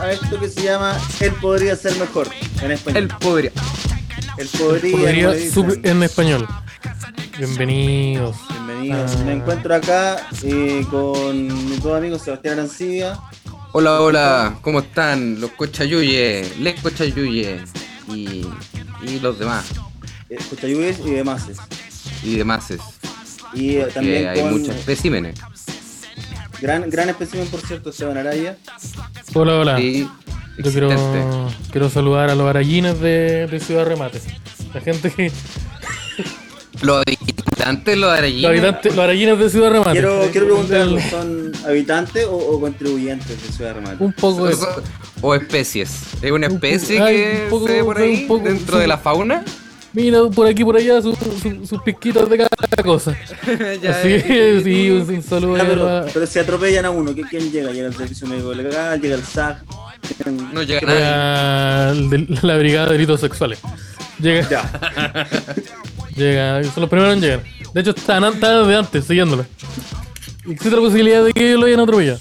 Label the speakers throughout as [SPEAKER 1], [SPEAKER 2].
[SPEAKER 1] a esto que se llama Él podría ser mejor en español.
[SPEAKER 2] El podría.
[SPEAKER 1] Él podría,
[SPEAKER 3] Podría
[SPEAKER 1] como le
[SPEAKER 3] sub-
[SPEAKER 1] dicen.
[SPEAKER 3] en español. Bienvenidos.
[SPEAKER 1] Bienvenidos.
[SPEAKER 3] Ah.
[SPEAKER 1] Me encuentro acá eh, con mis dos amigos Sebastián Arancibia.
[SPEAKER 2] Hola, hola, ¿cómo están? Los cochayuye, les cochayuye y, y los demás,
[SPEAKER 1] Escucha eh, y demás.
[SPEAKER 2] y demás.
[SPEAKER 1] Y eh,
[SPEAKER 2] Que
[SPEAKER 1] también
[SPEAKER 2] hay
[SPEAKER 1] con
[SPEAKER 2] muchos especímenes.
[SPEAKER 1] gran, gran espécimen, por cierto, Esteban Araya.
[SPEAKER 3] Hola, hola.
[SPEAKER 2] Sí,
[SPEAKER 3] Ah, Yo quiero,
[SPEAKER 2] existente.
[SPEAKER 3] quiero saludar a los arañines de, de Ciudad Remate. La gente que.
[SPEAKER 2] Los habitantes, los
[SPEAKER 3] Los,
[SPEAKER 2] arañines.
[SPEAKER 3] habitantes, los arañines de Ciudad Remate.
[SPEAKER 1] Quiero, quiero preguntarles,
[SPEAKER 3] Del-
[SPEAKER 1] ¿son habitantes o, o contribuyentes de Ciudad Remate?
[SPEAKER 3] Un poco de.
[SPEAKER 2] o- O especies. Es una
[SPEAKER 3] pues. Un poco-
[SPEAKER 2] especie
[SPEAKER 3] ay,
[SPEAKER 2] que
[SPEAKER 3] un poco-
[SPEAKER 2] se ve por
[SPEAKER 3] un
[SPEAKER 2] ahí
[SPEAKER 3] poco-
[SPEAKER 2] dentro de la fauna.
[SPEAKER 3] Mira, por aquí, por allá, sus su- sus piquitos de cada cosa.
[SPEAKER 2] Ya eh,
[SPEAKER 3] Así
[SPEAKER 2] es.
[SPEAKER 3] que, sí, un, un saludo
[SPEAKER 1] Ah, pero,
[SPEAKER 3] a-
[SPEAKER 1] pero si atropellan a uno, ¿qué- ¿quién llega? Llega el servicio médico legal, llega el SAC. ¿Quién-
[SPEAKER 2] No llega nadie.
[SPEAKER 3] a de la brigada de delitos sexuales. Llega. Llega, son los primeros en llegar. De hecho, están an- estaban de antes siguiéndolo. Existe la posibilidad de que lo hayan atropellado.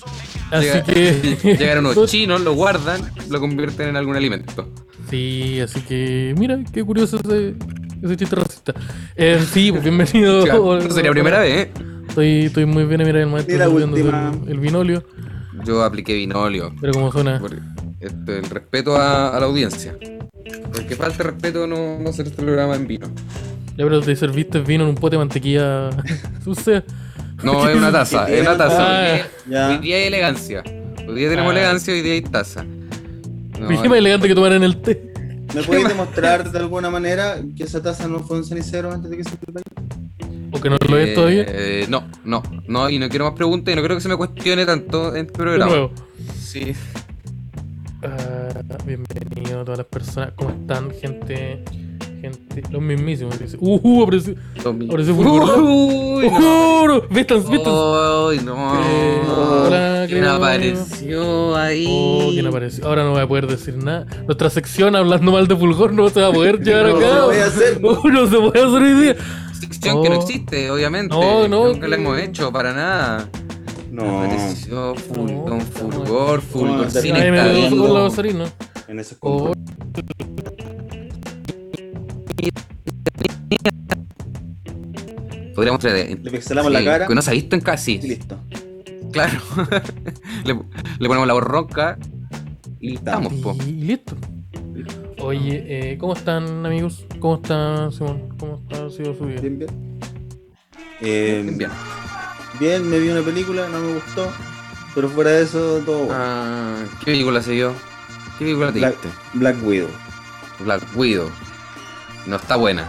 [SPEAKER 3] Así
[SPEAKER 2] Llega-
[SPEAKER 3] que.
[SPEAKER 2] Llegaron unos chinos, lo guardan, lo convierten en algún alimento.
[SPEAKER 3] Sí, así que. Mira, qué curioso ese, ese chiste racista. Eh, sí, pues, bienvenido.
[SPEAKER 2] Chica, No sería primera vez, ¿eh?
[SPEAKER 3] Estoy, estoy muy bien, mira, el maestro
[SPEAKER 1] Ni la
[SPEAKER 3] está viendo
[SPEAKER 1] última.
[SPEAKER 3] el, el binolio.
[SPEAKER 2] Yo apliqué vinolio.
[SPEAKER 3] Mira cómo suena.
[SPEAKER 2] por esto, el respeto a, a la audiencia. Porque falta respeto no, no hacer este programa en vino.
[SPEAKER 3] Ya, pero te serviste vino en un pote de mantequilla sucia.
[SPEAKER 2] No, es una taza, es una taza. Hoy día-
[SPEAKER 1] Ya.
[SPEAKER 2] Hoy día hay elegancia. Hoy día tenemos
[SPEAKER 3] Ah.
[SPEAKER 2] elegancia, hoy día hay taza. No,
[SPEAKER 3] Dije más elegante que tomar en el té.
[SPEAKER 1] ¿Me podéis demostrar de alguna manera que esa taza no fue un cenicero antes de que se atropelle?
[SPEAKER 3] O que no lo
[SPEAKER 2] eh,
[SPEAKER 3] es todavía. De
[SPEAKER 2] eh, no, no, no, y no quiero más preguntas y no creo que se me cuestione tanto en este programa.
[SPEAKER 3] nuevo.
[SPEAKER 2] Sí.
[SPEAKER 3] Ah, bienvenido a todas las personas. ¿Cómo están, gente? Gente, los mismísimos. Dice, uh, uh, apareció. Ahora sí fue un burlón.
[SPEAKER 2] Uy,
[SPEAKER 3] ¡Uh,
[SPEAKER 2] no.
[SPEAKER 3] no! ¿Vistas? ¿Vistas?
[SPEAKER 2] Uy, no.
[SPEAKER 3] Eh, hola,
[SPEAKER 2] ¿Quién
[SPEAKER 3] querido
[SPEAKER 2] apareció ahí?
[SPEAKER 3] Oh, ¿quién apareció? Ahora no voy a poder decir nada. Nuestra sección hablando mal de Fulgor no se va a poder
[SPEAKER 1] No,
[SPEAKER 3] llevar a
[SPEAKER 1] no
[SPEAKER 3] cabo.
[SPEAKER 1] lo voy a hacer.
[SPEAKER 3] No, no se puede hacer hoy día.
[SPEAKER 2] sección que no
[SPEAKER 3] Oh.
[SPEAKER 2] existe, obviamente.
[SPEAKER 3] No, no,
[SPEAKER 2] Nunca la
[SPEAKER 3] que-
[SPEAKER 2] hemos hecho para nada.
[SPEAKER 1] No,
[SPEAKER 2] Apareció Fulgor,
[SPEAKER 3] No,
[SPEAKER 2] Fulgor, Fulgor.
[SPEAKER 1] No,
[SPEAKER 2] Cine
[SPEAKER 1] nadie
[SPEAKER 3] Ay, me
[SPEAKER 2] está
[SPEAKER 1] dio
[SPEAKER 3] dio
[SPEAKER 2] viendo.
[SPEAKER 3] Fulgor la basarina.
[SPEAKER 1] en esos
[SPEAKER 3] Oh,
[SPEAKER 2] Podríamos traer.
[SPEAKER 1] Le pixelamos la cara.
[SPEAKER 2] Que no se ha visto en
[SPEAKER 1] y
[SPEAKER 2] casi.
[SPEAKER 1] listo.
[SPEAKER 2] Claro. le, le ponemos la voz ronca y estamos, po.
[SPEAKER 3] y listo. Oye, eh, ¿cómo están, amigos? ¿Cómo está Simón? ¿Cómo está sido su día?
[SPEAKER 1] Bien, bien. Eh,
[SPEAKER 2] Bien.
[SPEAKER 1] bien. me vi una película, no me gustó. Pero fuera de eso, todo bueno.
[SPEAKER 2] Ah, ¿Qué película se vio? ¿Qué película te
[SPEAKER 1] Black,
[SPEAKER 2] diste?
[SPEAKER 1] Black Widow.
[SPEAKER 2] Black Widow. No está buena.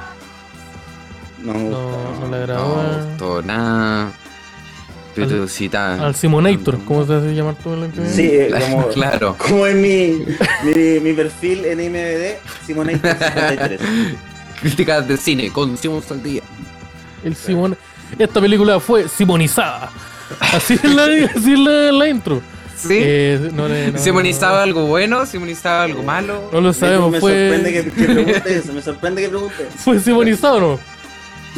[SPEAKER 1] No me
[SPEAKER 3] No, no
[SPEAKER 1] gustó.
[SPEAKER 3] le agradó.
[SPEAKER 2] No
[SPEAKER 3] a-
[SPEAKER 2] me gustó nada. Pero sí está.
[SPEAKER 3] Al Simonator, ¿cómo se hace llamar tú en la internet?
[SPEAKER 1] Sí, eh, como,
[SPEAKER 2] Claro.
[SPEAKER 1] como es mi, mi, mi perfil en IMDb, Simonator 53.
[SPEAKER 2] Críticas de cine con Simón Saldía.
[SPEAKER 3] El Simon... Esta película fue simonizada. Así es la, así es la, la intro.
[SPEAKER 2] Sí.
[SPEAKER 3] Eh, no, le- no,
[SPEAKER 2] ¿Simonizaba algo bueno? ¿Simonizaba algo malo?
[SPEAKER 3] No lo sabemos,
[SPEAKER 1] me,
[SPEAKER 3] fue,
[SPEAKER 1] sorprende que, que pregunte eso, me sorprende que pregunte.
[SPEAKER 3] fue simonizado, ¿no?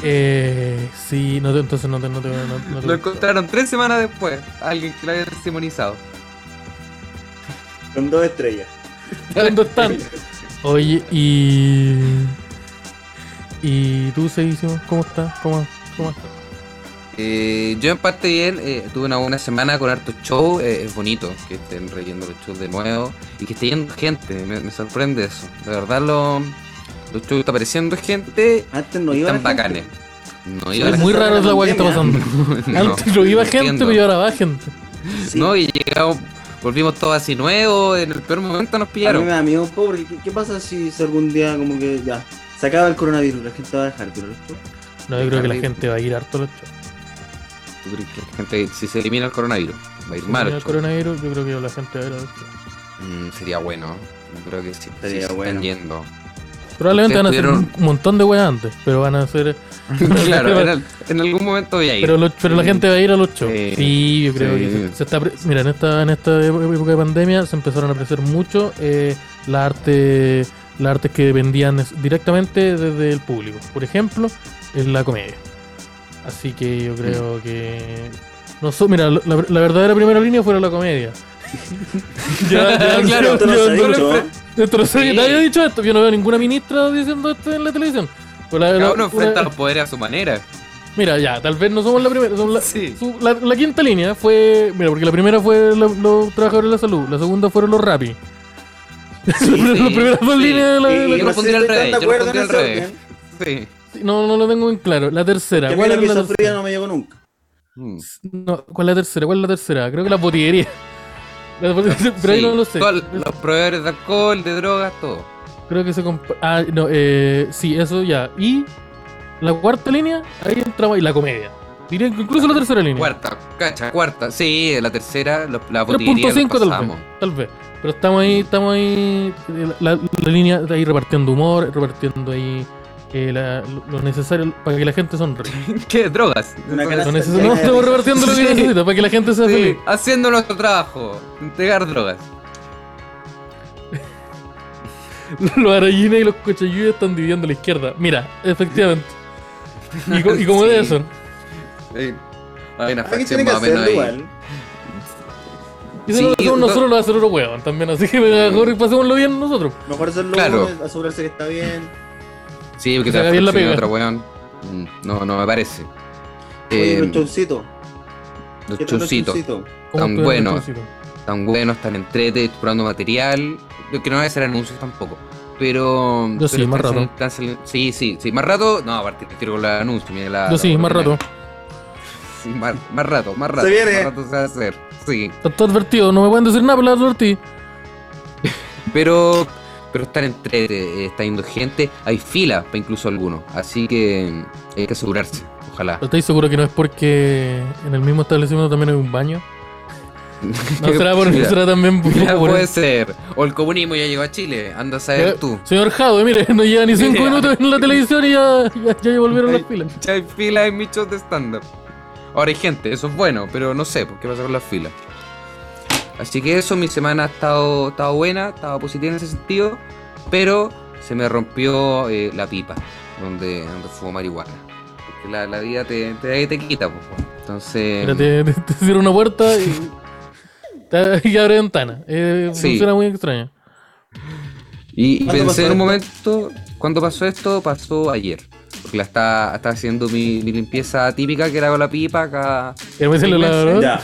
[SPEAKER 3] Eh, sí, no te, entonces no te, no te, no, no te-
[SPEAKER 2] Lo encontraron tres semanas después. Alguien que lo había simonizado.
[SPEAKER 1] Con dos estrellas.
[SPEAKER 3] ¿Dónde están? Oye, y... ¿Y tú, Seguísimo? ¿Cómo estás? ¿Cómo, cómo estás?
[SPEAKER 2] Eh, yo en parte bien, eh, tuve una buena semana con hartos shows, eh, es bonito que estén reyendo los shows de nuevo y que esté yendo gente, me, me sorprende eso. De verdad lo- los shows está apareciendo gente
[SPEAKER 1] Antes no iba
[SPEAKER 2] están
[SPEAKER 1] la gente.
[SPEAKER 2] bacanes. No
[SPEAKER 1] Pero
[SPEAKER 3] Es
[SPEAKER 2] iba
[SPEAKER 1] eso
[SPEAKER 3] muy
[SPEAKER 1] era
[SPEAKER 3] raro
[SPEAKER 1] la
[SPEAKER 3] es la weá que está pasando.
[SPEAKER 1] pandemia.
[SPEAKER 2] no,
[SPEAKER 3] Antes no iba gente,
[SPEAKER 2] entiendo.
[SPEAKER 3] pero ahora va gente.
[SPEAKER 1] Sí.
[SPEAKER 2] No, y llegamos, volvimos todos así nuevos, en el peor momento nos
[SPEAKER 1] A mí
[SPEAKER 2] pillaron.
[SPEAKER 1] me da miedo un poco, porque ¿qué, qué pasa si, si algún día como que ya se acaba el coronavirus, la gente va a dejar, pero esto-
[SPEAKER 3] No, yo creo que la
[SPEAKER 2] Terrible.
[SPEAKER 3] gente va a ir harto a los shows.
[SPEAKER 2] ¿Tú crees que la gente, si se elimina el coronavirus, va a ir
[SPEAKER 3] Si
[SPEAKER 2] mal.
[SPEAKER 3] viene
[SPEAKER 2] el
[SPEAKER 3] el
[SPEAKER 2] show?
[SPEAKER 3] coronavirus, yo creo que la gente va a ir a los shows.
[SPEAKER 2] Mm, sería bueno. Yo Creo que sí, sí
[SPEAKER 1] Sería
[SPEAKER 2] se
[SPEAKER 1] bueno.
[SPEAKER 2] están yendo.
[SPEAKER 3] Probablemente van a hacer
[SPEAKER 2] Ustedes
[SPEAKER 3] un montón de weas antes, pero van a hacer.
[SPEAKER 2] claro, en, al- en algún momento voy a ir.
[SPEAKER 3] Pero, los- pero la
[SPEAKER 2] Sí.
[SPEAKER 3] gente va a ir a los shows.
[SPEAKER 2] Sí.
[SPEAKER 3] Sí, yo creo
[SPEAKER 2] Sí.
[SPEAKER 3] que sí. se está. pre- Mira, en esta, en esta e- época de pandemia se empezaron a apreciar mucho eh, la arte, las artes que vendían es- directamente desde el público. Por ejemplo, en la comedia.
[SPEAKER 2] Mm.
[SPEAKER 3] Así que yo creo que. No so- mira, lo- la, la verdadera primera línea fuera la comedia. Ya, ya,
[SPEAKER 2] Claro,
[SPEAKER 3] yo-
[SPEAKER 1] esto no
[SPEAKER 3] yo-
[SPEAKER 1] se ha
[SPEAKER 3] yo le-
[SPEAKER 1] dicho.
[SPEAKER 3] esto no sé,
[SPEAKER 2] Sí.
[SPEAKER 3] nadie ha dicho esto. Yo no veo ninguna ministra diciendo esto en la televisión. Pues la-
[SPEAKER 2] Cada
[SPEAKER 3] la-
[SPEAKER 2] uno enfrenta
[SPEAKER 3] una-
[SPEAKER 2] los poderes a su manera.
[SPEAKER 3] Mira, ya, tal vez no somos la primera. somos la,
[SPEAKER 2] Sí.
[SPEAKER 3] su- la- la quinta línea fue. Mira, porque la primera fue lo- los trabajadores de la salud, la segunda fueron los rapi. las
[SPEAKER 2] sí,
[SPEAKER 3] primeras dos
[SPEAKER 2] sí.
[SPEAKER 3] líneas. la- la-
[SPEAKER 2] yo lo
[SPEAKER 3] la-
[SPEAKER 1] no sé
[SPEAKER 2] pondría
[SPEAKER 1] si
[SPEAKER 2] al revés,
[SPEAKER 1] están
[SPEAKER 2] yo lo
[SPEAKER 1] de acuerdo en
[SPEAKER 2] pondría al
[SPEAKER 1] ese
[SPEAKER 2] revés.
[SPEAKER 1] orden,
[SPEAKER 2] Sí.
[SPEAKER 3] no, no lo tengo en claro. La tercera.
[SPEAKER 1] Que a mí
[SPEAKER 3] ¿Cuál
[SPEAKER 1] la
[SPEAKER 3] es la
[SPEAKER 1] misofría
[SPEAKER 3] tercera?
[SPEAKER 1] no me llegó nunca.
[SPEAKER 2] Mm.
[SPEAKER 3] No, ¿Cuál es la tercera? ¿Cuál es la tercera? Creo que la botillería. La botillería, pero ahí
[SPEAKER 2] Ah, Sí.
[SPEAKER 3] no lo sé.
[SPEAKER 2] Todos los proveedores de alcohol, de drogas, todo.
[SPEAKER 3] Creo que se comp- Ah, no, eh, sí, eso ya. Y la cuarta línea, ahí entraba y la comedia. Diría que incluso la tercera línea.
[SPEAKER 2] Cuarta, cacha, cuarta. Sí, la tercera, la, la botillería la
[SPEAKER 3] 3.5 tal
[SPEAKER 2] pasamos.
[SPEAKER 3] vez, tal vez. Pero estamos ahí, estamos ahí. eh, La, la línea de ahí repartiendo humor, repartiendo ahí eh, la- lo necesario para que la gente sonríe.
[SPEAKER 2] ¿Qué? ¿Drogas?
[SPEAKER 1] Una
[SPEAKER 3] Lo
[SPEAKER 1] cara-
[SPEAKER 3] neces- no, estamos repartiendo lo que
[SPEAKER 2] Sí.
[SPEAKER 3] necesita para que la gente sea
[SPEAKER 2] Sí,
[SPEAKER 3] feliz.
[SPEAKER 2] haciendo nuestro trabajo, entregar drogas.
[SPEAKER 3] Los arañines y los cochayuyos están dividiendo a la izquierda. Mira, efectivamente. Y, co- y como
[SPEAKER 2] Sí.
[SPEAKER 3] de eso.
[SPEAKER 2] Sí. Hay una
[SPEAKER 1] Alguien
[SPEAKER 2] fracción
[SPEAKER 1] tiene que
[SPEAKER 2] más o menos
[SPEAKER 1] hacerlo
[SPEAKER 2] ahí.
[SPEAKER 1] igual.
[SPEAKER 3] Y si
[SPEAKER 2] Sí,
[SPEAKER 3] no lo hacemos
[SPEAKER 2] no- Mm.
[SPEAKER 3] nosotros, lo va a hacer otro hueón también. Así que mejor pasémoslo bien nosotros.
[SPEAKER 1] Mejor hacerlo
[SPEAKER 2] Claro.
[SPEAKER 1] uno, asegurarse que está bien.
[SPEAKER 2] Sí, porque
[SPEAKER 3] Se haga
[SPEAKER 2] te
[SPEAKER 3] bien la
[SPEAKER 2] fracción
[SPEAKER 3] pega.
[SPEAKER 2] otro weón. Mm, No, no me parece.
[SPEAKER 1] Oye,
[SPEAKER 2] Eh,
[SPEAKER 1] los chaucitos.
[SPEAKER 2] los
[SPEAKER 1] ¿Qué tal los
[SPEAKER 2] chuncitos.
[SPEAKER 1] chaucitos?
[SPEAKER 3] ¿Cómo
[SPEAKER 2] Tan
[SPEAKER 3] estuvieron
[SPEAKER 2] bueno.
[SPEAKER 3] los chaucitos?
[SPEAKER 2] tan buenos, tan entrete, explorando material. Yo que no voy a hacer anuncios tampoco. Pero.
[SPEAKER 3] Yo sí,
[SPEAKER 2] pero están
[SPEAKER 3] más rato.
[SPEAKER 2] saliendo- están saliendo- sí, sí, sí. Más rato. No, aparte te tiro con los anuncios. Mira la,
[SPEAKER 3] Yo sí,
[SPEAKER 2] la-
[SPEAKER 3] más rato.
[SPEAKER 2] Sí, más, más rato, más rato.
[SPEAKER 1] Se viene.
[SPEAKER 2] Más rato se va a hacer. Sí.
[SPEAKER 3] Está todo advertido, no me pueden decir nada, pero lo advertí.
[SPEAKER 2] Pero. Pero están entrete, eh, está yendo gente. Hay fila para incluso algunos. Así que eh, hay que asegurarse. Ojalá.
[SPEAKER 3] ¿Pero estáis seguro que no es porque en el mismo establecimiento también hay un baño? No será por
[SPEAKER 2] Mira,
[SPEAKER 3] será también por,
[SPEAKER 2] mira,
[SPEAKER 3] por-
[SPEAKER 2] puede ser. O el comunismo ya llegó a Chile. Anda a saber
[SPEAKER 3] Ya-
[SPEAKER 2] tú.
[SPEAKER 3] Señor Jado, mire, no lleva ni cinco
[SPEAKER 2] Mira.
[SPEAKER 3] minutos en la televisión y ya, ya, ya volvieron las
[SPEAKER 2] Ay.
[SPEAKER 3] pilas.
[SPEAKER 2] Ya hay fila, hay michos de stand-up. Ahora hay gente, eso es bueno, pero no sé por qué pasa con las filas. Así que eso, mi semana ha estado, estado buena, ha estado positiva en ese sentido, pero se me rompió eh, la pipa, donde, donde fumo marihuana. Porque la, la vida te, te, te quita, pues. bueno. Entonces,
[SPEAKER 3] Mira, te, te- te cierra una puerta y, te- y abre ventana. Eh,
[SPEAKER 2] Sí.
[SPEAKER 3] Funciona muy extraño.
[SPEAKER 2] Y y
[SPEAKER 1] ¿Cuándo pasó
[SPEAKER 2] pensé en un
[SPEAKER 1] esto?
[SPEAKER 2] momento, cuando pasó esto, pasó ayer. Porque la estaba, estaba haciendo mi, mi limpieza típica que era con la pipa acá.
[SPEAKER 3] Quiero decirle la
[SPEAKER 2] meses.
[SPEAKER 3] verdad.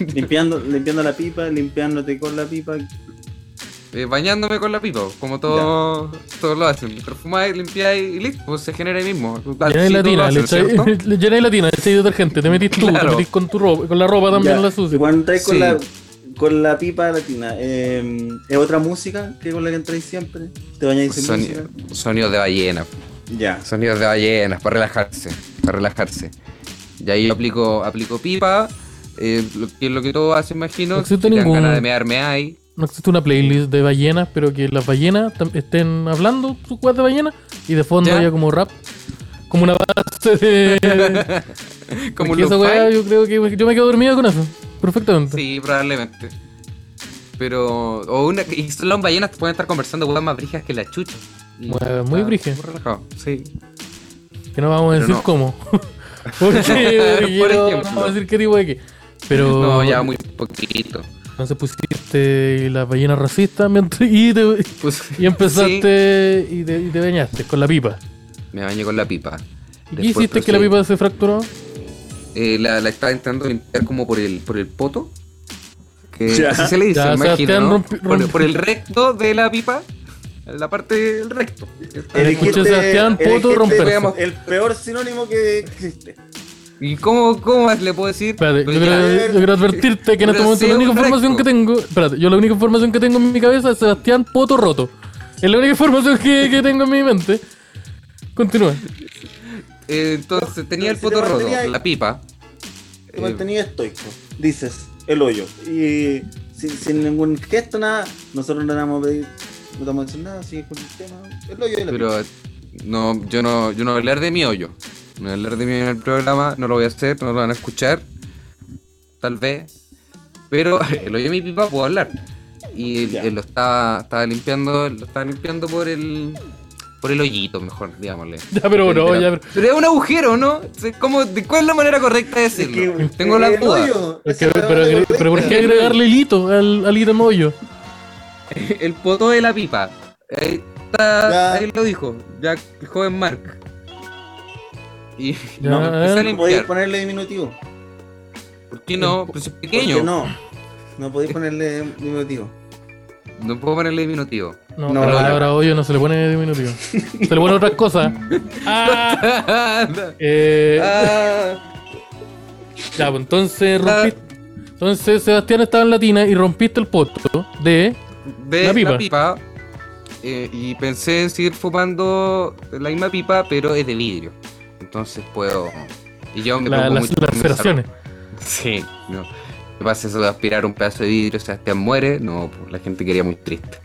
[SPEAKER 1] Ya. limpiando, limpiando la pipa, limpiándote con la pipa.
[SPEAKER 2] eh, bañándome con la pipa, como todo- todos lo hacen. Perfumáis, limpiáis y listo, pues se genera ahí mismo. Así
[SPEAKER 3] Llenáis la
[SPEAKER 2] todos lo
[SPEAKER 3] tina, le
[SPEAKER 2] hacen,
[SPEAKER 3] echáis-
[SPEAKER 2] ¿cierto?
[SPEAKER 3] le llenáis la tina, le echáis detergente, te metís tú,
[SPEAKER 2] Claro.
[SPEAKER 3] te metís con tu ropa, con la ropa también
[SPEAKER 1] Ya.
[SPEAKER 3] la sucia.
[SPEAKER 1] Y cuando entráis con,
[SPEAKER 2] Sí.
[SPEAKER 1] la, con la pipa latina, eh, ¿es otra música que con la que entráis siempre? ¿Te bañáis sin
[SPEAKER 2] Soni-
[SPEAKER 1] música?
[SPEAKER 2] sonidos de ballena,
[SPEAKER 1] Ya.
[SPEAKER 2] sonidos de ballenas, para relajarse, para relajarse. Y ahí yo aplico, aplico pipa, eh, lo, que es lo que todos hacen, imagino.
[SPEAKER 3] No existe
[SPEAKER 2] si te dan
[SPEAKER 3] ningún-
[SPEAKER 2] ganas de mearme ahí.
[SPEAKER 3] No existe una playlist de ballenas, pero que las ballenas tam- estén hablando su cuadro de ballenas y de fondo
[SPEAKER 2] Ya.
[SPEAKER 3] haya como rap. Como una base de.
[SPEAKER 2] Como un
[SPEAKER 3] Porque esa
[SPEAKER 2] lo-fi.
[SPEAKER 3] weá, yo creo que me- yo me quedo dormido con eso. Perfectamente.
[SPEAKER 2] Sí, probablemente. Pero. O una. Y solo en ballenas pueden estar conversando weas más brijas que la chucha. Y
[SPEAKER 3] Bueno, muy
[SPEAKER 2] está
[SPEAKER 3] brija.
[SPEAKER 2] Muy relajado, sí.
[SPEAKER 3] Que no vamos a
[SPEAKER 2] Pero
[SPEAKER 3] decir
[SPEAKER 2] no.
[SPEAKER 3] cómo. Porque,
[SPEAKER 2] Por
[SPEAKER 3] no
[SPEAKER 2] ejemplo.
[SPEAKER 3] vamos a decir qué tipo de qué. Pero.
[SPEAKER 2] No, ya muy poquito.
[SPEAKER 3] Entonces pusiste las ballenas racistas mientras- y, te-
[SPEAKER 2] Pues,
[SPEAKER 3] y empezaste y, te, y te bañaste con la pipa.
[SPEAKER 2] sí, me bañé con la pipa.
[SPEAKER 3] ¿Y qué
[SPEAKER 2] Después
[SPEAKER 3] hiciste que la
[SPEAKER 2] procedí.
[SPEAKER 3] pipa se fracturó?
[SPEAKER 2] Eh, la, la estaba intentando limpiar como por el, por el poto. Que
[SPEAKER 1] Ya.
[SPEAKER 2] así se le dice,
[SPEAKER 3] Ya,
[SPEAKER 2] me imagino.
[SPEAKER 3] Sebastián
[SPEAKER 2] ¿no?
[SPEAKER 3] rompi-
[SPEAKER 2] Por,
[SPEAKER 3] rompi-
[SPEAKER 2] por el recto de la pipa. La parte del recto.
[SPEAKER 3] Elegiste- Escuché Sebastián Poto
[SPEAKER 1] elegiste
[SPEAKER 3] romperse.
[SPEAKER 1] El peor sinónimo que existe.
[SPEAKER 2] ¿Y cómo, cómo más le puedo decir?
[SPEAKER 3] Espérate,
[SPEAKER 2] Pero
[SPEAKER 3] yo,
[SPEAKER 2] ya-
[SPEAKER 3] quiero, yo quiero advertirte que en este
[SPEAKER 2] Pero
[SPEAKER 3] momento
[SPEAKER 2] sí,
[SPEAKER 3] la única
[SPEAKER 2] un
[SPEAKER 3] información que
[SPEAKER 2] recto.
[SPEAKER 3] tengo. Espérate, yo la única información que tengo en mi cabeza es Sebastián Poto Roto. Es la única información que, que tengo en mi mente. Continúa.
[SPEAKER 2] Eh, entonces tenía el
[SPEAKER 1] Si te
[SPEAKER 2] poto roto,
[SPEAKER 1] mantení ahí.
[SPEAKER 2] la pipa.
[SPEAKER 1] Te
[SPEAKER 2] Eh,
[SPEAKER 1] mantenías estoico. Dices, el hoyo. Y sin, sin ningún gesto, nada. Nosotros no le vamos a pedir, no te vamos a decir nada, sigue con el tema. El hoyo y la pipa.
[SPEAKER 2] pero no, yo no, yo no voy a hablar de mi hoyo. No voy a hablar de mi hoyo en el programa, no lo voy a hacer, no lo van a escuchar. Tal vez. Pero el hoyo de mi pipa puedo hablar. Y él-
[SPEAKER 1] Ya.
[SPEAKER 2] él lo estaba, estaba limpiando, lo estaba limpiando por el. por el hoyito, mejor, digámosle.
[SPEAKER 3] Ya, pero no,
[SPEAKER 2] Pero-
[SPEAKER 3] ya, pero.
[SPEAKER 2] Pero es un agujero, ¿no? Se- ¿Cómo, de, ¿Cuál es la manera correcta de decirlo?
[SPEAKER 1] que-
[SPEAKER 2] Tengo la
[SPEAKER 1] el
[SPEAKER 2] duda.
[SPEAKER 1] hoyo,
[SPEAKER 3] es que-
[SPEAKER 1] esa
[SPEAKER 3] pero,
[SPEAKER 1] weá
[SPEAKER 3] agre-
[SPEAKER 1] es
[SPEAKER 3] pero ¿por qué
[SPEAKER 1] correcta.
[SPEAKER 3] agregarle hilito al, al ítem hoyo?
[SPEAKER 2] El poto de la pipa. Ahí, está-
[SPEAKER 1] Ya.
[SPEAKER 2] ahí lo dijo. Ya el joven Mark. Y
[SPEAKER 3] Ya,
[SPEAKER 2] no,
[SPEAKER 3] a ver.
[SPEAKER 2] empecé a
[SPEAKER 1] No podéis
[SPEAKER 2] limpiar.
[SPEAKER 1] ponerle diminutivo.
[SPEAKER 2] ¿Por qué no? Pues es pequeño.
[SPEAKER 1] Porque no. No podéis ponerle diminutivo.
[SPEAKER 2] No puedo ponerle diminutivo.
[SPEAKER 3] No,
[SPEAKER 1] No,
[SPEAKER 3] la
[SPEAKER 1] no.
[SPEAKER 3] palabra hoyo no se le pone diminutivo. se le pone otras cosas. Ah, eh,
[SPEAKER 2] Ah,
[SPEAKER 3] Ya, pues entonces
[SPEAKER 2] Ah.
[SPEAKER 3] rompiste. Entonces Sebastián estaba en Latina y rompiste el poto de.
[SPEAKER 2] de
[SPEAKER 3] La
[SPEAKER 2] la
[SPEAKER 3] pipa.
[SPEAKER 2] pipa. eh, y pensé en seguir fumando la misma pipa, pero es de vidrio. Entonces puedo. Y yo me
[SPEAKER 3] la-
[SPEAKER 2] pongo
[SPEAKER 3] las
[SPEAKER 2] mucho
[SPEAKER 3] las
[SPEAKER 2] con mi
[SPEAKER 3] laceraciones.
[SPEAKER 2] salud. Sí, no. ¿Qué pasa eso de aspirar un pedazo de vidrio? Sebastián muere. No, pues, la gente quería muy triste.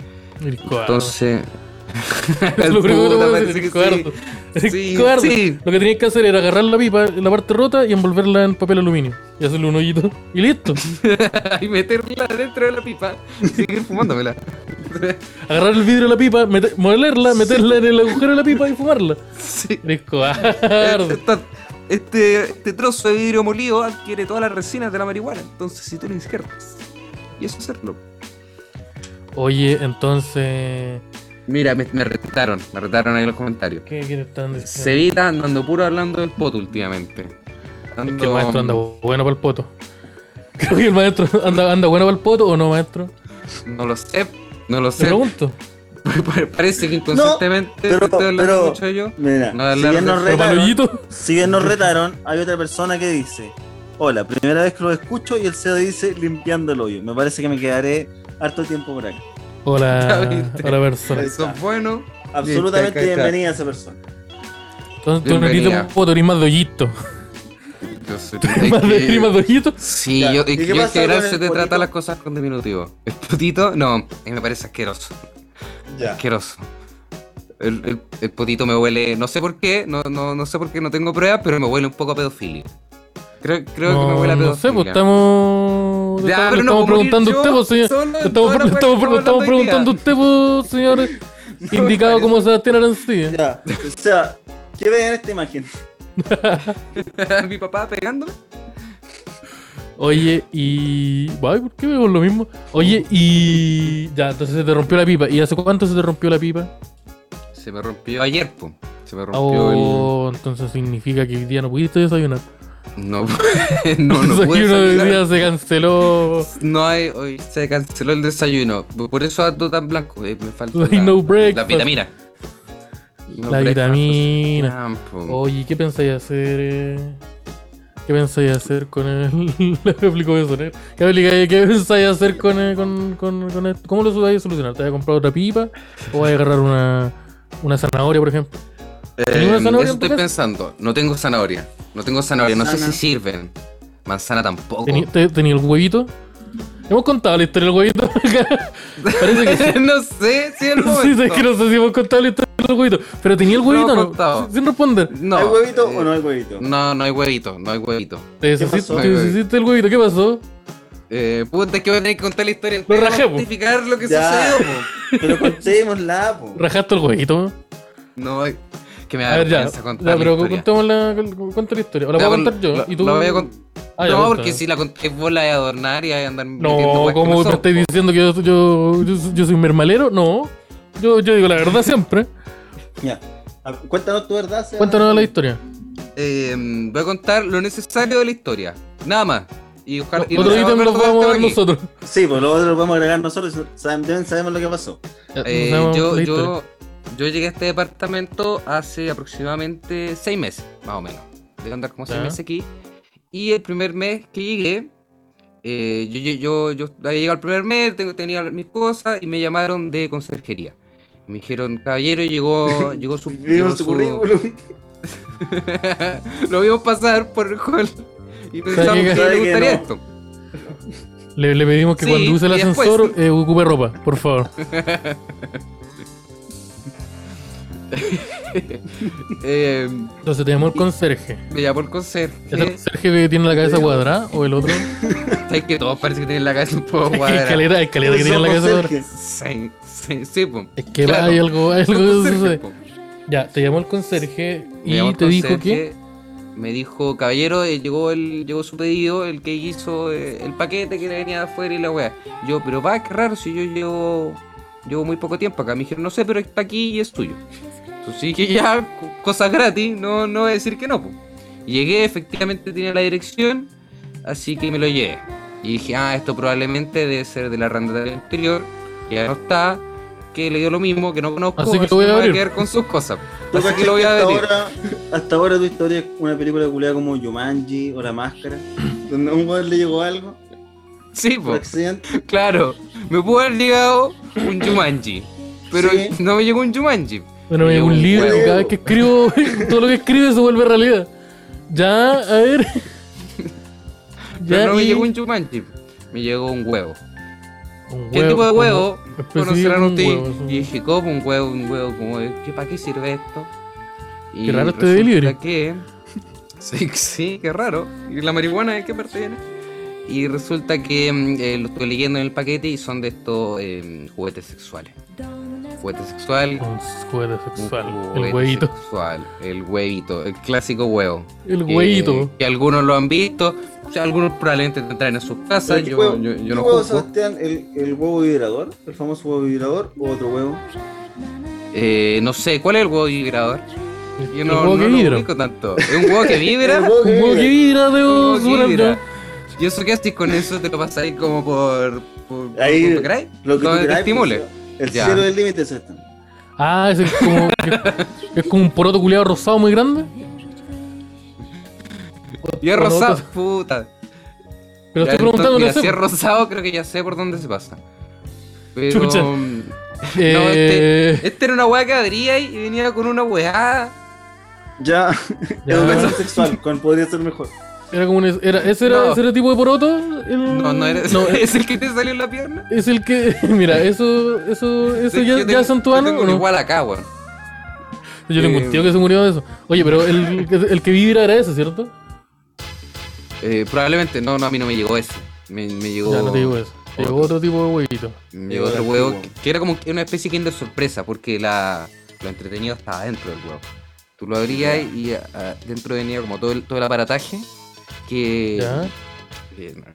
[SPEAKER 3] El cobarde.
[SPEAKER 2] Entonces.
[SPEAKER 3] Es lo primero que
[SPEAKER 2] Puta,
[SPEAKER 3] te voy a
[SPEAKER 2] parece
[SPEAKER 3] decir,
[SPEAKER 2] que
[SPEAKER 3] el cobarde. El
[SPEAKER 2] Sí,
[SPEAKER 3] cobarde.
[SPEAKER 2] sí.
[SPEAKER 3] Lo que tenías que hacer era agarrar la pipa, la parte rota, y envolverla en papel aluminio. Y hacerle un hoyito. Y listo.
[SPEAKER 2] sí. Y meterla dentro de la pipa. y Seguir fumándomela.
[SPEAKER 3] Agarrar el vidrio de la pipa, meter- molerla, meterla en el agujero de la pipa y fumarla.
[SPEAKER 2] Sí.
[SPEAKER 3] Eres cobarde.
[SPEAKER 2] Eh, Esta- este, este trozo de vidrio molido adquiere todas las resinas de la marihuana. Entonces, si tú lo injertas, y eso es hacerlo.
[SPEAKER 3] Oye, entonces.
[SPEAKER 2] Mira, me, me retaron, me retaron ahí en los comentarios.
[SPEAKER 3] ¿Qué, qué te están diciendo?
[SPEAKER 2] Sevita andando puro hablando del poto últimamente.
[SPEAKER 3] Es
[SPEAKER 2] Ando-
[SPEAKER 3] que el maestro anda bueno para el poto. Creo que el maestro anda, anda bueno para el poto o no, maestro.
[SPEAKER 2] No lo sé, no lo
[SPEAKER 3] Te
[SPEAKER 2] sé.
[SPEAKER 3] pregunto.
[SPEAKER 2] Parece que inconscientemente
[SPEAKER 1] pero-
[SPEAKER 2] estoy hablando
[SPEAKER 1] pero-
[SPEAKER 2] mucho de yo.
[SPEAKER 1] Mira,
[SPEAKER 2] No,
[SPEAKER 1] si,
[SPEAKER 2] hablar
[SPEAKER 1] bien
[SPEAKER 2] de-
[SPEAKER 1] nos
[SPEAKER 3] Pero para el
[SPEAKER 1] retaron,
[SPEAKER 3] hoyito.
[SPEAKER 1] si bien nos retaron, hay otra persona que dice: Hola, primera vez que lo escucho y el CEO dice limpiando el hoyo. Me parece que me quedaré harto tiempo por acá.
[SPEAKER 2] Ya
[SPEAKER 3] Hola,
[SPEAKER 2] viste.
[SPEAKER 3] hola persona.
[SPEAKER 2] Eso es bueno.
[SPEAKER 1] Absolutamente
[SPEAKER 2] Listo, acá está.
[SPEAKER 1] bienvenida esa persona.
[SPEAKER 3] Entonces tú no eres
[SPEAKER 2] Bienvenida.
[SPEAKER 3] un poto, eres más de hoyito.
[SPEAKER 2] Yo soy-
[SPEAKER 3] Más de, eres más de hoyito.
[SPEAKER 2] Sí,
[SPEAKER 1] Ya,
[SPEAKER 2] yo,
[SPEAKER 1] ¿y
[SPEAKER 2] y-
[SPEAKER 1] qué
[SPEAKER 2] yo en
[SPEAKER 1] pasa
[SPEAKER 2] general
[SPEAKER 1] con el
[SPEAKER 2] se te trata
[SPEAKER 1] potito?
[SPEAKER 2] las cosas con diminutivo. El potito, no, a mí me parece asqueroso.
[SPEAKER 1] Ya.
[SPEAKER 2] Asqueroso. El, el- el potito me huele, no sé por qué, no, no, no sé por qué no tengo pruebas, pero me huele un poco a pedofilia. Creo, creo que me
[SPEAKER 3] No,
[SPEAKER 2] huele a
[SPEAKER 3] no
[SPEAKER 2] pedofilia.
[SPEAKER 3] sé, pues estamos.
[SPEAKER 2] Ya,
[SPEAKER 3] estamos,
[SPEAKER 2] pero no
[SPEAKER 3] estamos
[SPEAKER 2] puedo morir
[SPEAKER 3] preguntando a
[SPEAKER 2] yo
[SPEAKER 3] usted, pues, señor.
[SPEAKER 2] solo en
[SPEAKER 3] Estamos,
[SPEAKER 2] toda la
[SPEAKER 3] estamos-
[SPEAKER 2] web que
[SPEAKER 3] estamos
[SPEAKER 2] estamos
[SPEAKER 3] preguntando a usted, pues, señor. Indicado como Sebastián Arancía.
[SPEAKER 1] Ya. O sea, ¿qué ven en esta imagen?
[SPEAKER 2] Mi papá pegándome.
[SPEAKER 3] Oye, y. Ay, ¿por qué veo lo mismo? Oye, y. Ya, entonces se te rompió la pipa. ¿Y hace cuánto se te rompió la pipa?
[SPEAKER 2] Se me rompió ayer, po. Se me rompió
[SPEAKER 3] Oh, entonces significa que hoy día no pudiste desayunar.
[SPEAKER 2] el. No, no,
[SPEAKER 3] el
[SPEAKER 2] no pude
[SPEAKER 3] desayuno de hoy
[SPEAKER 2] salir.
[SPEAKER 3] día se canceló.
[SPEAKER 2] No hay, hoy se canceló el desayuno. Por eso ando tan blanco. eh, me falta
[SPEAKER 3] Like
[SPEAKER 2] la,
[SPEAKER 3] no
[SPEAKER 2] la
[SPEAKER 3] breakfast.
[SPEAKER 2] vitamina. No
[SPEAKER 3] La
[SPEAKER 2] breakfast,
[SPEAKER 3] vitamina.
[SPEAKER 2] ah,
[SPEAKER 3] Oh,
[SPEAKER 2] po.
[SPEAKER 3] Oye, ¿qué pensáis hacer? eh? ¿Qué pensáis hacer con el. Le explico eso, ¿eh? ¿Qué, aplicáis- qué pensáis hacer con, eh, con, con, con esto? ¿Cómo lo vais a solucionar? ¿Te vas a comprar otra pipa? ¿O vas a agarrar una, una zanahoria, por ejemplo? ¿Tenés una
[SPEAKER 2] Eh,
[SPEAKER 3] zanahoria
[SPEAKER 2] eso
[SPEAKER 3] en tu
[SPEAKER 2] estoy
[SPEAKER 3] casa?
[SPEAKER 2] pensando. No tengo zanahoria. No tengo zanahoria. No sé
[SPEAKER 1] Manzana.
[SPEAKER 2] si sirven. Manzana tampoco.
[SPEAKER 3] ¿Tení, te- tenía el huevito? ¿Hemos contado la historia del huevito? Parece que sí.
[SPEAKER 2] no sé si es el
[SPEAKER 3] Sí, es que
[SPEAKER 2] momento.
[SPEAKER 3] no sé si hemos contado la historia del huevito. ¿Pero tenía el huevito o no?
[SPEAKER 2] contado.
[SPEAKER 3] Sin- Sin responder.
[SPEAKER 2] no,
[SPEAKER 1] ¿Hay huevito
[SPEAKER 2] eh,
[SPEAKER 1] o no hay huevito?
[SPEAKER 2] No, no hay huevito. No hay huevito.
[SPEAKER 3] ¿Te deshiciste,
[SPEAKER 1] pasó?
[SPEAKER 3] te deshiciste del huevito? ¿Qué pasó?
[SPEAKER 2] Eh, puta, es que voy a tener que contar la historia entera para
[SPEAKER 3] rajé, po.
[SPEAKER 2] justificar lo que
[SPEAKER 1] Ya.
[SPEAKER 2] sucedió. po.
[SPEAKER 1] Pero contémosla, po.
[SPEAKER 3] ¿Rajaste el huevito?
[SPEAKER 2] No, hay- que me da
[SPEAKER 3] A ver, ya.
[SPEAKER 2] vergüenza contar
[SPEAKER 3] Ya,
[SPEAKER 2] la
[SPEAKER 3] pero
[SPEAKER 2] historia.
[SPEAKER 3] contemos la, cont- cuenta la historia. O la
[SPEAKER 2] Ya,
[SPEAKER 3] voy a
[SPEAKER 2] con-
[SPEAKER 3] contar yo.
[SPEAKER 2] la-
[SPEAKER 3] y tú...
[SPEAKER 2] la voy a cont-
[SPEAKER 3] Ah, ya,
[SPEAKER 2] no,
[SPEAKER 3] cuenta.
[SPEAKER 2] porque si la conté vos la de adornar y ahí andar metiendo
[SPEAKER 3] No,
[SPEAKER 2] weas que
[SPEAKER 3] ¿cómo
[SPEAKER 2] son,
[SPEAKER 3] me estáis
[SPEAKER 2] po.
[SPEAKER 3] diciendo que yo, yo, yo, yo soy mermalero? No. Yo, yo digo la verdad siempre.
[SPEAKER 1] Ya. A- Cuéntanos tu verdad. Seba.
[SPEAKER 3] Cuéntanos la historia.
[SPEAKER 2] Eh, voy a contar lo necesario de la historia. Nada más. Y, ojalá, y
[SPEAKER 3] Otro
[SPEAKER 2] no se va
[SPEAKER 3] ítem
[SPEAKER 2] a
[SPEAKER 3] lo
[SPEAKER 2] perder
[SPEAKER 3] vamos a
[SPEAKER 2] todo
[SPEAKER 3] dar
[SPEAKER 2] aquí.
[SPEAKER 3] nosotros.
[SPEAKER 1] Sí, pues luego lo podemos agregar nosotros. saben- deben- sabemos lo que pasó.
[SPEAKER 3] Ya,
[SPEAKER 2] Eh,
[SPEAKER 3] nos vamos
[SPEAKER 2] yo,
[SPEAKER 3] la historia.
[SPEAKER 2] yo, yo llegué a este departamento hace aproximadamente seis meses, más o menos. Debo andar como seis
[SPEAKER 3] Ya.
[SPEAKER 2] meses aquí. Y el primer mes que llegué, eh, yo, yo, yo, yo había llegado el primer mes, tengo- tenía mis cosas y me llamaron de conserjería. Me dijeron, caballero, llegó, llegó su... llegó
[SPEAKER 1] Vimos su currículum.
[SPEAKER 2] Lo vimos pasar por el hall y
[SPEAKER 3] sea,
[SPEAKER 2] pensamos
[SPEAKER 3] que-
[SPEAKER 2] que
[SPEAKER 1] sabe
[SPEAKER 2] le
[SPEAKER 1] que
[SPEAKER 2] gustaría
[SPEAKER 1] no.
[SPEAKER 2] esto.
[SPEAKER 3] Le, le pedimos que
[SPEAKER 2] Sí,
[SPEAKER 3] cuando use el
[SPEAKER 2] y después-
[SPEAKER 3] ascensor eh, ocupe ropa, por favor.
[SPEAKER 2] Eh,
[SPEAKER 3] Entonces tenemos el conserje.
[SPEAKER 2] me llamó el conserje.
[SPEAKER 3] ¿Es el conserje que tiene la cabeza cuadrada o el otro?
[SPEAKER 2] ¿Sabes que todos parece que tienen la cabeza un poco
[SPEAKER 3] Hay
[SPEAKER 2] cuadrada?
[SPEAKER 3] caleta, hay caleta que tiene la cabeza cuadrada.
[SPEAKER 1] Sergio.
[SPEAKER 2] Sí, sí, sí, po.
[SPEAKER 3] Es É que va,
[SPEAKER 2] Claro.
[SPEAKER 3] hay algo, hay algo
[SPEAKER 2] Son
[SPEAKER 3] que
[SPEAKER 2] conserjes,
[SPEAKER 3] sucede.
[SPEAKER 2] po.
[SPEAKER 3] Ya, te llamó el conserje
[SPEAKER 2] Me
[SPEAKER 3] y
[SPEAKER 2] llamó el
[SPEAKER 3] te dijo que.
[SPEAKER 2] conserje, Me dijo, caballero, eh, llegó el, llegó su pedido, el que hizo eh, el paquete que le venía de afuera y la weá. Yo, pero va, qué raro si yo llevo, llevo muy poco tiempo acá. Me dijeron, no sé, pero está aquí y es tuyo. Entonces sí que ya, co- cosas gratis, no, no voy a decir que no. po. Llegué, efectivamente tenía la dirección, así que me lo llevé. Y dije, ah, esto probablemente debe ser de la arrendataria anterior, que ya no está, que le dio lo mismo, que no conozco,
[SPEAKER 3] Así que lo voy a
[SPEAKER 2] va
[SPEAKER 3] abrir.
[SPEAKER 2] quedar con sus cosas.
[SPEAKER 1] ¿Tú
[SPEAKER 2] Así
[SPEAKER 1] cachai
[SPEAKER 2] que lo voy
[SPEAKER 1] que
[SPEAKER 2] a
[SPEAKER 1] hasta,
[SPEAKER 2] abrir.
[SPEAKER 1] ahora, hasta ahora tu historia es una película culiada como Yumanji o La Máscara, donde a un weón le llegó algo
[SPEAKER 2] Sí,
[SPEAKER 1] por
[SPEAKER 2] po,
[SPEAKER 1] accidente.
[SPEAKER 2] claro. Me pudo haber llegado un Jumanji, pero
[SPEAKER 1] Sí.
[SPEAKER 2] no me llegó un Jumanji.
[SPEAKER 3] Bueno, me
[SPEAKER 2] Me
[SPEAKER 3] llegó un
[SPEAKER 2] llegó un
[SPEAKER 3] libro y
[SPEAKER 1] huevo.
[SPEAKER 3] cada vez que escribo, todo lo que escribe se vuelve realidad. Ya, a ver.
[SPEAKER 2] Pero no me
[SPEAKER 3] y-
[SPEAKER 2] llegó un Jumanji, me llegó un huevo.
[SPEAKER 3] un
[SPEAKER 2] ¿Qué tipo de huevo
[SPEAKER 3] específico,
[SPEAKER 2] conocerán
[SPEAKER 3] un
[SPEAKER 2] ustedes?
[SPEAKER 3] huevo, sí.
[SPEAKER 2] Y dije, ¿cómo un huevo? Un huevo, como, ¿qué, ¿para qué sirve esto? Y
[SPEAKER 3] Qué raro este
[SPEAKER 2] resulta
[SPEAKER 3] delivery.
[SPEAKER 2] que- sí, sí, qué raro. ¿Y la marihuana de qué pertenece? Y resulta que mm, eh, lo estoy leyendo en el paquete y son de estos eh, juguetes sexuales. Juguete sexual,
[SPEAKER 3] Un juguete sexual.
[SPEAKER 2] un
[SPEAKER 3] el
[SPEAKER 2] juguete
[SPEAKER 3] huevito.
[SPEAKER 2] sexual, el huevito, el clásico huevo.
[SPEAKER 3] El
[SPEAKER 2] Que-
[SPEAKER 3] huevito.
[SPEAKER 2] Que, algunos lo han visto, o sea, algunos probablemente tendrán en sus casas.
[SPEAKER 1] Pero ¿qué
[SPEAKER 2] Yo,
[SPEAKER 1] huevo-
[SPEAKER 2] yo- yo
[SPEAKER 1] qué
[SPEAKER 2] no
[SPEAKER 1] huevo,
[SPEAKER 2] juzgo.
[SPEAKER 1] Sebastián? ¿El, el huevo vibrador? ¿El famoso huevo vibrador? ¿O otro huevo?
[SPEAKER 2] Eh, no sé, ¿cuál es el huevo vibrador? Yo
[SPEAKER 3] el
[SPEAKER 2] no,
[SPEAKER 3] huevo
[SPEAKER 2] no
[SPEAKER 3] que
[SPEAKER 2] lo
[SPEAKER 3] vibra.
[SPEAKER 2] ubico tanto. Es un huevo que vibra.
[SPEAKER 1] El
[SPEAKER 2] Un
[SPEAKER 1] huevo que
[SPEAKER 3] Un huevo
[SPEAKER 1] vibra.
[SPEAKER 3] que vibra de
[SPEAKER 2] huevo
[SPEAKER 3] un
[SPEAKER 2] que vibra.
[SPEAKER 3] supermercado.
[SPEAKER 2] ¿Y eso qué haces con eso? ¿Te lo pasáis como por. por por
[SPEAKER 1] Ahí,
[SPEAKER 2] donde queráis?
[SPEAKER 1] Lo que tú
[SPEAKER 2] Donde te
[SPEAKER 1] queráis,
[SPEAKER 2] estimule.
[SPEAKER 1] pues, El
[SPEAKER 2] Ya.
[SPEAKER 1] cielo del límite, Sebastián.
[SPEAKER 3] Ah, es el como, que- es como un poroto culeado rosado muy grande.
[SPEAKER 2] Y es
[SPEAKER 3] Con
[SPEAKER 2] rosado,
[SPEAKER 3] otro-
[SPEAKER 2] puta.
[SPEAKER 3] Pero
[SPEAKER 2] Ya,
[SPEAKER 3] estoy preguntando,
[SPEAKER 2] entonces,
[SPEAKER 3] no
[SPEAKER 2] mira,
[SPEAKER 3] sé.
[SPEAKER 2] si es rosado, creo que ya sé por dónde se pasa. Pero.
[SPEAKER 3] Chucha.
[SPEAKER 2] mm, No,
[SPEAKER 3] Eh,
[SPEAKER 2] este, este era una weá que abría y venía con una weá.
[SPEAKER 1] Ya.
[SPEAKER 3] Ya.
[SPEAKER 1] Educación sexual, con podría ser mejor.
[SPEAKER 3] Era como un, era, ese era
[SPEAKER 2] No.
[SPEAKER 3] ese era tipo de poroto. el-
[SPEAKER 2] No, no era.
[SPEAKER 3] No, eh, es,
[SPEAKER 2] ¿Es el que te salió en la pierna?
[SPEAKER 3] es el que. Mira, eso. Eso, eso
[SPEAKER 2] Sí,
[SPEAKER 3] ya,
[SPEAKER 2] yo
[SPEAKER 3] ya
[SPEAKER 2] tengo-
[SPEAKER 3] es santuano.
[SPEAKER 2] Yo tengo
[SPEAKER 3] ¿o
[SPEAKER 2] un
[SPEAKER 3] no?
[SPEAKER 2] igual acá, weón.
[SPEAKER 3] Yo tengo un tío que se murió de eso. Oye, pero el, el que- el que vibra era ese, ¿cierto?
[SPEAKER 2] Eh, probablemente, no, no, a mí no me llegó ese. Me, me llegó.
[SPEAKER 3] Ya no te digo eso. Te llegó otro tipo de huevito.
[SPEAKER 2] Me llegó otro huevo que, que era como que una especie de Kinder sorpresa, porque la, lo entretenido estaba dentro del huevo. Tú lo abrías y ah, dentro venía como todo el, todo el aparataje que.
[SPEAKER 3] Ya.
[SPEAKER 2] que no,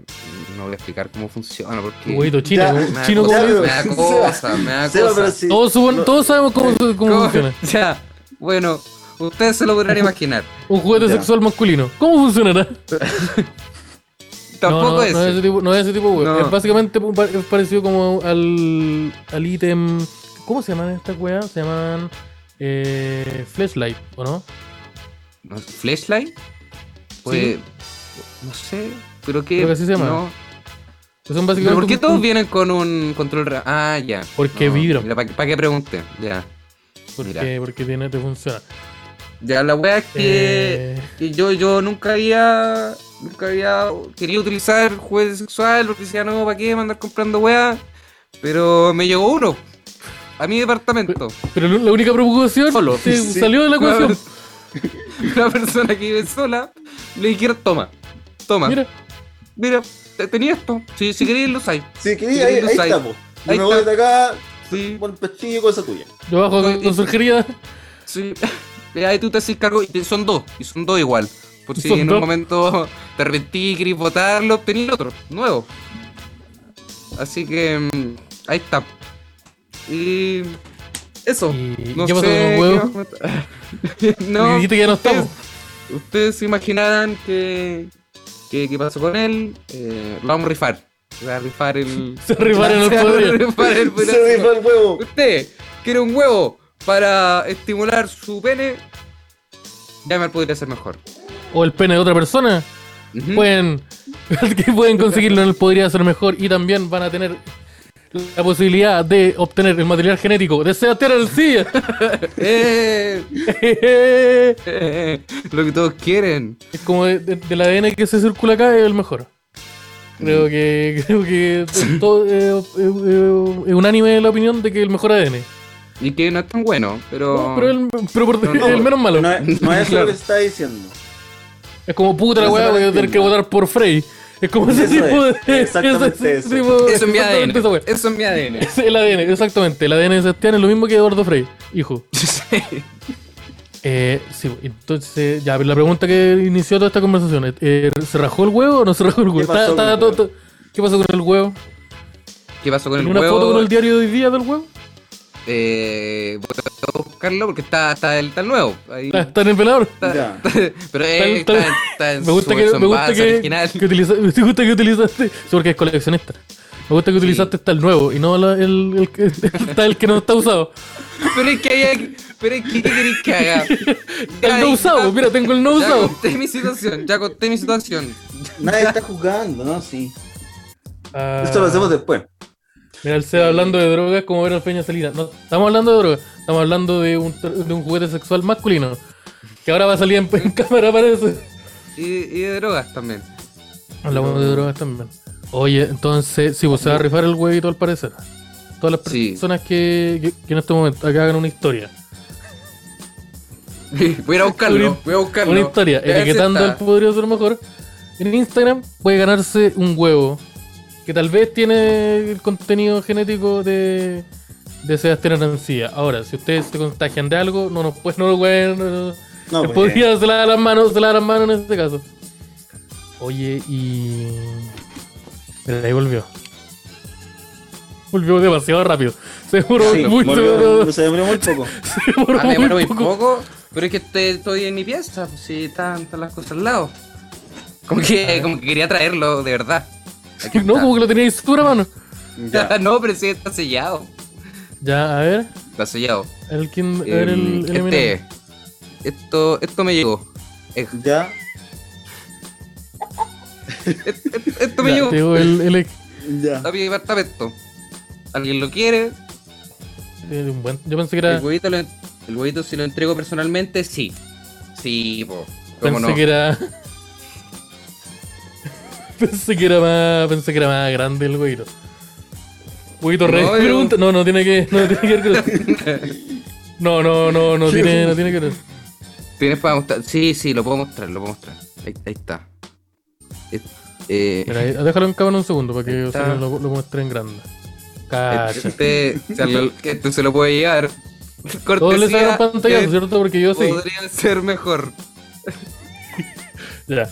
[SPEAKER 2] no voy a explicar cómo funciona porque.
[SPEAKER 3] Un huevito chino.
[SPEAKER 1] Ya,
[SPEAKER 3] como-
[SPEAKER 2] me da
[SPEAKER 3] chino
[SPEAKER 2] cosa,
[SPEAKER 3] como.
[SPEAKER 1] pero-
[SPEAKER 2] me da cosa, me da
[SPEAKER 1] Seba, pero
[SPEAKER 2] Ah, cosa.
[SPEAKER 1] sí.
[SPEAKER 3] Todos, supon- todos sabemos cómo, se- cómo
[SPEAKER 2] ¿Cómo?
[SPEAKER 3] funciona.
[SPEAKER 2] Ya, bueno, ustedes se lo podrán imaginar.
[SPEAKER 3] Un juguete
[SPEAKER 1] Ya.
[SPEAKER 3] sexual masculino. ¿Cómo funcionará?
[SPEAKER 2] Tampoco
[SPEAKER 3] no, no,
[SPEAKER 2] ese.
[SPEAKER 3] No es ese tipo, no es ese tipo de huevo.
[SPEAKER 2] No.
[SPEAKER 3] Es básicamente un pa- es parecido como al, al ítem. ¿Cómo se llaman estas weas? Se llaman. Eh, flashlight, ¿o no?
[SPEAKER 2] ¿No es ¿Flashlight? Pues. No sé, pero que.
[SPEAKER 3] Creo que así se llama.
[SPEAKER 2] No,
[SPEAKER 3] Que Son
[SPEAKER 2] Pero
[SPEAKER 3] básicamente.
[SPEAKER 2] ¿por qué
[SPEAKER 3] un-
[SPEAKER 2] todos
[SPEAKER 3] un-
[SPEAKER 2] vienen con un control ra- Ah, ya.
[SPEAKER 3] Porque vibran.
[SPEAKER 2] Mira, ¿para qué pregunte? Ya.
[SPEAKER 3] Porque,
[SPEAKER 2] Mira.
[SPEAKER 3] porque tiene, te funciona.
[SPEAKER 2] Ya, la wea es que,
[SPEAKER 3] Eh,
[SPEAKER 2] que yo, yo nunca había. Nunca había querido utilizar juguete sexual porque decía, no, ¿para qué mandar comprando wea? Pero me llegó uno. A mi departamento.
[SPEAKER 3] pero lo- la única preocupación
[SPEAKER 2] Solo.
[SPEAKER 3] se
[SPEAKER 1] Sí.
[SPEAKER 3] salió de la
[SPEAKER 2] Una
[SPEAKER 3] ecuación.
[SPEAKER 2] pers- Una persona que vive sola le dijeron, toma, toma. Mira,
[SPEAKER 3] Mira,
[SPEAKER 2] te- tenía esto. Si, si queréis, los hay.
[SPEAKER 1] Sí, que ahí, ahí, ahí
[SPEAKER 2] Ahí
[SPEAKER 1] estamos. Yo
[SPEAKER 2] ahí
[SPEAKER 1] me voy
[SPEAKER 2] está.
[SPEAKER 1] de acá,
[SPEAKER 2] Sí.
[SPEAKER 1] por el pestillo y cosa tuya.
[SPEAKER 3] yo bajo con,
[SPEAKER 2] Estoy-
[SPEAKER 3] con surgería.
[SPEAKER 2] Sí. Y ahí tú te haces cargo. Y son dos. Y son dos igual. Por si
[SPEAKER 3] Son
[SPEAKER 2] en
[SPEAKER 3] dos.
[SPEAKER 2] un momento te arrepentí, querís votarlo, tenés el otro, nuevo. Así que. mm, Ahí está. Y. Eso.
[SPEAKER 3] ¿Y
[SPEAKER 2] No
[SPEAKER 3] qué pasó
[SPEAKER 2] sé
[SPEAKER 3] con los huevos?
[SPEAKER 2] qué más comentar. no.
[SPEAKER 3] Y dijiste que ya no estamos.
[SPEAKER 2] Ustedes, ustedes se imaginarán que. que, que pasó con él. Eh, lo vamos a rifar. Se va a rifar el.
[SPEAKER 3] Se rifaron el
[SPEAKER 2] se va a
[SPEAKER 3] poder.
[SPEAKER 2] rifar el
[SPEAKER 1] Se me fue el huevo.
[SPEAKER 2] ¿Usted quiere un huevo para estimular su pene? Ya me podría ser mejor.
[SPEAKER 3] O el pene de otra persona.
[SPEAKER 2] Ujú.
[SPEAKER 3] Pueden, que pueden conseguirlo en el podría ser mejor. Y también van a tener la posibilidad de obtener el material genético de Sebastián Arcilla.
[SPEAKER 2] Eh,
[SPEAKER 3] es
[SPEAKER 2] eh, lo que todos quieren.
[SPEAKER 3] como de, de- del ADN que se circula acá es el mejor. Creo que, creo que todo, eh, eh, eh, es unánime la opinión de que el mejor ADN.
[SPEAKER 2] Y que no es tan bueno, pero.
[SPEAKER 3] Pero, el, pero por-
[SPEAKER 2] No, no.
[SPEAKER 3] el menos malo.
[SPEAKER 1] No, es- no es eso
[SPEAKER 3] Claro.
[SPEAKER 1] lo que está diciendo.
[SPEAKER 3] Es como puta la
[SPEAKER 1] No se
[SPEAKER 3] weá, voy a tener
[SPEAKER 1] malentienda.
[SPEAKER 3] que votar por Frey. Es como ese
[SPEAKER 1] Eso
[SPEAKER 3] tipo
[SPEAKER 1] es,
[SPEAKER 3] de.
[SPEAKER 1] exactamente
[SPEAKER 3] ese- ese
[SPEAKER 1] eso.
[SPEAKER 3] tipo-
[SPEAKER 2] Eso es mi
[SPEAKER 3] exactamente
[SPEAKER 2] ADN.
[SPEAKER 3] esa wea.
[SPEAKER 2] Eso es mi ADN.
[SPEAKER 3] Es el ADN, exactamente. El ADN de Sebastián es lo mismo que Eduardo Frey, hijo.
[SPEAKER 2] Sí.
[SPEAKER 3] Eh, sí, entonces, ya, pero la pregunta que inició toda esta conversación, es, eh, ¿se rajó el huevo o no se rajó el huevo?
[SPEAKER 1] ¿Qué pasó
[SPEAKER 3] Está-
[SPEAKER 1] con
[SPEAKER 3] está
[SPEAKER 1] el
[SPEAKER 3] todo-
[SPEAKER 1] huevo?
[SPEAKER 3] todo- ¿Qué pasó con el huevo?
[SPEAKER 2] ¿Qué pasó con el
[SPEAKER 3] ¿Una
[SPEAKER 2] huevo?
[SPEAKER 3] foto con el diario de hoy día del huevo?
[SPEAKER 2] Eh, voy a buscarlo porque está, está, el, está el nuevo. Ahí.
[SPEAKER 3] Ah, Está, está en el velador.
[SPEAKER 1] Ya.
[SPEAKER 2] Pero eh, está,
[SPEAKER 3] Está- está-
[SPEAKER 2] está en
[SPEAKER 3] Me gusta
[SPEAKER 2] su
[SPEAKER 3] que,
[SPEAKER 2] versión
[SPEAKER 3] me gusta
[SPEAKER 2] base
[SPEAKER 3] que,
[SPEAKER 2] original.
[SPEAKER 3] que utiliza- me gusta que utilizaste, sí, porque es coleccionista. Me gusta que utilizaste hasta el nuevo y no la- el, el, que- está el que no está usado.
[SPEAKER 2] Pero es que hay... Pero es que, ¿qué queréis que haga? Ya,
[SPEAKER 3] El no
[SPEAKER 2] ya-
[SPEAKER 3] usado, mira, tengo el no
[SPEAKER 2] ah. Ya
[SPEAKER 3] usado.
[SPEAKER 2] conté mi situación, ya conté mi situación.
[SPEAKER 1] Nadie está jugando, ¿no? Sí.
[SPEAKER 3] Ah,
[SPEAKER 1] Esto lo hacemos después.
[SPEAKER 3] Mira, el Seba hablando de drogas como ver al Peña Salina. No, estamos hablando de drogas, estamos hablando de un, tr- de un juguete sexual masculino. Que ahora va a salir en, en cámara, parece.
[SPEAKER 2] Y, y de drogas también.
[SPEAKER 3] Hablamos de drogas también. Oye, entonces, si vos se va a rifar el huevito al parecer. Todas las
[SPEAKER 2] Sí.
[SPEAKER 3] personas que, que- que en este momento acá hagan una historia.
[SPEAKER 2] Voy a ir a buscarlo, voy a buscarlo.
[SPEAKER 3] Una historia,
[SPEAKER 2] A ver si
[SPEAKER 3] etiquetando
[SPEAKER 2] está.
[SPEAKER 3] al podrido ser mejor. En Instagram puede ganarse un huevo. Que tal vez tiene el contenido genético de, de Sebastián Arancía. Ahora, si ustedes se contagian de algo, no nos pueden, no lo pueden. no- no-
[SPEAKER 1] No,
[SPEAKER 3] el
[SPEAKER 1] pues,
[SPEAKER 3] podrido se lava las manos, se lava las manos en este caso. Oye, y. Mira, ahí volvió. Volvió demasiado rápido. Seguro
[SPEAKER 1] sí,
[SPEAKER 3] muy,
[SPEAKER 1] murió- se demoró muy poco.
[SPEAKER 3] se demoró
[SPEAKER 2] Ah, me demoró muy
[SPEAKER 3] muy poco.
[SPEAKER 2] poco, pero es que estoy, estoy en mi pieza, pues sí, están, están las cosas al lado. Como que, como que quería traerlo, de verdad. Aquí
[SPEAKER 3] Ah. No, pues,
[SPEAKER 2] está.
[SPEAKER 3] como que lo teníais tú la mano.
[SPEAKER 1] Ya.
[SPEAKER 2] no, pero sí, está sellado.
[SPEAKER 3] Ya, a ver.
[SPEAKER 2] Está sellado.
[SPEAKER 3] El Kim. a ver, el, el
[SPEAKER 2] Em,
[SPEAKER 3] Eminem.
[SPEAKER 2] este, esto, esto me llegó. Eh,
[SPEAKER 1] Ya.
[SPEAKER 2] Esto me
[SPEAKER 1] Ya,
[SPEAKER 2] llegó.
[SPEAKER 3] Digo, el, el,
[SPEAKER 1] Ya.
[SPEAKER 2] Está bien, está esto. ¿Alguien lo quiere?
[SPEAKER 3] eh, un buen- yo pensé que era.
[SPEAKER 2] El huevito, lo en- el huevito si lo entrego personalmente, sí. Sí, po. ¿Cómo
[SPEAKER 3] Pensé
[SPEAKER 2] no?
[SPEAKER 3] que era. pensé que era más. Pensé que era más grande el huevito. Huevito
[SPEAKER 2] No,
[SPEAKER 3] rey.
[SPEAKER 2] yo-
[SPEAKER 3] pregunta. No, no tiene que. No tiene que ver con No, no, no, no tiene, no tiene que ver.
[SPEAKER 2] ¿Tienes para mostrar? Sí, sí, lo puedo mostrar, lo puedo mostrar. Ahí, ahí está. Es- eh,
[SPEAKER 3] Mira, ahí- déjalo en cámara un segundo para que
[SPEAKER 2] Ahí
[SPEAKER 3] o
[SPEAKER 2] está.
[SPEAKER 3] sea, lo, lo muestre en grande. Cacha.
[SPEAKER 2] este, se lo- esto se lo puede llevar.
[SPEAKER 3] Todos le
[SPEAKER 2] Cortesía,
[SPEAKER 3] sacaron pantallazo,
[SPEAKER 2] eh,
[SPEAKER 3] ¿cierto? Porque yo sí.
[SPEAKER 2] Podría ser mejor.
[SPEAKER 3] Ya.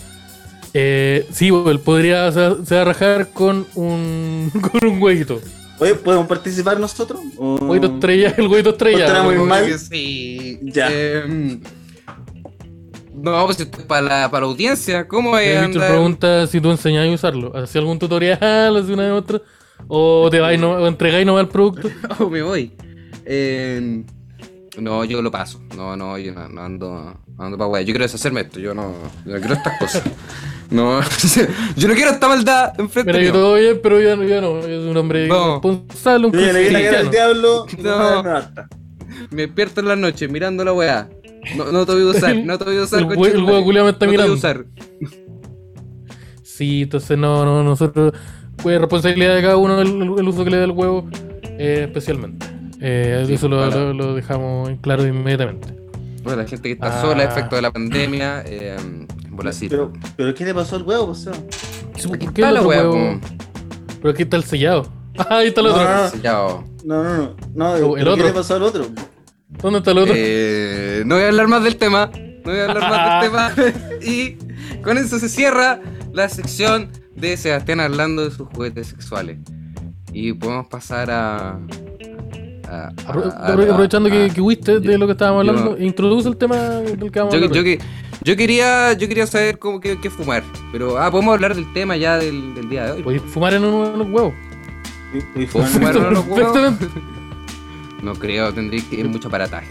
[SPEAKER 3] Eh, sí, él podría o sea, se va a rajar con un, con un huevito.
[SPEAKER 1] Oye, ¿podemos participar nosotros? ¿O...
[SPEAKER 3] Huevito estrella, el huevito estrella.
[SPEAKER 1] Otra Mm. muy
[SPEAKER 2] Obvio
[SPEAKER 1] mal.
[SPEAKER 2] que sí.
[SPEAKER 1] Ya.
[SPEAKER 2] Em, no, pues esto es para la, para la audiencia. ¿Cómo es?
[SPEAKER 3] Te
[SPEAKER 2] andar?
[SPEAKER 3] pregunta si tú enseñás a usarlo. ¿Hacía algún tutorial? ¿Hacía una otra? ¿O te vais no, o entregáis nomás el producto?
[SPEAKER 2] Oh, me voy. Em, no, yo lo paso. No, no, yo no, no ando, no ando para weá. Yo quiero deshacerme de esto. Yo no, yo no quiero estas cosas. No, yo no quiero esta maldad enfrente
[SPEAKER 3] Mira, yo
[SPEAKER 2] mío.
[SPEAKER 3] todo bien, pero yo, no- yo no. Yo soy un hombre
[SPEAKER 2] No.
[SPEAKER 3] responsable, un
[SPEAKER 1] Yo ya le vi la cara al
[SPEAKER 3] cristiano.
[SPEAKER 1] diablo.
[SPEAKER 2] No.
[SPEAKER 1] No. me basta.
[SPEAKER 2] Me despierto en la noche mirando la weá. No, no te voy a usar, no te voy a usar.
[SPEAKER 3] El hue- el
[SPEAKER 2] conchetumare.
[SPEAKER 3] huevo culiao me está
[SPEAKER 2] no
[SPEAKER 3] mirando.
[SPEAKER 2] Te voy a usar.
[SPEAKER 3] Sí, entonces no, no, nosotros. Pues responsabilidad de cada uno el, el uso que le da el huevo, eh, especialmente. Eh,
[SPEAKER 2] Sí,
[SPEAKER 3] eso lo,
[SPEAKER 2] para-
[SPEAKER 3] lo- lo dejamos en claro inmediatamente.
[SPEAKER 2] Bueno, la gente que está
[SPEAKER 3] Ah.
[SPEAKER 2] sola, efecto de la pandemia. em, bola así.
[SPEAKER 1] Pero, pero ¿qué le pasó al huevo? pues, O sea?
[SPEAKER 2] Aquí
[SPEAKER 3] ¿Por qué el
[SPEAKER 2] está la
[SPEAKER 3] otro
[SPEAKER 2] weá,
[SPEAKER 3] huevo?
[SPEAKER 2] po.
[SPEAKER 3] Pero aquí está el sellado. Ah, ahí está el otro.
[SPEAKER 1] Ah.
[SPEAKER 2] Sellado.
[SPEAKER 1] No, no, no. no
[SPEAKER 3] Oh, El
[SPEAKER 1] ¿pero
[SPEAKER 3] otro.
[SPEAKER 1] ¿Qué le pasó al otro?
[SPEAKER 3] ¿Dónde está el otro?
[SPEAKER 2] Eh, no voy a hablar más del tema. No voy a hablar más del tema. Y con eso se cierra la sección de Sebastián hablando de sus juguetes sexuales. Y podemos pasar a. a- a-
[SPEAKER 3] Apro-
[SPEAKER 2] a- a-
[SPEAKER 3] aprovechando que,
[SPEAKER 2] a-
[SPEAKER 3] que huiste de
[SPEAKER 2] ah, yo-
[SPEAKER 3] lo que estábamos
[SPEAKER 2] yo-
[SPEAKER 3] hablando, introduce el tema del que vamos a
[SPEAKER 2] Yo,
[SPEAKER 3] hablar.
[SPEAKER 2] yo
[SPEAKER 3] hoy.
[SPEAKER 2] que- yo quería, yo quería saber cómo qué, qué fumar. Pero ah, podemos hablar del tema ya del, del día de hoy.
[SPEAKER 3] ¿Podéis fumar en uno de los huevos.
[SPEAKER 1] Y- y
[SPEAKER 3] Oh,
[SPEAKER 1] fue-
[SPEAKER 2] Fumar Bueno, no, no puedo.
[SPEAKER 3] Perfectamente. Pues-
[SPEAKER 2] No creo, tendría que ir mucho aparataje.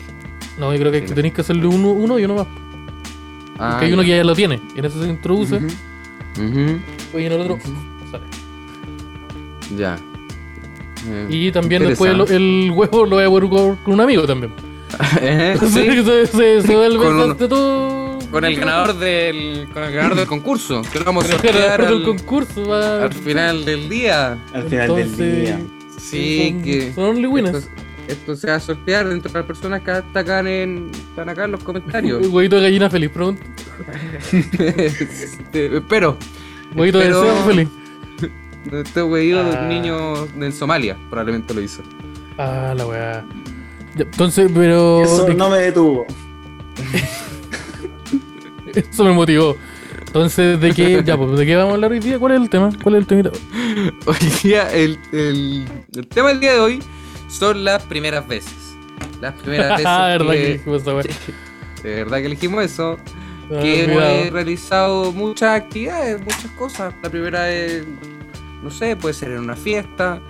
[SPEAKER 3] No, yo creo que, que tenéis que hacerle uno, uno y uno más.
[SPEAKER 2] Ah,
[SPEAKER 3] que hay uno
[SPEAKER 2] ya.
[SPEAKER 3] que ya lo tiene. En eso se introduce.
[SPEAKER 2] Ujú,
[SPEAKER 3] Oye, en el otro. sale.
[SPEAKER 2] ya. Eh,
[SPEAKER 3] Y también después lo- el huevo lo voy a poder jugar con un amigo también.
[SPEAKER 2] interesante.
[SPEAKER 3] Entonces,
[SPEAKER 2] Eh, Sí.
[SPEAKER 3] se, se, se vuelve
[SPEAKER 2] Con uno-
[SPEAKER 3] de todo.
[SPEAKER 2] Con el ganador del. Con el ganador del concurso. Que lo vamos a
[SPEAKER 3] Con el ganador
[SPEAKER 2] sortear
[SPEAKER 3] del
[SPEAKER 2] al,
[SPEAKER 3] concurso. Va.
[SPEAKER 2] al final del día.
[SPEAKER 1] Al final del
[SPEAKER 3] Entonces,
[SPEAKER 1] día.
[SPEAKER 2] Sí,
[SPEAKER 3] son,
[SPEAKER 2] que.
[SPEAKER 3] Son only
[SPEAKER 2] Esto,
[SPEAKER 3] winners.
[SPEAKER 2] esto se va a sortear dentro de las personas que hasta acá en. Están acá en los comentarios.
[SPEAKER 3] Huevito de gallina feliz, pregunta.
[SPEAKER 2] Este, Espero.
[SPEAKER 3] Huevito de
[SPEAKER 2] Pero-
[SPEAKER 3] deseo, feliz.
[SPEAKER 2] Este hueído de
[SPEAKER 3] Ah.
[SPEAKER 2] un niño en Somalia probablemente lo hizo.
[SPEAKER 3] Ah, la weá. Ya, Entonces, pero.
[SPEAKER 1] Eso
[SPEAKER 3] ¿de qué-
[SPEAKER 1] no me detuvo.
[SPEAKER 3] Eso me motivó. Entonces, ¿de qué, ya, pues, ¿de qué vamos a hablar hoy día? ¿Cuál es el tema? ¿Cuál es el tema?
[SPEAKER 2] Hoy día, el, el- el tema del día de hoy son las primeras veces. Las primeras veces.
[SPEAKER 3] Ah, verdad que
[SPEAKER 2] que,
[SPEAKER 3] dijimos esa weá.
[SPEAKER 2] de verdad que elegimos eso.
[SPEAKER 3] Ah,
[SPEAKER 2] que
[SPEAKER 3] cuidado.
[SPEAKER 2] hemos eh, realizado muchas actividades, muchas cosas. La primera es, no sé, puede ser en una fiesta,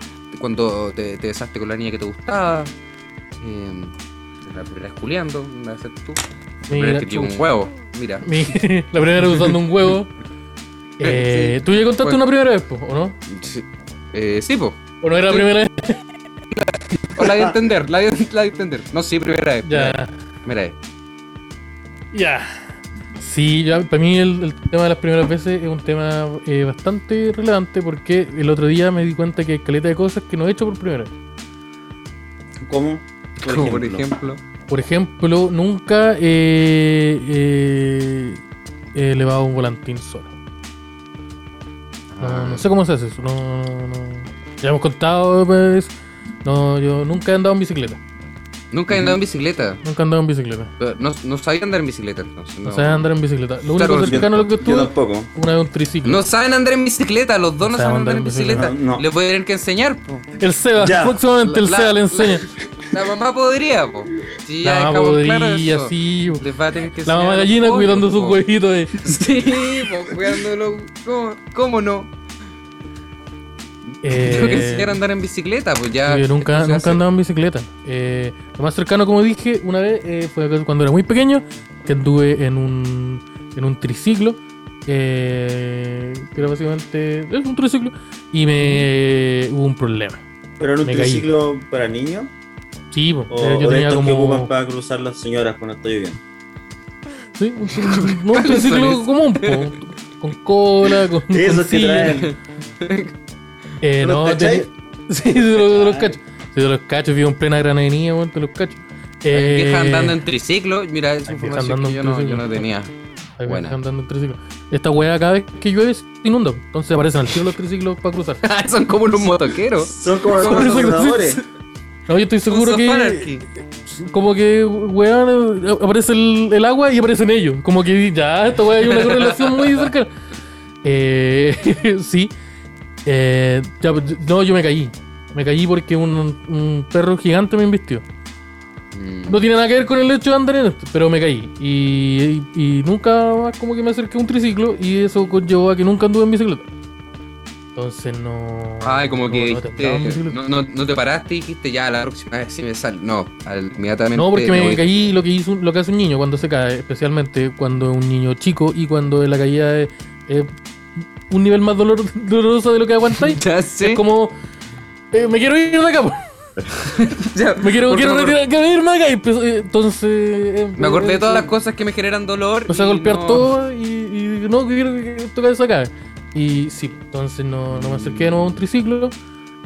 [SPEAKER 2] cuando te, te besaste con la niña que te gustaba. eh, la primera es culiando, la haces tú. La primera
[SPEAKER 3] Mira,
[SPEAKER 2] es que tiene un
[SPEAKER 3] chucha.
[SPEAKER 2] huevo, mira.
[SPEAKER 3] Mi- la primera era usando un huevo. Eh, Tú ya contaste
[SPEAKER 2] Bueno.
[SPEAKER 3] una primera vez, po, ¿o no?
[SPEAKER 2] Sí, eh, sí, po.
[SPEAKER 3] ¿O no era la primera vez?
[SPEAKER 2] O la de entender, la de, la de entender. No, sí, primera eh, vez. primera
[SPEAKER 3] Ya,
[SPEAKER 2] vez, Primera vez.
[SPEAKER 3] ya. Sí, ya, para mí el, el tema de las primeras veces es un tema eh, bastante relevante porque el otro día me di cuenta que hay caleta de cosas que no he hecho por primera vez.
[SPEAKER 1] ¿Cómo?
[SPEAKER 2] Como por ejemplo.
[SPEAKER 3] Por ejemplo, nunca eh, eh, he elevado un volantín solo. No, no sé cómo se hace eso. No, no, no. Ya hemos contado, pues. No, yo nunca he andado en bicicleta.
[SPEAKER 2] Nunca he andado en bicicleta.
[SPEAKER 3] Nunca he andado en bicicleta.
[SPEAKER 2] Pero No, no sabía andar en bicicleta entonces.
[SPEAKER 3] No, sabes andar en bicicleta. Lo único
[SPEAKER 2] Claro,
[SPEAKER 3] cercano a lo que
[SPEAKER 1] Yo
[SPEAKER 3] estuve
[SPEAKER 1] tampoco.
[SPEAKER 3] una vez un triciclo.
[SPEAKER 2] No saben andar en bicicleta, los dos no saben andar en bicicleta.
[SPEAKER 1] No, no.
[SPEAKER 2] Les voy a tener que enseñar, po.
[SPEAKER 3] El Seba,
[SPEAKER 1] Ya.
[SPEAKER 3] próximamente el
[SPEAKER 2] La-
[SPEAKER 3] Seba le enseña.
[SPEAKER 2] La mamá podría, po. Sí, ya
[SPEAKER 3] La, mamá
[SPEAKER 2] dejamos claro
[SPEAKER 3] podría,
[SPEAKER 2] eso.
[SPEAKER 3] sí. po.
[SPEAKER 2] Les va a tener que
[SPEAKER 3] La
[SPEAKER 2] enseñar
[SPEAKER 3] mamá
[SPEAKER 2] a los
[SPEAKER 3] gallina
[SPEAKER 2] pollos,
[SPEAKER 3] cuidando sus
[SPEAKER 2] po.
[SPEAKER 3] huevitos. eh.
[SPEAKER 2] Sí, po, cuidándolo. ¿Cómo, cómo no? Tengo que enseñar a
[SPEAKER 3] Eh,
[SPEAKER 2] andar en bicicleta, pues ya.
[SPEAKER 3] yo nunca,
[SPEAKER 2] esto se
[SPEAKER 3] nunca
[SPEAKER 2] hace.
[SPEAKER 3] he andado en bicicleta. Eh, lo más cercano, como dije, una vez eh, fue cuando era muy pequeño, que anduve en un, en un triciclo. eh, que era básicamente es un triciclo. Y me hubo un problema.
[SPEAKER 1] ¿Pero en un
[SPEAKER 3] Me caí.
[SPEAKER 1] triciclo para niños?
[SPEAKER 3] Sí, po,
[SPEAKER 1] ¿O,
[SPEAKER 3] eh,
[SPEAKER 1] o
[SPEAKER 3] yo
[SPEAKER 1] Oh, de
[SPEAKER 3] tenía
[SPEAKER 1] estos que ocupan
[SPEAKER 3] como.
[SPEAKER 1] para cruzar las señoras cuando está lloviendo?
[SPEAKER 3] Sí, un, un- no, un
[SPEAKER 2] ¿Cuáles son
[SPEAKER 3] triciclo
[SPEAKER 2] esos?
[SPEAKER 3] común, po, con cola, con.
[SPEAKER 1] Esos
[SPEAKER 3] con
[SPEAKER 1] que
[SPEAKER 3] silla.
[SPEAKER 1] traen.
[SPEAKER 3] Eh,
[SPEAKER 1] ¿Los
[SPEAKER 3] no,
[SPEAKER 1] cachai?
[SPEAKER 3] tenía- Sí, de los, de los cachos. Sí, de los cachos, vivo en plena granadinía, weón, de los cachos. Eh,
[SPEAKER 2] Vieja andando en triciclo. Mira, esa
[SPEAKER 3] Hay vieja
[SPEAKER 2] información
[SPEAKER 3] andando
[SPEAKER 2] que
[SPEAKER 3] en
[SPEAKER 2] yo no, yo
[SPEAKER 3] triciclo.
[SPEAKER 2] no tenía.
[SPEAKER 3] ahí
[SPEAKER 2] buena.
[SPEAKER 3] van andando en triciclo. Esta weá cada vez que llueve se inunda, entonces aparecen al tiro los triciclos para cruzar.
[SPEAKER 2] Son como los motoqueros.
[SPEAKER 1] Son como los
[SPEAKER 3] Son esos-
[SPEAKER 1] controladores.
[SPEAKER 3] No, yo estoy seguro
[SPEAKER 2] Son
[SPEAKER 3] que
[SPEAKER 2] anarchy.
[SPEAKER 3] como que weón eh, aparece el, el agua y aparecen ellos. Como que ya, esta weá hay una correlación muy cercana. Eh, sí. Eh, ya, no, yo me caí. Me caí porque un, un perro gigante me embistió.
[SPEAKER 2] Mm.
[SPEAKER 3] No tiene nada que ver con el hecho de andar en esto, pero me caí. Y, y- y nunca más como que me acerqué a un triciclo y eso conllevó a que nunca anduve en bicicleta. Entonces no...
[SPEAKER 2] Ay, como
[SPEAKER 3] no-
[SPEAKER 2] que
[SPEAKER 3] No, te andaba en
[SPEAKER 2] dijiste,
[SPEAKER 3] bicicleta.
[SPEAKER 2] no, no- no te paraste y dijiste ya la próxima vez sí me sale. No, al- inmediatamente.
[SPEAKER 3] No, porque me
[SPEAKER 2] voy.
[SPEAKER 3] caí lo que, hizo, lo que hace un niño cuando se cae, especialmente cuando es un niño chico y cuando la caída es, es un nivel más dolor, doloroso de lo que aguantáis.
[SPEAKER 2] Ya sé.
[SPEAKER 3] Es como... eh, me quiero ir de acá, po.
[SPEAKER 2] Ya,
[SPEAKER 3] me quiero,
[SPEAKER 2] porque
[SPEAKER 3] quiero
[SPEAKER 2] me acor-
[SPEAKER 3] retirar, quiero irme de acá. Y empezó- eh, Entonces... eh,
[SPEAKER 2] Me acordé de todas
[SPEAKER 3] eh,
[SPEAKER 2] las cosas que me generan dolor.
[SPEAKER 3] Empecé a
[SPEAKER 2] y
[SPEAKER 3] golpear
[SPEAKER 2] no-
[SPEAKER 3] todo y, y dije, no, que quiero que esto cabeza acá. Y sí, entonces no, no me acerqué de nuevo a un triciclo.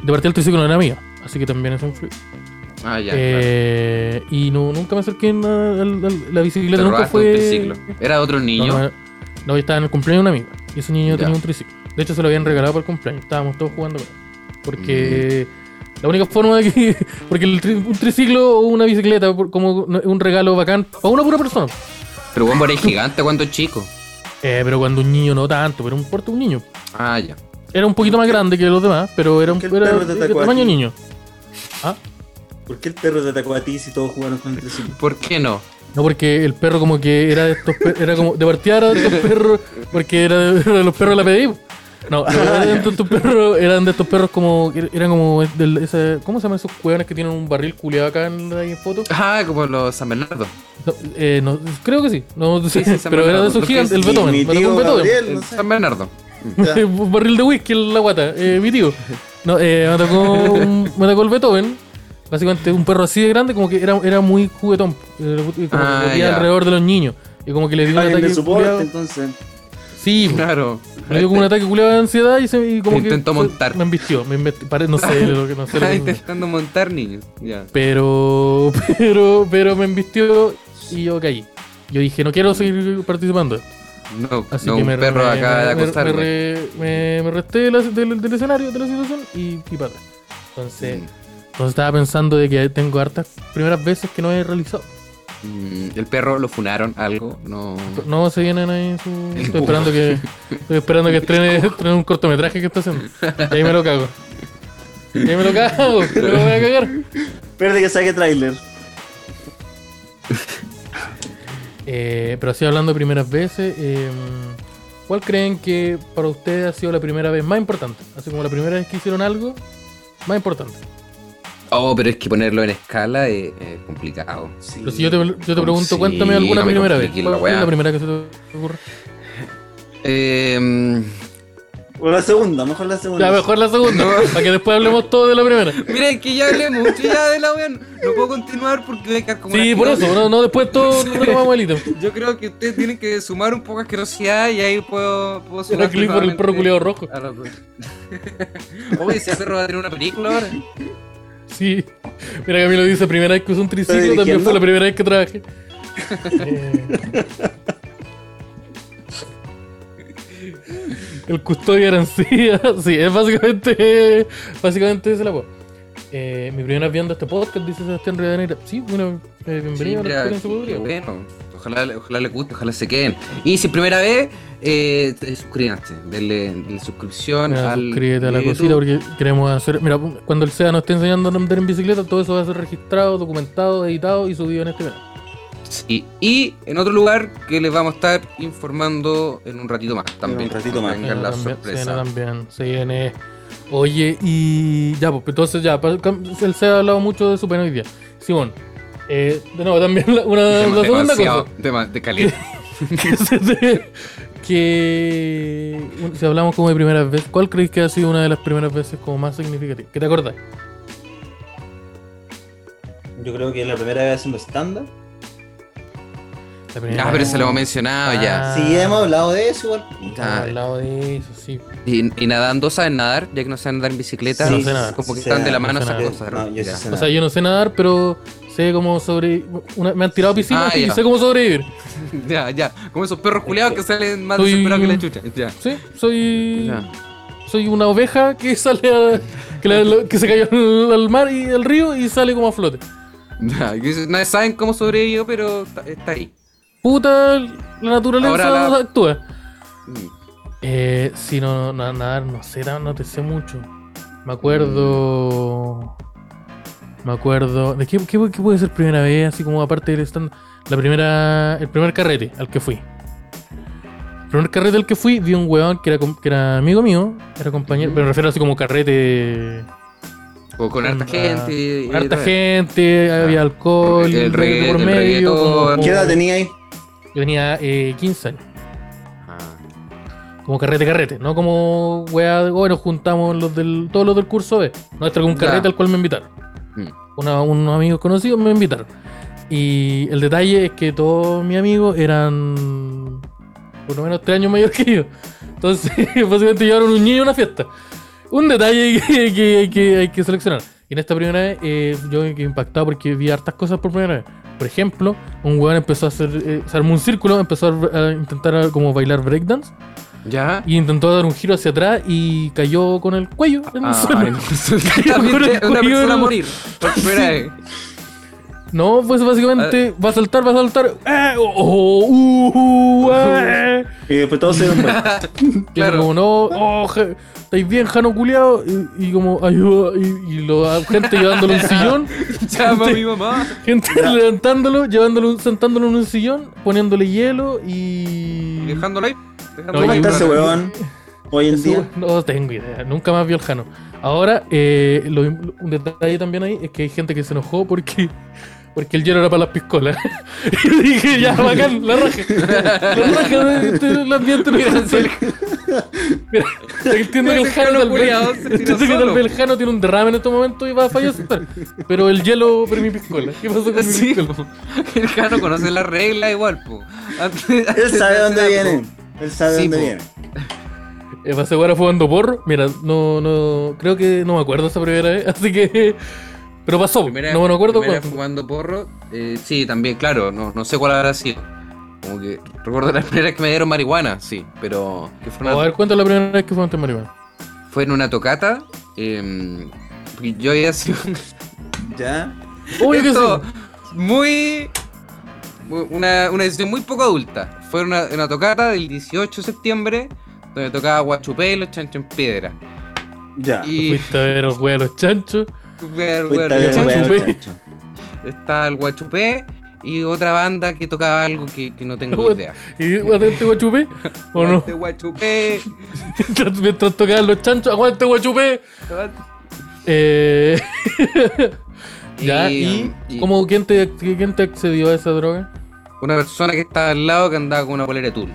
[SPEAKER 3] De partida el triciclo no era mío, así que también es un frío.
[SPEAKER 2] Ah, ya.
[SPEAKER 3] Eh, Y no, nunca me acerqué en la, al- al- la bicicleta,
[SPEAKER 2] claro. Te
[SPEAKER 3] nunca
[SPEAKER 2] robaste un
[SPEAKER 3] fue...
[SPEAKER 2] triciclo. Era otro niño.
[SPEAKER 3] No, no, no, yo estaba en el cumpleaños de un amigo. Y ese niño
[SPEAKER 2] Ya.
[SPEAKER 3] tenía un triciclo. De hecho, se lo habían regalado para el cumpleaños. Estábamos todos jugando con él. Porque
[SPEAKER 2] Mm.
[SPEAKER 3] la única forma de que. Porque el tri- un triciclo o una bicicleta, por- como no- un regalo bacán, para una pura persona.
[SPEAKER 2] Pero Wombo era gigante cuando chico.
[SPEAKER 3] Eh, pero cuando un niño no tanto, pero no importa un niño.
[SPEAKER 2] Ah, ya.
[SPEAKER 3] Era un poquito más grande que los demás, pero era un
[SPEAKER 1] ¿Por qué el
[SPEAKER 3] era
[SPEAKER 1] perro te
[SPEAKER 3] de
[SPEAKER 1] atacó a
[SPEAKER 3] tamaño
[SPEAKER 1] ti?
[SPEAKER 3] niño. Ah,
[SPEAKER 1] ¿Por qué el perro te atacó a ti si todos jugaron con el triciclo?
[SPEAKER 2] ¿Por qué no?
[SPEAKER 3] no porque el perro como que era de estos per- era como de partida era de estos perros porque era de, era de los perros de la PDI. pues. No,
[SPEAKER 1] Ah,
[SPEAKER 3] no, eran de estos perros, eran de estos perros como eran como del- ese- ¿cómo se llaman esos cueones que tienen un barril culeado acá en la en foto?
[SPEAKER 2] Ah, como los San Bernardo.
[SPEAKER 3] No, eh, no, creo que sí. No,
[SPEAKER 2] Sí, sí, se me
[SPEAKER 3] pero era
[SPEAKER 2] acuerdo.
[SPEAKER 3] de esos
[SPEAKER 2] Porque
[SPEAKER 3] gigantes, el
[SPEAKER 1] Sí,
[SPEAKER 3] Beethoven,
[SPEAKER 1] Mi
[SPEAKER 3] me tocó
[SPEAKER 1] tío
[SPEAKER 3] un Beethoven.
[SPEAKER 1] Gabriel, no
[SPEAKER 2] El
[SPEAKER 1] sé.
[SPEAKER 2] San Bernardo.
[SPEAKER 1] Ya.
[SPEAKER 3] un barril de whisky en la guata, eh, mi tío. No, eh, me, tocó un- me tocó el Beethoven. Básicamente un perro así de grande, como que era, era muy juguetón. eh, Como que
[SPEAKER 2] Ah,
[SPEAKER 3] corría
[SPEAKER 2] ya.
[SPEAKER 3] alrededor de los niños. Y como que le dio un
[SPEAKER 1] Alguien
[SPEAKER 3] ataque.
[SPEAKER 1] de soporte,
[SPEAKER 3] culiao.
[SPEAKER 1] entonces.
[SPEAKER 3] Sí, po.
[SPEAKER 2] Claro.
[SPEAKER 3] le dio como un ataque culiado de ansiedad y, se, y como
[SPEAKER 2] Te
[SPEAKER 3] que
[SPEAKER 2] intentó
[SPEAKER 3] fue-
[SPEAKER 2] montar.
[SPEAKER 3] Me embistió, me embesti- pare- no sé lo que no sé. lo
[SPEAKER 2] Estaba
[SPEAKER 3] que-
[SPEAKER 2] intentando montar niños. Ya.
[SPEAKER 3] pero, pero, pero me embistió y yo caí. Yo dije, no quiero seguir participando.
[SPEAKER 2] No, no, un perro acaba de
[SPEAKER 3] me-
[SPEAKER 2] acostarme.
[SPEAKER 3] Me, re- me- me resté de la- del, del escenario, de la situación y, y para atrás. Entonces, entonces estaba pensando de que tengo hartas primeras veces que no he realizado.
[SPEAKER 2] Mm, el perro lo funaron algo, no.
[SPEAKER 3] No se vienen ahí. su- Estoy esperando que estoy esperando que estrene, estrene un cortometraje que está haciendo. Y ahí me lo cago. Y ahí me lo cago. Me lo voy a cagar.
[SPEAKER 1] Espérate que saque tráiler.
[SPEAKER 3] Eh, pero así hablando de primeras veces, eh, ¿cuál creen que para ustedes ha sido la primera vez más importante? Así como la primera vez que hicieron algo más importante.
[SPEAKER 2] Oh, pero es que ponerlo en escala es, es complicado.
[SPEAKER 1] Sí.
[SPEAKER 3] Pero si yo te, yo te pregunto,
[SPEAKER 2] Sí,
[SPEAKER 3] cuéntame alguna
[SPEAKER 2] no me
[SPEAKER 3] primera vez.
[SPEAKER 2] compliques la
[SPEAKER 3] ¿Cuál fue
[SPEAKER 2] weá.
[SPEAKER 3] la primera que se te ocurre?
[SPEAKER 2] Eh, mm,
[SPEAKER 1] O la segunda, mejor la segunda.
[SPEAKER 3] Ya, mejor la segunda, para que después hablemos todo de la primera.
[SPEAKER 2] mira, es que ya hablé mucho ya de la wea. No puedo continuar porque voy a quedar como.
[SPEAKER 3] Sí,
[SPEAKER 2] un
[SPEAKER 3] por eso,
[SPEAKER 2] asqueroso.
[SPEAKER 3] no, no, después todo retomamos el ítem.
[SPEAKER 2] Yo creo que ustedes tienen que sumar un poco asquerosidad y ahí puedo. puedo sumar
[SPEAKER 3] Era clip por el
[SPEAKER 2] nuevamente
[SPEAKER 3] perro culiado rojo.
[SPEAKER 2] a lo que- Oye, ese perro va a tener una película ahora.
[SPEAKER 3] Sí. Mira, Camilo dice, primera vez que usé un triciclo,
[SPEAKER 1] ¿Estás
[SPEAKER 3] también
[SPEAKER 1] dirigiendo?
[SPEAKER 3] fue la primera vez que trabajé. Eh. El custodio arancía, sí, es básicamente, básicamente ese la voz. Eh, mi primera vez viendo este podcast, dice Sebastián Rivadeneira. Sí, bueno, eh, bienvenido
[SPEAKER 2] Sí,
[SPEAKER 3] a la
[SPEAKER 2] mira,
[SPEAKER 3] experiencia
[SPEAKER 2] qué
[SPEAKER 3] podría.
[SPEAKER 2] bueno. Ojalá, ojalá les guste, ojalá se queden. Y si es primera vez, eh, te- suscríbanse. Denle, denle suscripción
[SPEAKER 3] Mira,
[SPEAKER 2] al.
[SPEAKER 3] suscríbete a la
[SPEAKER 2] YouTube.
[SPEAKER 3] cosita porque queremos hacer. Mira, cuando el SEA nos esté enseñando a andar en bicicleta, todo eso va a ser registrado, documentado, editado y subido en este canal.
[SPEAKER 2] Sí, Y en otro lugar que les vamos a estar informando en un ratito más también.
[SPEAKER 1] un ratito
[SPEAKER 2] no
[SPEAKER 1] más.
[SPEAKER 2] Tengan
[SPEAKER 3] Se
[SPEAKER 2] la
[SPEAKER 3] viene también,
[SPEAKER 2] sorpresa.
[SPEAKER 3] se viene también, se viene. Oye, y ya, pues entonces ya, pa- cam- se, se ha hablado mucho de su pena hoy día. Simón, eh, de nuevo, también la, una, la
[SPEAKER 2] Tema-
[SPEAKER 3] segunda
[SPEAKER 2] demasiado-
[SPEAKER 3] cosa.
[SPEAKER 2] tema de caliente.
[SPEAKER 3] Que, se te- que, un- si hablamos como de primeras veces, ¿cuál crees que ha sido una de las primeras veces como más significativa? ¿Qué te acordás?
[SPEAKER 1] Yo creo que la primera vez haciendo stand-up.
[SPEAKER 3] La primera
[SPEAKER 2] Ah, pero
[SPEAKER 3] vez.
[SPEAKER 2] se lo hemos mencionado ya.
[SPEAKER 3] Ah.
[SPEAKER 1] Sí, hemos hablado de eso igual.
[SPEAKER 3] Hemos hablado de eso, sí.
[SPEAKER 2] Y, y nadando, ¿saben nadar? Ya que no saben nadar en bicicleta,
[SPEAKER 1] Sí,
[SPEAKER 3] no sé nadar.
[SPEAKER 2] como que
[SPEAKER 1] sé
[SPEAKER 2] están de la
[SPEAKER 1] nadar,
[SPEAKER 2] mano
[SPEAKER 3] no sé
[SPEAKER 2] esas
[SPEAKER 1] nadar. No,
[SPEAKER 2] cosas.
[SPEAKER 1] yo sí
[SPEAKER 2] Ya.
[SPEAKER 1] sé
[SPEAKER 3] O sea, yo no sé nadar, pero sé cómo sobre... una- me han tirado a piscina
[SPEAKER 2] Ah,
[SPEAKER 3] y
[SPEAKER 2] ya.
[SPEAKER 3] sé cómo sobrevivir.
[SPEAKER 2] Ya, ya. Como esos perros culiados que salen más
[SPEAKER 3] Soy-
[SPEAKER 2] desesperados que la chucha. Ya.
[SPEAKER 3] Sí, soy...
[SPEAKER 2] Ya.
[SPEAKER 3] soy una oveja que sale a- que, la- lo- que se cayó al, al mar y al río y sale como a flote.
[SPEAKER 2] Ya, que no saben cómo sobrevivió, pero está, está ahí.
[SPEAKER 3] Puta, la naturaleza
[SPEAKER 2] Ahora la-
[SPEAKER 3] actúa.
[SPEAKER 2] Mm.
[SPEAKER 3] Eh, sí, no, no, nada, no sé, no, no te sé mucho. Me acuerdo. Me acuerdo. ¿De qué, qué, qué puede ser primera vez? Así como aparte del stand. La primera. El primer carrete al que fui. El primer carrete al que fui vi un weón que era, com- que era amigo mío. Era compañero. Pero me refiero así como carrete.
[SPEAKER 2] O con harta
[SPEAKER 3] Ah,
[SPEAKER 2] gente. y-
[SPEAKER 3] Con harta
[SPEAKER 2] y-
[SPEAKER 3] gente, había alcohol,
[SPEAKER 2] El
[SPEAKER 3] reggae
[SPEAKER 2] reggae-
[SPEAKER 3] por
[SPEAKER 2] el
[SPEAKER 3] medio.
[SPEAKER 2] reggaetón.
[SPEAKER 3] como-
[SPEAKER 1] ¿Qué edad tenía ahí?
[SPEAKER 3] Yo tenía eh, 15 años,
[SPEAKER 2] Ah.
[SPEAKER 3] como carrete, carrete, no como weá de bueno, juntamos los del, todos los del curso B. No, este era un
[SPEAKER 2] Ya.
[SPEAKER 3] carrete al cual me invitaron.
[SPEAKER 2] Mm.
[SPEAKER 3] Una- unos amigos conocidos me invitaron. Y el detalle es que todos mis amigos eran por lo menos tres años mayor que yo. Entonces, básicamente llevaron un niño a una fiesta. Un detalle que, que hay, que hay que seleccionar. Y en esta primera vez eh, yo quedé impactado porque vi hartas cosas por primera vez. Por ejemplo, un weón empezó a hacer, eh, se armó un círculo, empezó a, a intentar a- como bailar breakdance
[SPEAKER 2] ¿Ya?
[SPEAKER 3] y intentó dar un giro hacia atrás y cayó con el cuello en el
[SPEAKER 2] Ah,
[SPEAKER 3] suelo.
[SPEAKER 2] entonces,
[SPEAKER 3] Yo
[SPEAKER 2] también
[SPEAKER 3] creo
[SPEAKER 2] te- una
[SPEAKER 3] que yo
[SPEAKER 2] persona
[SPEAKER 3] no-
[SPEAKER 2] a morir. eh, Por primera vez.
[SPEAKER 3] No, pues básicamente va a saltar, va a saltar. ¡Eh! ¡Oh! oh, uh, uh, eh.
[SPEAKER 1] Y después todos se dieron cuenta.
[SPEAKER 3] Y
[SPEAKER 2] Claro.
[SPEAKER 3] como, no, oh, ja- estáis bien, Jano culiado. Y, y como, ayuda. Y, y lo- gente llevándolo a un sillón,
[SPEAKER 2] Llama a mi mamá.
[SPEAKER 3] gente levantándolo, llevándolo, un- sentándolo en un sillón, poniéndole hielo y.
[SPEAKER 2] Dejándolo ahí.
[SPEAKER 3] No,
[SPEAKER 2] Dejándolo
[SPEAKER 1] ¿Cómo
[SPEAKER 2] ahí.
[SPEAKER 1] está
[SPEAKER 3] yo-
[SPEAKER 1] ese weón hoy en
[SPEAKER 3] Ese
[SPEAKER 1] día?
[SPEAKER 3] weón, No tengo idea, nunca más vi al Jano. Ahora, eh, lo- un detalle también ahí es que hay gente que se enojó porque, porque el hielo era para las piscolas. y dije, ya, bacán, la raja. La raja de, de- la ambiente no es así. Mira, entiendo que el
[SPEAKER 2] Ese Este Jano
[SPEAKER 3] Jano tal vez,
[SPEAKER 2] culiao se tiró
[SPEAKER 3] entiendo que tal
[SPEAKER 2] solo.
[SPEAKER 3] vez el Jano tiene un derrame en este momento y va a fallecer. Pero el hielo para mi piscola. ¿Qué pasó con mi
[SPEAKER 2] Sí,
[SPEAKER 3] piscola?
[SPEAKER 2] po. el Jano conoce la regla igual, po. Antes-
[SPEAKER 1] Él
[SPEAKER 2] antes de
[SPEAKER 1] sabe
[SPEAKER 2] hacer
[SPEAKER 1] dónde
[SPEAKER 2] algo.
[SPEAKER 1] viene. Él sabe
[SPEAKER 2] pues, Sí,
[SPEAKER 1] dónde
[SPEAKER 2] po.
[SPEAKER 1] viene.
[SPEAKER 3] Eh, ¿Vas a jugar fumando porro? Mira, no, no, creo que no me acuerdo esa primera vez, así que... Pero pasó,
[SPEAKER 2] Primera-
[SPEAKER 3] Oh, no me acuerdo
[SPEAKER 2] primera
[SPEAKER 3] cuándo.
[SPEAKER 2] fumando porro. eh, sí, también, claro. No, no sé cuál habrá sido. Como que recuerdo la primera vez que me dieron marihuana, sí, pero que fue,
[SPEAKER 3] O,
[SPEAKER 2] una-
[SPEAKER 3] a ver, cuéntame la primera vez que fumaste marihuana.
[SPEAKER 2] fue en una tocata. em, porque yo había sido
[SPEAKER 1] ¿Ya?
[SPEAKER 3] Obvio que
[SPEAKER 2] Esto,
[SPEAKER 3] sí.
[SPEAKER 2] muy. muy- Una, una decisión muy poco adulta. Fue una, una tocata del 18 de septiembre, donde tocaba Guachupé y los chanchos en piedra.
[SPEAKER 3] Ah,
[SPEAKER 1] Ya.
[SPEAKER 2] Y.
[SPEAKER 3] Fuiste a ver los huevos de los chanchos.
[SPEAKER 2] ver-
[SPEAKER 1] Fuiste
[SPEAKER 2] ver-
[SPEAKER 1] a ver,
[SPEAKER 3] chancho,
[SPEAKER 1] weón,
[SPEAKER 3] güey.
[SPEAKER 1] chancho.
[SPEAKER 2] Estaba el Guachupé y otra banda que tocaba algo que, que no tengo
[SPEAKER 3] Guat-
[SPEAKER 2] idea.
[SPEAKER 3] ¿Y aguante este guachupé? ¿O no?
[SPEAKER 2] Aguante Guachupé.
[SPEAKER 3] Mientras- Mientras tocaban los chanchos, aguante este guachupé. Eh, ya, y,
[SPEAKER 2] y
[SPEAKER 3] ¿cómo, quién, te, ¿quién te accedió a esa droga?
[SPEAKER 2] Una persona que estaba al lado que andaba con una polera de tul.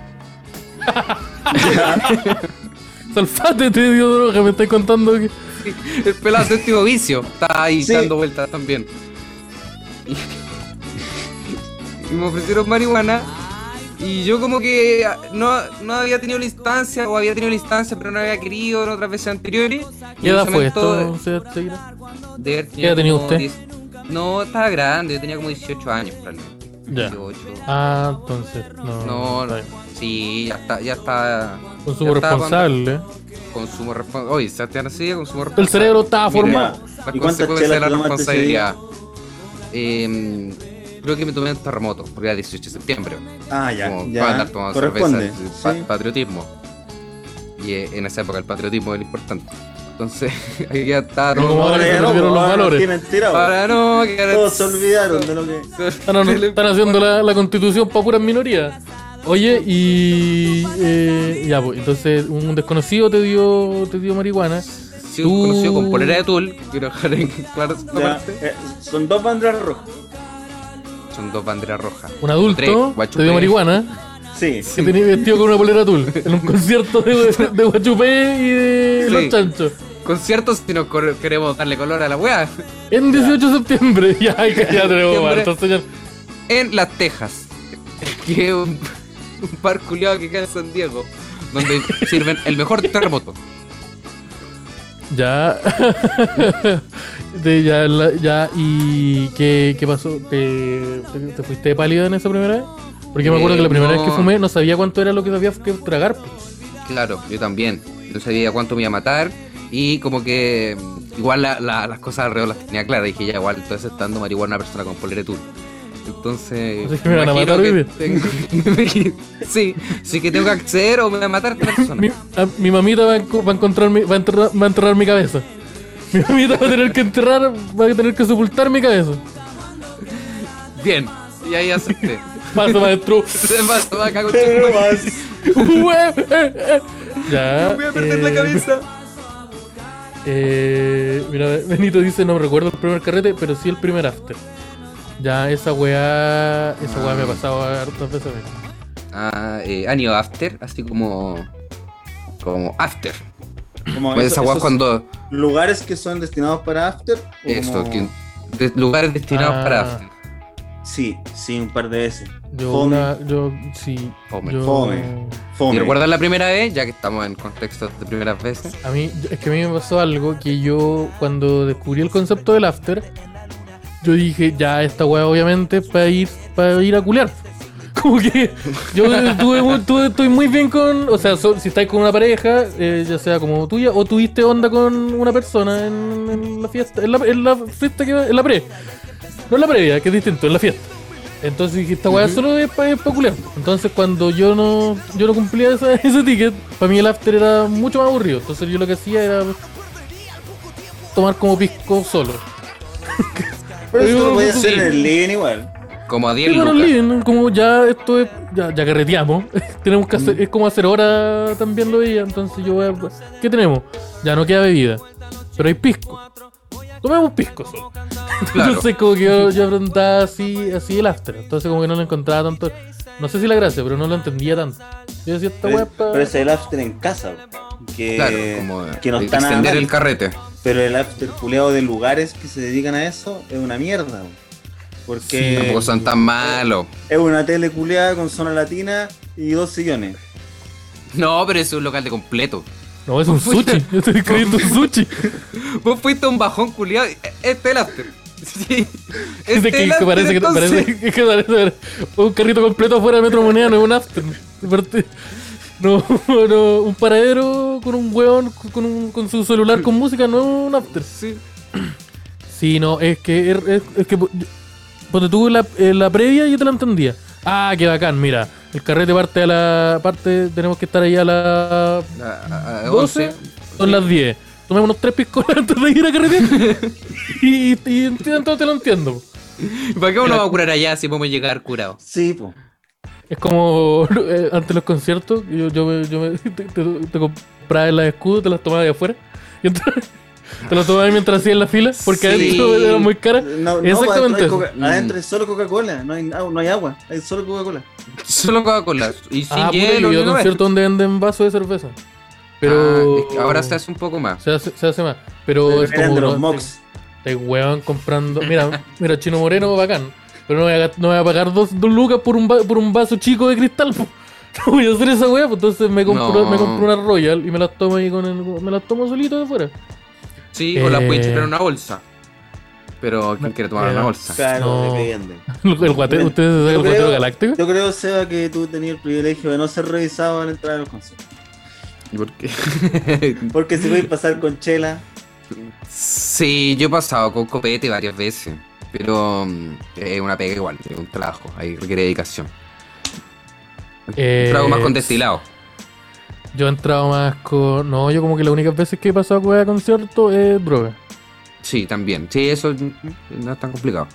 [SPEAKER 3] Salfate te dio droga, me estás contando que...
[SPEAKER 2] El pelado séptimo vicio. Está ahí
[SPEAKER 1] Sí.
[SPEAKER 2] dando vueltas también. Y, y me ofrecieron marihuana. Y yo como que ah, no, no había tenido la instancia, o había tenido la instancia, pero no había querido en otras veces anteriores.
[SPEAKER 3] ¿Qué
[SPEAKER 2] en
[SPEAKER 3] edad
[SPEAKER 2] ese
[SPEAKER 3] fue
[SPEAKER 2] momento
[SPEAKER 3] esto? Seba Seguirá?
[SPEAKER 2] de haber
[SPEAKER 3] edad tenía
[SPEAKER 2] como
[SPEAKER 3] usted?
[SPEAKER 2] 10 No, estaba grande, yo tenía como 18 años, realmente.
[SPEAKER 3] Ya.
[SPEAKER 2] 18.
[SPEAKER 3] Ah, entonces, no.
[SPEAKER 2] No, no,
[SPEAKER 3] está bien.
[SPEAKER 2] sí, ya está, ya está
[SPEAKER 3] Consumo
[SPEAKER 2] ya estaba
[SPEAKER 3] responsable.
[SPEAKER 2] consumo responsable. Oye, Sebastián así, consumo responsable.
[SPEAKER 3] El cerebro estaba
[SPEAKER 2] Mira,
[SPEAKER 3] formado.
[SPEAKER 2] Las
[SPEAKER 1] ¿Y cuántas
[SPEAKER 2] consecuencias de
[SPEAKER 1] chelas
[SPEAKER 2] la
[SPEAKER 1] te tomaste ese
[SPEAKER 2] responsabilidad.
[SPEAKER 1] día?
[SPEAKER 2] Eh, creo que me tomé un terremoto, porque era 18 de septiembre.
[SPEAKER 1] Ah, ya,
[SPEAKER 2] como para
[SPEAKER 1] ya.
[SPEAKER 2] andar tomando
[SPEAKER 1] Corresponde.
[SPEAKER 2] cerveza, es pa-
[SPEAKER 1] Sí.
[SPEAKER 2] patriotismo. Y eh, en esa época el patriotismo era importante. Entonces, ahí ya estaba
[SPEAKER 3] Como
[SPEAKER 2] todo-
[SPEAKER 3] ahora
[SPEAKER 1] Ahora
[SPEAKER 3] se
[SPEAKER 1] ya no,
[SPEAKER 3] perdieron los
[SPEAKER 1] ahora
[SPEAKER 3] valores.
[SPEAKER 1] tienen tirado.
[SPEAKER 2] Para no quedar-
[SPEAKER 1] Todos se olvidaron de lo que.
[SPEAKER 3] Están, están haciendo la, la constitución para puras minorías. Oye, y. eh, ya, pues, entonces un desconocido te dio, te dio marihuana.
[SPEAKER 2] Sí, un conocido con polera de tul, quiero dejar en claro esa
[SPEAKER 1] Ya,
[SPEAKER 2] parte.
[SPEAKER 1] eh, son dos banderas rojas.
[SPEAKER 2] Son dos banderas rojas.
[SPEAKER 3] Un adulto
[SPEAKER 2] Tres,
[SPEAKER 3] te dio
[SPEAKER 2] guachupé.
[SPEAKER 3] marihuana.
[SPEAKER 1] Sí.
[SPEAKER 3] Que tenía vestido con una polera azul. En un concierto de, de Guachupé y de
[SPEAKER 2] Sí.
[SPEAKER 3] Los Chanchos.
[SPEAKER 2] Conciertos si nos cor- queremos darle color a la weá.
[SPEAKER 3] En 18 de septiembre. Ya, ay, que ya tenemos
[SPEAKER 2] Septiembre.
[SPEAKER 3] harto, señor.
[SPEAKER 2] en Las Tejas, que es un, un bar culiado que queda en San Diego, donde sirven el mejor terremoto.
[SPEAKER 3] Ya. De- ya, la- ya, ¿y qué, qué pasó? ¿Te, te, te fuiste de pálida en esa primera vez? Porque me acuerdo que la
[SPEAKER 2] Eh,
[SPEAKER 3] primera vez que
[SPEAKER 2] no.
[SPEAKER 3] fumé no sabía cuánto era lo que había que tragar. pues.
[SPEAKER 2] Claro, yo también. No sabía cuánto me iba a matar y como que mm, igual la- la- las cosas alrededor las tenía claras. Dije, ya igual, entonces estando marihuana una persona con polera de tul. Entonces,
[SPEAKER 3] Así que me van a
[SPEAKER 2] imagino
[SPEAKER 3] matar hoy
[SPEAKER 2] tengo- sí, sí que tengo que acceder o me va a matar esta persona.
[SPEAKER 3] Mi, a- mi mamita va a, enco- va a encontrar mi- va a enterrar, va a enterrar mi cabeza. Mi mamita va a tener que enterrar, va a tener que sepultar mi cabeza.
[SPEAKER 2] Bien, y ahí acepté.
[SPEAKER 3] Paso, maestro.
[SPEAKER 2] Se pasó acá con
[SPEAKER 1] Pero
[SPEAKER 2] chispa.
[SPEAKER 1] más.
[SPEAKER 3] Ue, eh, eh. ya.
[SPEAKER 2] Voy a perder la
[SPEAKER 3] eh,
[SPEAKER 2] cabeza.
[SPEAKER 3] Eh, mira, Benito dice, no recuerdo el primer carrete, pero sí el primer after. Ya, esa weá, esa weá
[SPEAKER 1] Ah.
[SPEAKER 3] me ha pasado hartas veces. a mí.
[SPEAKER 2] Ah, eh, año after, así como. Como after.
[SPEAKER 1] Como
[SPEAKER 2] Pues
[SPEAKER 1] eso-
[SPEAKER 2] esa weá
[SPEAKER 1] esos
[SPEAKER 2] cuando.
[SPEAKER 1] Lugares que son destinados para after. o
[SPEAKER 2] Eso,
[SPEAKER 1] como-
[SPEAKER 2] que- de- lugares destinados
[SPEAKER 3] Ah.
[SPEAKER 2] para after.
[SPEAKER 1] Sí, sí, un par de veces.
[SPEAKER 3] Yo,
[SPEAKER 1] Fome.
[SPEAKER 3] una- yo, sí,
[SPEAKER 2] Fome.
[SPEAKER 3] yo-
[SPEAKER 1] Fome.
[SPEAKER 2] ¿Y
[SPEAKER 1] Fome.
[SPEAKER 2] recuerdas la primera vez? Ya que estamos en contexto de primeras veces.
[SPEAKER 3] A mí, es que a mí me pasó algo que yo, cuando descubrí el concepto del after, yo dije, ya, esta weá obviamente es para ir, para ir a culear. Como que yo tuve mu- tuve- estoy muy bien con, o sea, so- si estáis con una pareja, eh, ya sea como tuya, o tuviste onda con una persona en, en la fiesta, en la, en la fiesta que en la pre. No en la previa, que es distinto, en la fiesta. Entonces dije, esta weá solo es para culear. Entonces cuando yo no yo no cumplía esa- ese ticket, para mí el after era mucho más aburrido. Entonces yo lo que hacía era tomar como pisco solo.
[SPEAKER 1] Pero esto lo voy a
[SPEAKER 3] Sí.
[SPEAKER 1] hacer en el living igual.
[SPEAKER 2] Como a 10
[SPEAKER 3] Sí, pero
[SPEAKER 2] lucas.
[SPEAKER 3] en living, ¿no? como ya esto es, ya, ya carreteamos, tenemos que hacer, es como hacer hora también lo veía, entonces yo voy a, ¿qué tenemos? Ya no queda bebida, pero hay pisco, tomemos pisco solo.
[SPEAKER 2] Claro.
[SPEAKER 3] Entonces como que yo, yo afrontaba así, así el after, entonces como que no lo encontraba tanto, no sé si la gracia, pero no lo entendía tanto. Yo decía, esta
[SPEAKER 1] Pero,
[SPEAKER 3] weá
[SPEAKER 1] es-
[SPEAKER 3] es pa-
[SPEAKER 1] pero es el after en casa. Que,
[SPEAKER 2] Claro, como
[SPEAKER 1] Eh, que no Eh.
[SPEAKER 2] de-
[SPEAKER 1] está nada
[SPEAKER 2] extender
[SPEAKER 1] mal.
[SPEAKER 2] el carrete.
[SPEAKER 1] Pero el after culeado de lugares que se dedican a eso es una mierda. weón. Porque
[SPEAKER 2] Tampoco son tan malos.
[SPEAKER 1] es una tele culeada con zona latina y dos sillones.
[SPEAKER 2] No, pero es un local de completo.
[SPEAKER 3] no, es un sushi, yo estoy escribiendo un sushi.
[SPEAKER 2] Vos fuiste un bajón culiado. Este es el after. Sí.
[SPEAKER 3] Dice
[SPEAKER 2] Este
[SPEAKER 3] que,
[SPEAKER 2] after,
[SPEAKER 3] que parece, que,
[SPEAKER 2] entonces.
[SPEAKER 3] parece, que parece un carrito completo afuera de Metro Moneda, no es un after. Aparte, No, no, un paradero con un weón con, un- con su celular con música no es un after.
[SPEAKER 2] Sí.
[SPEAKER 3] Sí, no, es que. Es, es- es que cuando tuve la, eh, la previa, yo te la entendía. Ah, qué bacán, mira. El carrete parte a la. parte Tenemos que estar ahí a la
[SPEAKER 2] A- a- a
[SPEAKER 3] 12,
[SPEAKER 2] 11.
[SPEAKER 3] son las 10. Tomemos unos tres piscolas antes de ir a carretera. y, y entiendo, te lo entiendo.
[SPEAKER 2] ¿Para qué uno va a curar allá si podemos llegar curados?
[SPEAKER 1] Sí, po.
[SPEAKER 3] Es como eh, antes los conciertos, yo, yo, me- yo me- te, te- te compraba las escudos, te las tomaba de afuera. Y entonces, te las tomaba ahí mientras hacías la fila, porque
[SPEAKER 2] Sí.
[SPEAKER 3] adentro eran muy caras.
[SPEAKER 1] No, no,
[SPEAKER 3] Pues, Exactamente.
[SPEAKER 1] adentro, hay Coca-
[SPEAKER 2] Mm.
[SPEAKER 1] adentro es solo Coca-Cola, no hay, au- no hay agua, hay solo Coca-Cola.
[SPEAKER 2] Solo Coca-Cola. Y sin
[SPEAKER 3] ah, puta,
[SPEAKER 2] hielo.
[SPEAKER 3] yo
[SPEAKER 2] ni
[SPEAKER 3] iba a
[SPEAKER 2] nada.
[SPEAKER 3] conciertos donde venden vasos de cerveza. Pero.
[SPEAKER 2] Ah, es que ahora se hace un poco más.
[SPEAKER 3] se hace, se hace más. Pero es
[SPEAKER 1] Eran
[SPEAKER 3] como.
[SPEAKER 1] de los
[SPEAKER 3] no,
[SPEAKER 1] Mox.
[SPEAKER 3] Te weón comprando. Mira, mira, Chino Moreno, bacán. Pero no voy a, gast- no voy a pagar dos, dos lucas por un, va- por un vaso chico de cristal. po. No voy a hacer esa weá, pues entonces me compro,
[SPEAKER 2] No.
[SPEAKER 3] me compro una Royal y me las tomo ahí con el- me las tomo solito de fuera.
[SPEAKER 2] Sí, o la
[SPEAKER 3] Eh.
[SPEAKER 2] puedes echar en una bolsa. Pero ¿quién quiere tomar
[SPEAKER 3] eh,
[SPEAKER 2] una bolsa?
[SPEAKER 1] Claro,
[SPEAKER 3] No.
[SPEAKER 1] depende.
[SPEAKER 3] El, el guate-
[SPEAKER 1] Mira,
[SPEAKER 3] ¿Ustedes se sacan el
[SPEAKER 1] yo
[SPEAKER 3] guatero
[SPEAKER 1] creo-
[SPEAKER 3] galáctico?
[SPEAKER 1] Yo creo, Seba, que tú tenías el privilegio de no ser revisado al entrar a los conciertos.
[SPEAKER 2] ¿Y por qué?
[SPEAKER 1] Porque si voy a pasar con chela,
[SPEAKER 2] sí, yo he pasado con copete varias veces. Pero mm, es una pega igual, es un trabajo, ahí requiere dedicación.
[SPEAKER 3] Eh,
[SPEAKER 2] un trago más con destilado.
[SPEAKER 3] Yo he entrado más con. No, yo como que las únicas veces que he pasado weá a concierto es droga.
[SPEAKER 2] Sí, también. Sí, eso mm, no es tan complicado.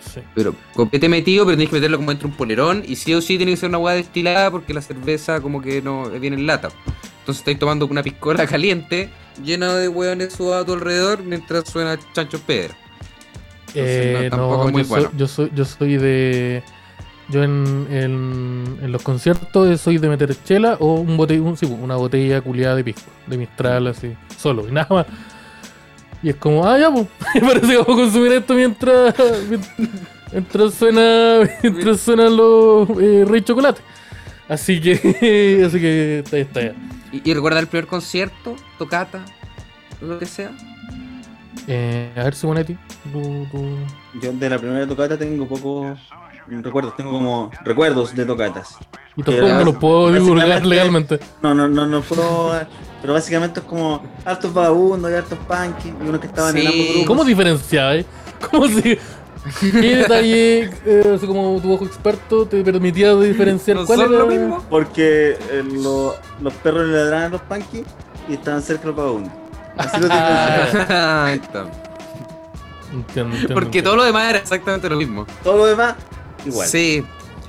[SPEAKER 3] Sí.
[SPEAKER 2] Pero copete metido, pero tienes que meterlo como entre un polerón. Y sí o sí tiene que ser una hueá destilada porque la cerveza como que no viene en lata. Entonces estáis tomando una piscola caliente llena de hueones sudados a tu alrededor mientras suena chancho pedra.
[SPEAKER 3] Eh,
[SPEAKER 2] Entonces, no, tampoco es muy
[SPEAKER 3] yo,
[SPEAKER 2] bueno.
[SPEAKER 3] soy, Eh, yo soy yo soy de yo en, en, en los conciertos eh, soy de meter chela o un bote- un- sí, una botella culiada de pisco, de
[SPEAKER 2] Mm.
[SPEAKER 3] mistral así, solo y nada más. Y es como, ah, ya, pues, parece que vamos a consumir esto mientras mientras suena mientras suenan los eh, Rey Chocolate. Así que así que está está ya.
[SPEAKER 2] Y, y recuerda el primer concierto, tocata, lo que sea.
[SPEAKER 3] Eh, a ver Simonetti, tú, tú-
[SPEAKER 1] yo de la primera tocata tengo pocos recuerdos, tengo como recuerdos de tocatas.
[SPEAKER 3] y tampoco
[SPEAKER 2] Eh,
[SPEAKER 3] los puedo divulgar
[SPEAKER 1] básicamente-
[SPEAKER 3] legalmente.
[SPEAKER 1] No, no, no, no puedo. Pero básicamente es como hartos vagabundos y hartos punky y unos que estaban en
[SPEAKER 2] Sí.
[SPEAKER 1] ambos grupos.
[SPEAKER 3] ¿Cómo diferenciáis? ¿Cómo si.? ¿Qué detalle, eh, así como tu ojo experto, te permitía diferenciar
[SPEAKER 2] ¿No
[SPEAKER 3] cuál
[SPEAKER 2] son
[SPEAKER 3] era?
[SPEAKER 2] lo mismo?
[SPEAKER 1] Porque eh, lo- los perros le ladraban a los punky y estaban cerca los vagabundos. Así lo tengo.
[SPEAKER 2] Ahí está.
[SPEAKER 3] Entiendo, entiendo,
[SPEAKER 2] porque
[SPEAKER 3] entiendo.
[SPEAKER 2] todo lo demás era exactamente lo mismo.
[SPEAKER 1] Todo lo demás, igual.
[SPEAKER 2] Sí,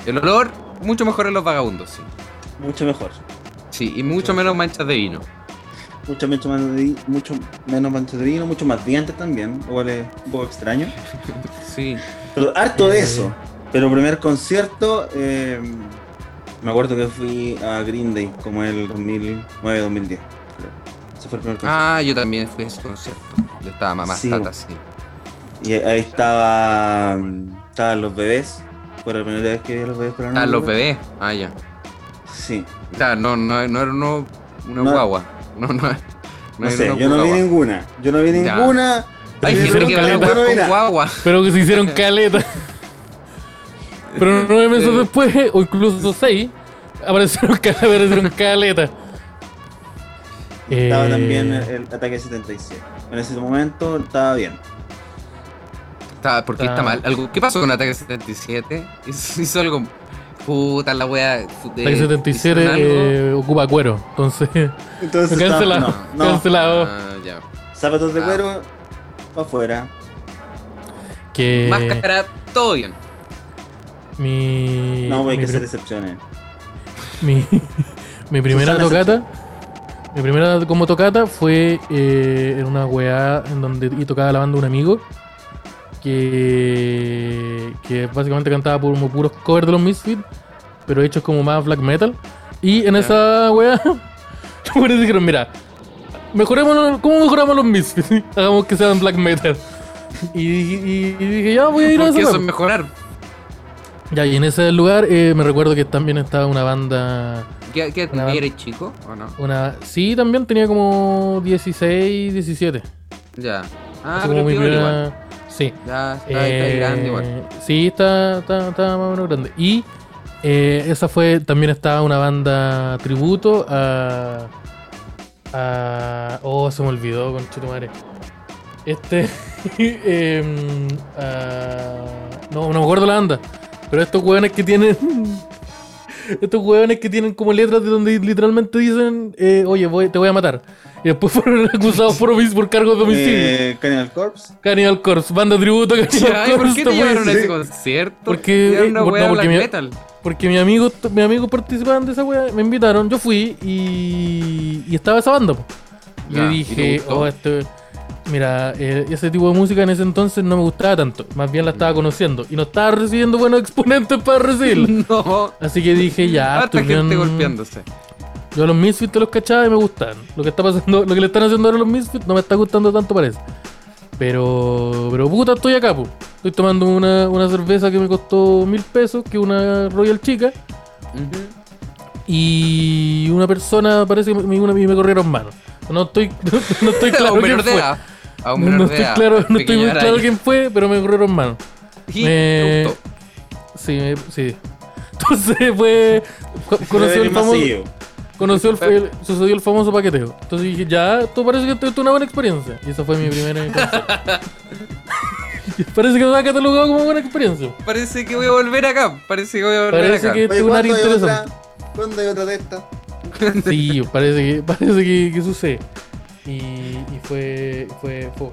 [SPEAKER 2] el olor mucho mejor en los vagabundos, sí.
[SPEAKER 1] Mucho mejor.
[SPEAKER 2] Sí, y mucho menos manchas de vino.
[SPEAKER 1] Mucho, mucho, más de- mucho menos manchas de vino, mucho más dientes también. Igual es un poco extraño.
[SPEAKER 2] Sí.
[SPEAKER 1] Pero harto
[SPEAKER 3] Eh.
[SPEAKER 1] de eso. Pero primer concierto, eh, me acuerdo que fui a Green Day como el 2009, 2010. creo. Ese fue el primer concierto.
[SPEAKER 2] Ah, yo también fui a ese concierto. Yo estaba mamá
[SPEAKER 1] Pues Sí. Ah,
[SPEAKER 2] tata, sí.
[SPEAKER 1] Y ahí estaba, mm, estaban los bebés. Fue la primera vez que vi a los bebés. pero no
[SPEAKER 2] Ah,
[SPEAKER 1] me
[SPEAKER 2] los
[SPEAKER 1] acuerdo.
[SPEAKER 2] bebés. Ah, ya.
[SPEAKER 1] Sí.
[SPEAKER 2] Claro, no, no, no era uno, una
[SPEAKER 1] No.
[SPEAKER 2] guagua. No, no, no,
[SPEAKER 1] No,
[SPEAKER 2] era
[SPEAKER 1] sé,
[SPEAKER 2] una
[SPEAKER 1] yo no vi
[SPEAKER 2] guagua.
[SPEAKER 1] ninguna. Yo no vi
[SPEAKER 2] Ya.
[SPEAKER 1] ninguna.
[SPEAKER 2] Hay
[SPEAKER 1] Yo
[SPEAKER 2] gente
[SPEAKER 1] no
[SPEAKER 2] que
[SPEAKER 1] vi
[SPEAKER 2] va a
[SPEAKER 1] ninguna,
[SPEAKER 2] jugar
[SPEAKER 1] no vi
[SPEAKER 2] con
[SPEAKER 1] nada.
[SPEAKER 2] guagua.
[SPEAKER 3] Pero que se hicieron caleta. Pero nueve meses
[SPEAKER 2] Sí.
[SPEAKER 3] después, o incluso seis, aparecieron, ca- aparecieron caleta.
[SPEAKER 1] Estaba
[SPEAKER 3] Eh,
[SPEAKER 1] también el, el ataque 77. En ese momento estaba bien.
[SPEAKER 2] Está, porque está
[SPEAKER 3] Está-
[SPEAKER 2] mal. Algo- ¿Qué pasó con Ataque 77? Hizo, hizo algo. Puta la wea. de-
[SPEAKER 1] eh,
[SPEAKER 3] el 77
[SPEAKER 2] hicieron algo.
[SPEAKER 3] eh, ocupa cuero, entonces.
[SPEAKER 1] Entonces, estaba-
[SPEAKER 3] cancelado.
[SPEAKER 1] no, no,
[SPEAKER 3] Cancelado.
[SPEAKER 2] Ah, ya.
[SPEAKER 1] zapatos de
[SPEAKER 2] Ah.
[SPEAKER 1] cuero, para afuera.
[SPEAKER 3] Que.
[SPEAKER 2] Máscara, todo bien.
[SPEAKER 3] Mi.
[SPEAKER 1] No, hay que
[SPEAKER 3] mi pri-
[SPEAKER 1] hacer excepciones.
[SPEAKER 3] mi, mi primera
[SPEAKER 1] Susana
[SPEAKER 3] tocata, mi primera como tocata fue eh, en una weá en donde y tocaba la banda un amigo que, que básicamente cantaba por como puros covers de los Misfits, pero hechos como más black metal. Y en
[SPEAKER 2] Ya.
[SPEAKER 3] esa weá, los weones dijeron, mira, mejoremos, ¿cómo mejoramos los Misfits? Hagamos que sean black metal. Y, y- y dije, ya voy a ir a esa
[SPEAKER 2] Porque eso
[SPEAKER 3] weá.
[SPEAKER 2] es mejorar.
[SPEAKER 3] Ya, y en ese lugar eh, me recuerdo que también estaba una banda
[SPEAKER 2] ¿Qué, qué
[SPEAKER 3] Una-
[SPEAKER 2] eres chico o no?
[SPEAKER 3] Una, sí, también tenía como 16, 17.
[SPEAKER 2] Ya. Ah, pero
[SPEAKER 3] Fue como mi
[SPEAKER 2] Ah, peor igual.
[SPEAKER 3] primera, Sí.
[SPEAKER 2] Ya está, está
[SPEAKER 3] Eh,
[SPEAKER 2] grande igual.
[SPEAKER 3] Sí, está, está, está más o menos grande. Y eh, esa fue, también estaba una banda tributo a. a oh, se me olvidó, con madre. Este. em, a- no, no me acuerdo la banda. Pero estos hueones que tienen. Estos hueones que tienen como letras de donde literalmente dicen, eh, oye, voy- te voy a matar. Y después fueron acusados por, homic- por cargos de homicidio.
[SPEAKER 1] Eh, Cannibal Corpse.
[SPEAKER 3] Cannibal Corpse, banda tributo a Cannibal
[SPEAKER 2] Ay, ¿por
[SPEAKER 3] Corpse,
[SPEAKER 2] qué
[SPEAKER 3] te
[SPEAKER 2] te
[SPEAKER 3] voy a
[SPEAKER 2] llevaron a
[SPEAKER 3] decir.
[SPEAKER 2] ese concierto?
[SPEAKER 3] pues. Porque-
[SPEAKER 2] Era una
[SPEAKER 3] eh,
[SPEAKER 2] wea
[SPEAKER 3] no, porque
[SPEAKER 2] black
[SPEAKER 3] mi-
[SPEAKER 2] metal.
[SPEAKER 3] Porque mi amigo, mi amigo participaban de esa wea, me invitaron, yo fui y, y estaba esa banda. po. Y
[SPEAKER 2] Ya,
[SPEAKER 3] yo
[SPEAKER 2] ¿y te
[SPEAKER 3] dije,
[SPEAKER 2] gustó?
[SPEAKER 3] oh, esto, mira, eh, ese tipo de música en ese entonces no me gustaba tanto, más bien la estaba conociendo y no estaba recibiendo buenos exponentes para recibirla.
[SPEAKER 2] No.
[SPEAKER 3] Así que dije, ya,
[SPEAKER 2] Harta
[SPEAKER 3] estuvieron-
[SPEAKER 2] gente golpeándose.
[SPEAKER 3] Yo a los Misfits los cachaba y me gustan. Lo que está pasando, lo que le están haciendo ahora a los Misfits no me está gustando tanto parece. Pero, pero puta, estoy acá, po. Estoy tomando una, una cerveza que me costó mil pesos, que es una Royal Chica.
[SPEAKER 2] Ujú.
[SPEAKER 3] Y una persona parece que me, una, y me corrieron manos. No estoy, no, estoy
[SPEAKER 2] a
[SPEAKER 3] claro
[SPEAKER 2] un
[SPEAKER 3] quién
[SPEAKER 2] menor de
[SPEAKER 3] fue.
[SPEAKER 2] edad. A un menor
[SPEAKER 3] No
[SPEAKER 2] de
[SPEAKER 3] estoy
[SPEAKER 2] edad.
[SPEAKER 3] claro, no estoy muy
[SPEAKER 2] Pequeño
[SPEAKER 3] claro
[SPEAKER 2] Araya.
[SPEAKER 3] quién fue, pero me corrieron manos.
[SPEAKER 2] Y
[SPEAKER 3] Eh,
[SPEAKER 2] Auto.
[SPEAKER 3] Sí, me- sí. Entonces fue. co-
[SPEAKER 1] Conocí
[SPEAKER 3] Conoció el famoso. Conoció el, el- sucedió el famoso paqueteo. Entonces dije, ya, esto parece que tuviste una buena experiencia. Y esa fue mi primera experiencia. parece que lo ha catalogado como buena experiencia.
[SPEAKER 2] Parece que voy a volver acá. Parece que voy a volver
[SPEAKER 3] Parece
[SPEAKER 2] acá.
[SPEAKER 3] que
[SPEAKER 1] Oye,
[SPEAKER 3] tuvo un área
[SPEAKER 1] ¿cuándo hay otra?
[SPEAKER 3] interesante.
[SPEAKER 1] ¿Cuándo hay otra de estas?
[SPEAKER 3] Sí, parece que, parece que, que sucede. Y, y fue, fue, fue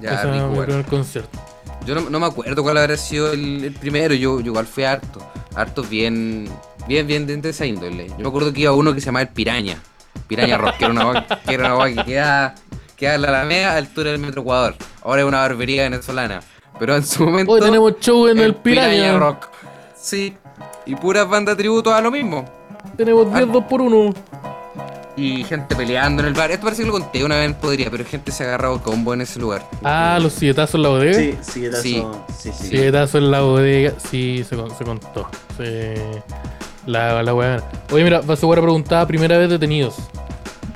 [SPEAKER 2] Ya,
[SPEAKER 3] ese
[SPEAKER 2] rico,
[SPEAKER 3] mi
[SPEAKER 2] bueno.
[SPEAKER 3] primer concierto.
[SPEAKER 2] Yo no, no me acuerdo cuál habrá sido el, el primero. Yo, yo igual fui harto. Harto bien. Bien, bien de, de esa índole. Yo me acuerdo que iba uno que se llamaba el Piraña. Piraña Rock, que era una gua- que, era una gua que queda, queda en la Alameda a altura del metro Ecuador. Ahora es una barbería venezolana. Pero en su momento.
[SPEAKER 3] Hoy tenemos show en el, Piraña.
[SPEAKER 2] Rock. Sí. Y puras bandas tributo a lo mismo.
[SPEAKER 3] Tenemos 10 2 por 1
[SPEAKER 2] Y gente peleando en el bar. Esto parece que lo conté una vez, podría, pero gente se ha agarrado combo en ese lugar.
[SPEAKER 3] Ah, los silletazos en la bodega.
[SPEAKER 1] Sí, sí, era
[SPEAKER 2] ¿Eh? Sí.
[SPEAKER 1] eso. Sí, sí.
[SPEAKER 2] Sí.
[SPEAKER 3] Pietazo en la bodega. Sí, se, con- se contó. Sí. La, la weá. Oye, mira, vas a jugar a preguntar primera vez detenidos.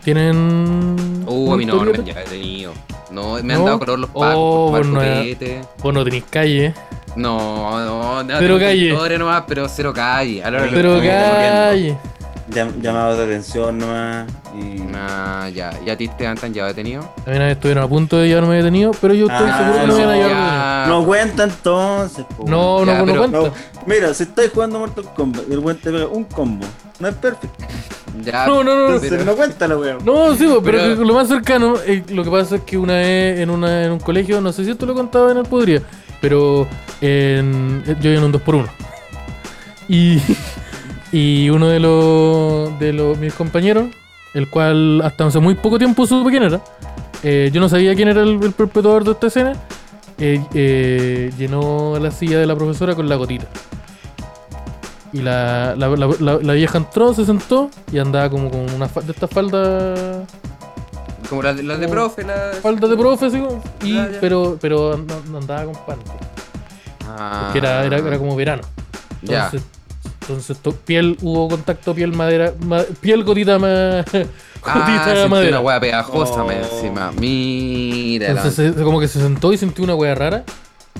[SPEAKER 3] ¿Tienen.
[SPEAKER 2] Uh, a mí no, no me
[SPEAKER 3] historieta?
[SPEAKER 2] han llegado detenido. No, me han
[SPEAKER 3] ¿No?
[SPEAKER 2] dado color los pacos,
[SPEAKER 3] Oh,
[SPEAKER 2] por jugar
[SPEAKER 3] bueno, ya.
[SPEAKER 2] juguete.
[SPEAKER 3] Vos no tenéis calle, eh.
[SPEAKER 2] No, no, no.
[SPEAKER 3] Cero
[SPEAKER 2] tengo
[SPEAKER 3] calle.
[SPEAKER 2] historia nomás, pero cero calle. A la hora de
[SPEAKER 3] Pero
[SPEAKER 2] los pacos,
[SPEAKER 3] calle.
[SPEAKER 1] Llam- llamado de atención nomás. Y...
[SPEAKER 2] corriendo. Nah, ya. ¿Y a ti te han te han llevado detenido?
[SPEAKER 3] A mí una vez estuvieron a punto de llevarme detenido, pero yo estoy
[SPEAKER 1] Ah,
[SPEAKER 3] seguro que no me van
[SPEAKER 1] no,
[SPEAKER 3] a llevar detenido.
[SPEAKER 2] ya.
[SPEAKER 1] No cuenta entonces, po.
[SPEAKER 2] Ya,
[SPEAKER 3] No, no, no
[SPEAKER 2] pero-
[SPEAKER 3] cuenta.
[SPEAKER 1] No, Mira, si estáis jugando Mortal Kombat y el weón te pega un combo, no es perfecto.
[SPEAKER 2] ya,
[SPEAKER 3] No, no, no, no.
[SPEAKER 1] Entonces,
[SPEAKER 2] pero-
[SPEAKER 1] no cuenta la weón.
[SPEAKER 3] No, sí, pues, pero,
[SPEAKER 2] Pero-
[SPEAKER 3] que lo más cercano, eh, lo que pasa es que una vez en, una, en un colegio, no sé si esto lo contaba en el Podría, pero en- eh, yo iba en un 2x1. Y, y uno de los de los mis compañeros, el cual hasta hace muy poco tiempo supe quién era, eh, yo no sabía quién era el, el perpetuador de esta escena, eh, eh, llenó la silla de la profesora con la gotita. Y la, la, la- la- la vieja entró, se sentó y andaba como con una fa- de estas faldas
[SPEAKER 2] Como las de, las de
[SPEAKER 3] Como-
[SPEAKER 2] profe, las.
[SPEAKER 3] falda de profe, sí, como- y,
[SPEAKER 2] Ya, ya.
[SPEAKER 3] pero, pero and- and- andaba con panty.
[SPEAKER 2] Ah,
[SPEAKER 3] Porque era, era, era como verano.
[SPEAKER 2] Ya.
[SPEAKER 3] Entonces, entonces to- piel, hubo contacto piel madera, ma- piel gotita más
[SPEAKER 2] Ah,
[SPEAKER 3] gotita
[SPEAKER 2] sentí
[SPEAKER 3] madera.
[SPEAKER 2] una hueá pegajosa
[SPEAKER 1] Oh.
[SPEAKER 2] me encima. Mira. la-
[SPEAKER 3] entonces se- se- como que se sentó y sentí una wea rara.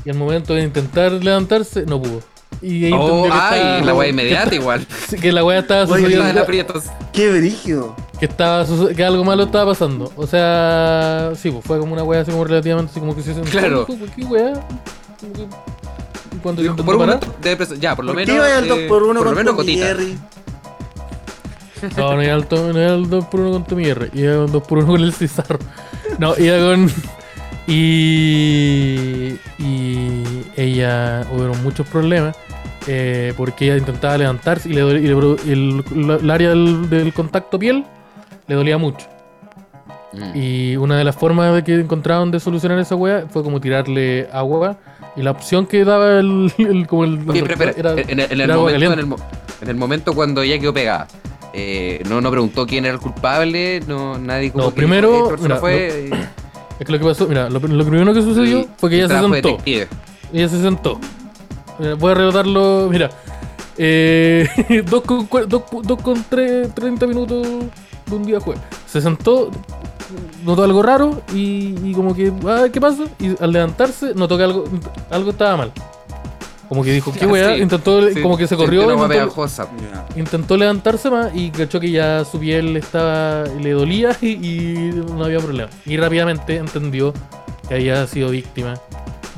[SPEAKER 3] Y al momento de intentar levantarse, no pudo. Y ahí
[SPEAKER 2] Oh,
[SPEAKER 3] entendió que
[SPEAKER 2] ay,
[SPEAKER 3] estaba-
[SPEAKER 2] la hueá
[SPEAKER 3] que
[SPEAKER 2] inmediata igual.
[SPEAKER 3] esta- Que la wea estaba
[SPEAKER 1] Oye,
[SPEAKER 3] sucediendo.
[SPEAKER 2] Las aprietos.
[SPEAKER 1] Qué brígido.
[SPEAKER 3] que estaba suce- que algo malo estaba pasando. O sea, sí, pues fue como una wea así como relativamente así como que se hizo en
[SPEAKER 2] Claro.
[SPEAKER 3] público, pues, ¿Qué wea? Como que- y Cuando se
[SPEAKER 2] Dijo,
[SPEAKER 3] intentó
[SPEAKER 2] por un
[SPEAKER 3] parar-
[SPEAKER 2] momento debe preso- Ya, por lo
[SPEAKER 1] ¿Por
[SPEAKER 2] menos.
[SPEAKER 1] qué iba al
[SPEAKER 2] eh,
[SPEAKER 1] 2x1 con
[SPEAKER 2] por lo menos
[SPEAKER 1] Tommy
[SPEAKER 2] gotita.
[SPEAKER 1] Jerry?
[SPEAKER 3] No, no era el, to- no era el 2x1 con Tommy R, iba el 2x1 con el Cizarro. No, iba con. Y. Y. Ella. Hubieron muchos problemas. eh, porque ella intentaba levantarse y, le dole- y le pro- y el, la- el área del, del contacto piel le dolía mucho.
[SPEAKER 2] Mm.
[SPEAKER 3] Y una de las formas de que encontraron de solucionar esa wea fue como tirarle agua. Y la opción que daba el. el- como el
[SPEAKER 2] Oye, espera, espera.
[SPEAKER 3] era-
[SPEAKER 2] en, en- en el
[SPEAKER 3] era agua
[SPEAKER 2] momento, en,
[SPEAKER 3] caliente.
[SPEAKER 2] el, mo- en el momento cuando ella quedó pegada, eh, no, no preguntó quién era el culpable, no, nadie como
[SPEAKER 3] No,
[SPEAKER 2] que
[SPEAKER 3] primero,
[SPEAKER 2] dijo, "Esta persona
[SPEAKER 3] mira,
[SPEAKER 2] fue. eh,
[SPEAKER 3] Es que lo que pasó, mira, lo, lo primero que sucedió
[SPEAKER 2] y-
[SPEAKER 3] fue que
[SPEAKER 2] y
[SPEAKER 3] ella se
[SPEAKER 2] trabajo de
[SPEAKER 3] sentó.
[SPEAKER 2] detective".
[SPEAKER 3] Ella se sentó. Eh, Voy a relatarlo. Mira. Eh, 2 con, cua- dos cu- dos con tres- 30 minutos de un día jueves. Se sentó. notó algo raro y, y como que, "Ah, a ver qué pasa. Y al levantarse, notó que algo, algo estaba mal. Como que dijo, qué
[SPEAKER 2] Ah,
[SPEAKER 3] weá,
[SPEAKER 2] sí.
[SPEAKER 3] intentó,
[SPEAKER 2] Sí,
[SPEAKER 3] como que se corrió.
[SPEAKER 2] sintió una hueá
[SPEAKER 3] intentó-
[SPEAKER 2] pegajosa. mm,
[SPEAKER 1] Ya.
[SPEAKER 3] Intentó levantarse más y cachó que ya su piel estaba, le dolía y, y no había problema. Y rápidamente entendió que había sido víctima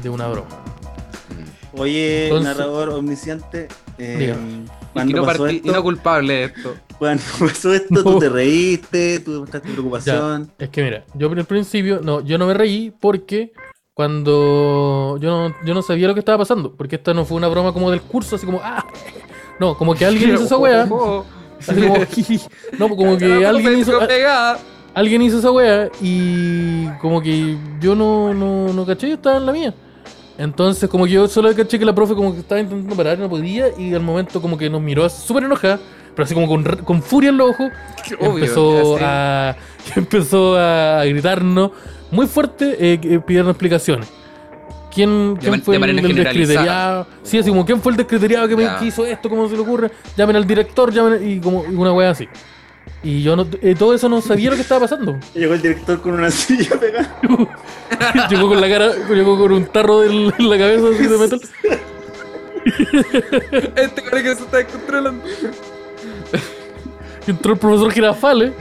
[SPEAKER 3] de una broma.
[SPEAKER 2] mm.
[SPEAKER 1] Oye,
[SPEAKER 3] Entonces-
[SPEAKER 1] narrador omnisciente, eh,
[SPEAKER 3] Dígame.
[SPEAKER 2] Y
[SPEAKER 1] cuando,
[SPEAKER 2] no,
[SPEAKER 1] pasó
[SPEAKER 2] partí- y
[SPEAKER 1] esto,
[SPEAKER 2] no culpable de esto.
[SPEAKER 1] cuando pasó esto,
[SPEAKER 3] No.
[SPEAKER 1] tú te reíste, tú mostraste preocupación.
[SPEAKER 3] Es que mira, yo al principio, no, yo no me reí porque cuando yo no, yo no sabía lo que estaba pasando, porque esta no fue una broma como del curso, así como, ah, no, como que alguien hizo esa wea.
[SPEAKER 2] Ojo,
[SPEAKER 3] así como, no, pues como que
[SPEAKER 2] ojo,
[SPEAKER 3] alguien
[SPEAKER 2] me
[SPEAKER 3] hizo,
[SPEAKER 2] entró pegada.
[SPEAKER 3] Alguien hizo esa wea y como que yo no, no, no caché, yo estaba en la mía. Entonces como que yo solo caché que la profe como que estaba intentando parar y no podía y al momento como que nos miró así súper enojada, pero así como con, re- con furia en los ojos,
[SPEAKER 2] Obvio,
[SPEAKER 3] empezó,
[SPEAKER 2] así.
[SPEAKER 3] a, empezó a gritarnos muy fuerte eh, que- pidiendo explicaciones. ¿Quién, quién
[SPEAKER 2] man-
[SPEAKER 3] fue
[SPEAKER 2] de manera
[SPEAKER 3] el
[SPEAKER 2] generalizada.
[SPEAKER 3] descriteriado? Sí, así como, ¿quién fue el descriteriado que, me,
[SPEAKER 2] Ya.
[SPEAKER 3] que hizo esto? ¿Cómo se le ocurre? Llamen al director, llamen y como y una wea así. Y yo no, eh, todo eso no sabía lo que estaba pasando.
[SPEAKER 1] Llegó el director con una silla pegada.
[SPEAKER 3] llegó con la cara, llegó con un tarro del- en la cabeza así de metal.
[SPEAKER 2] Este cara que se está descontrolando.
[SPEAKER 3] Entró el profesor Girafale.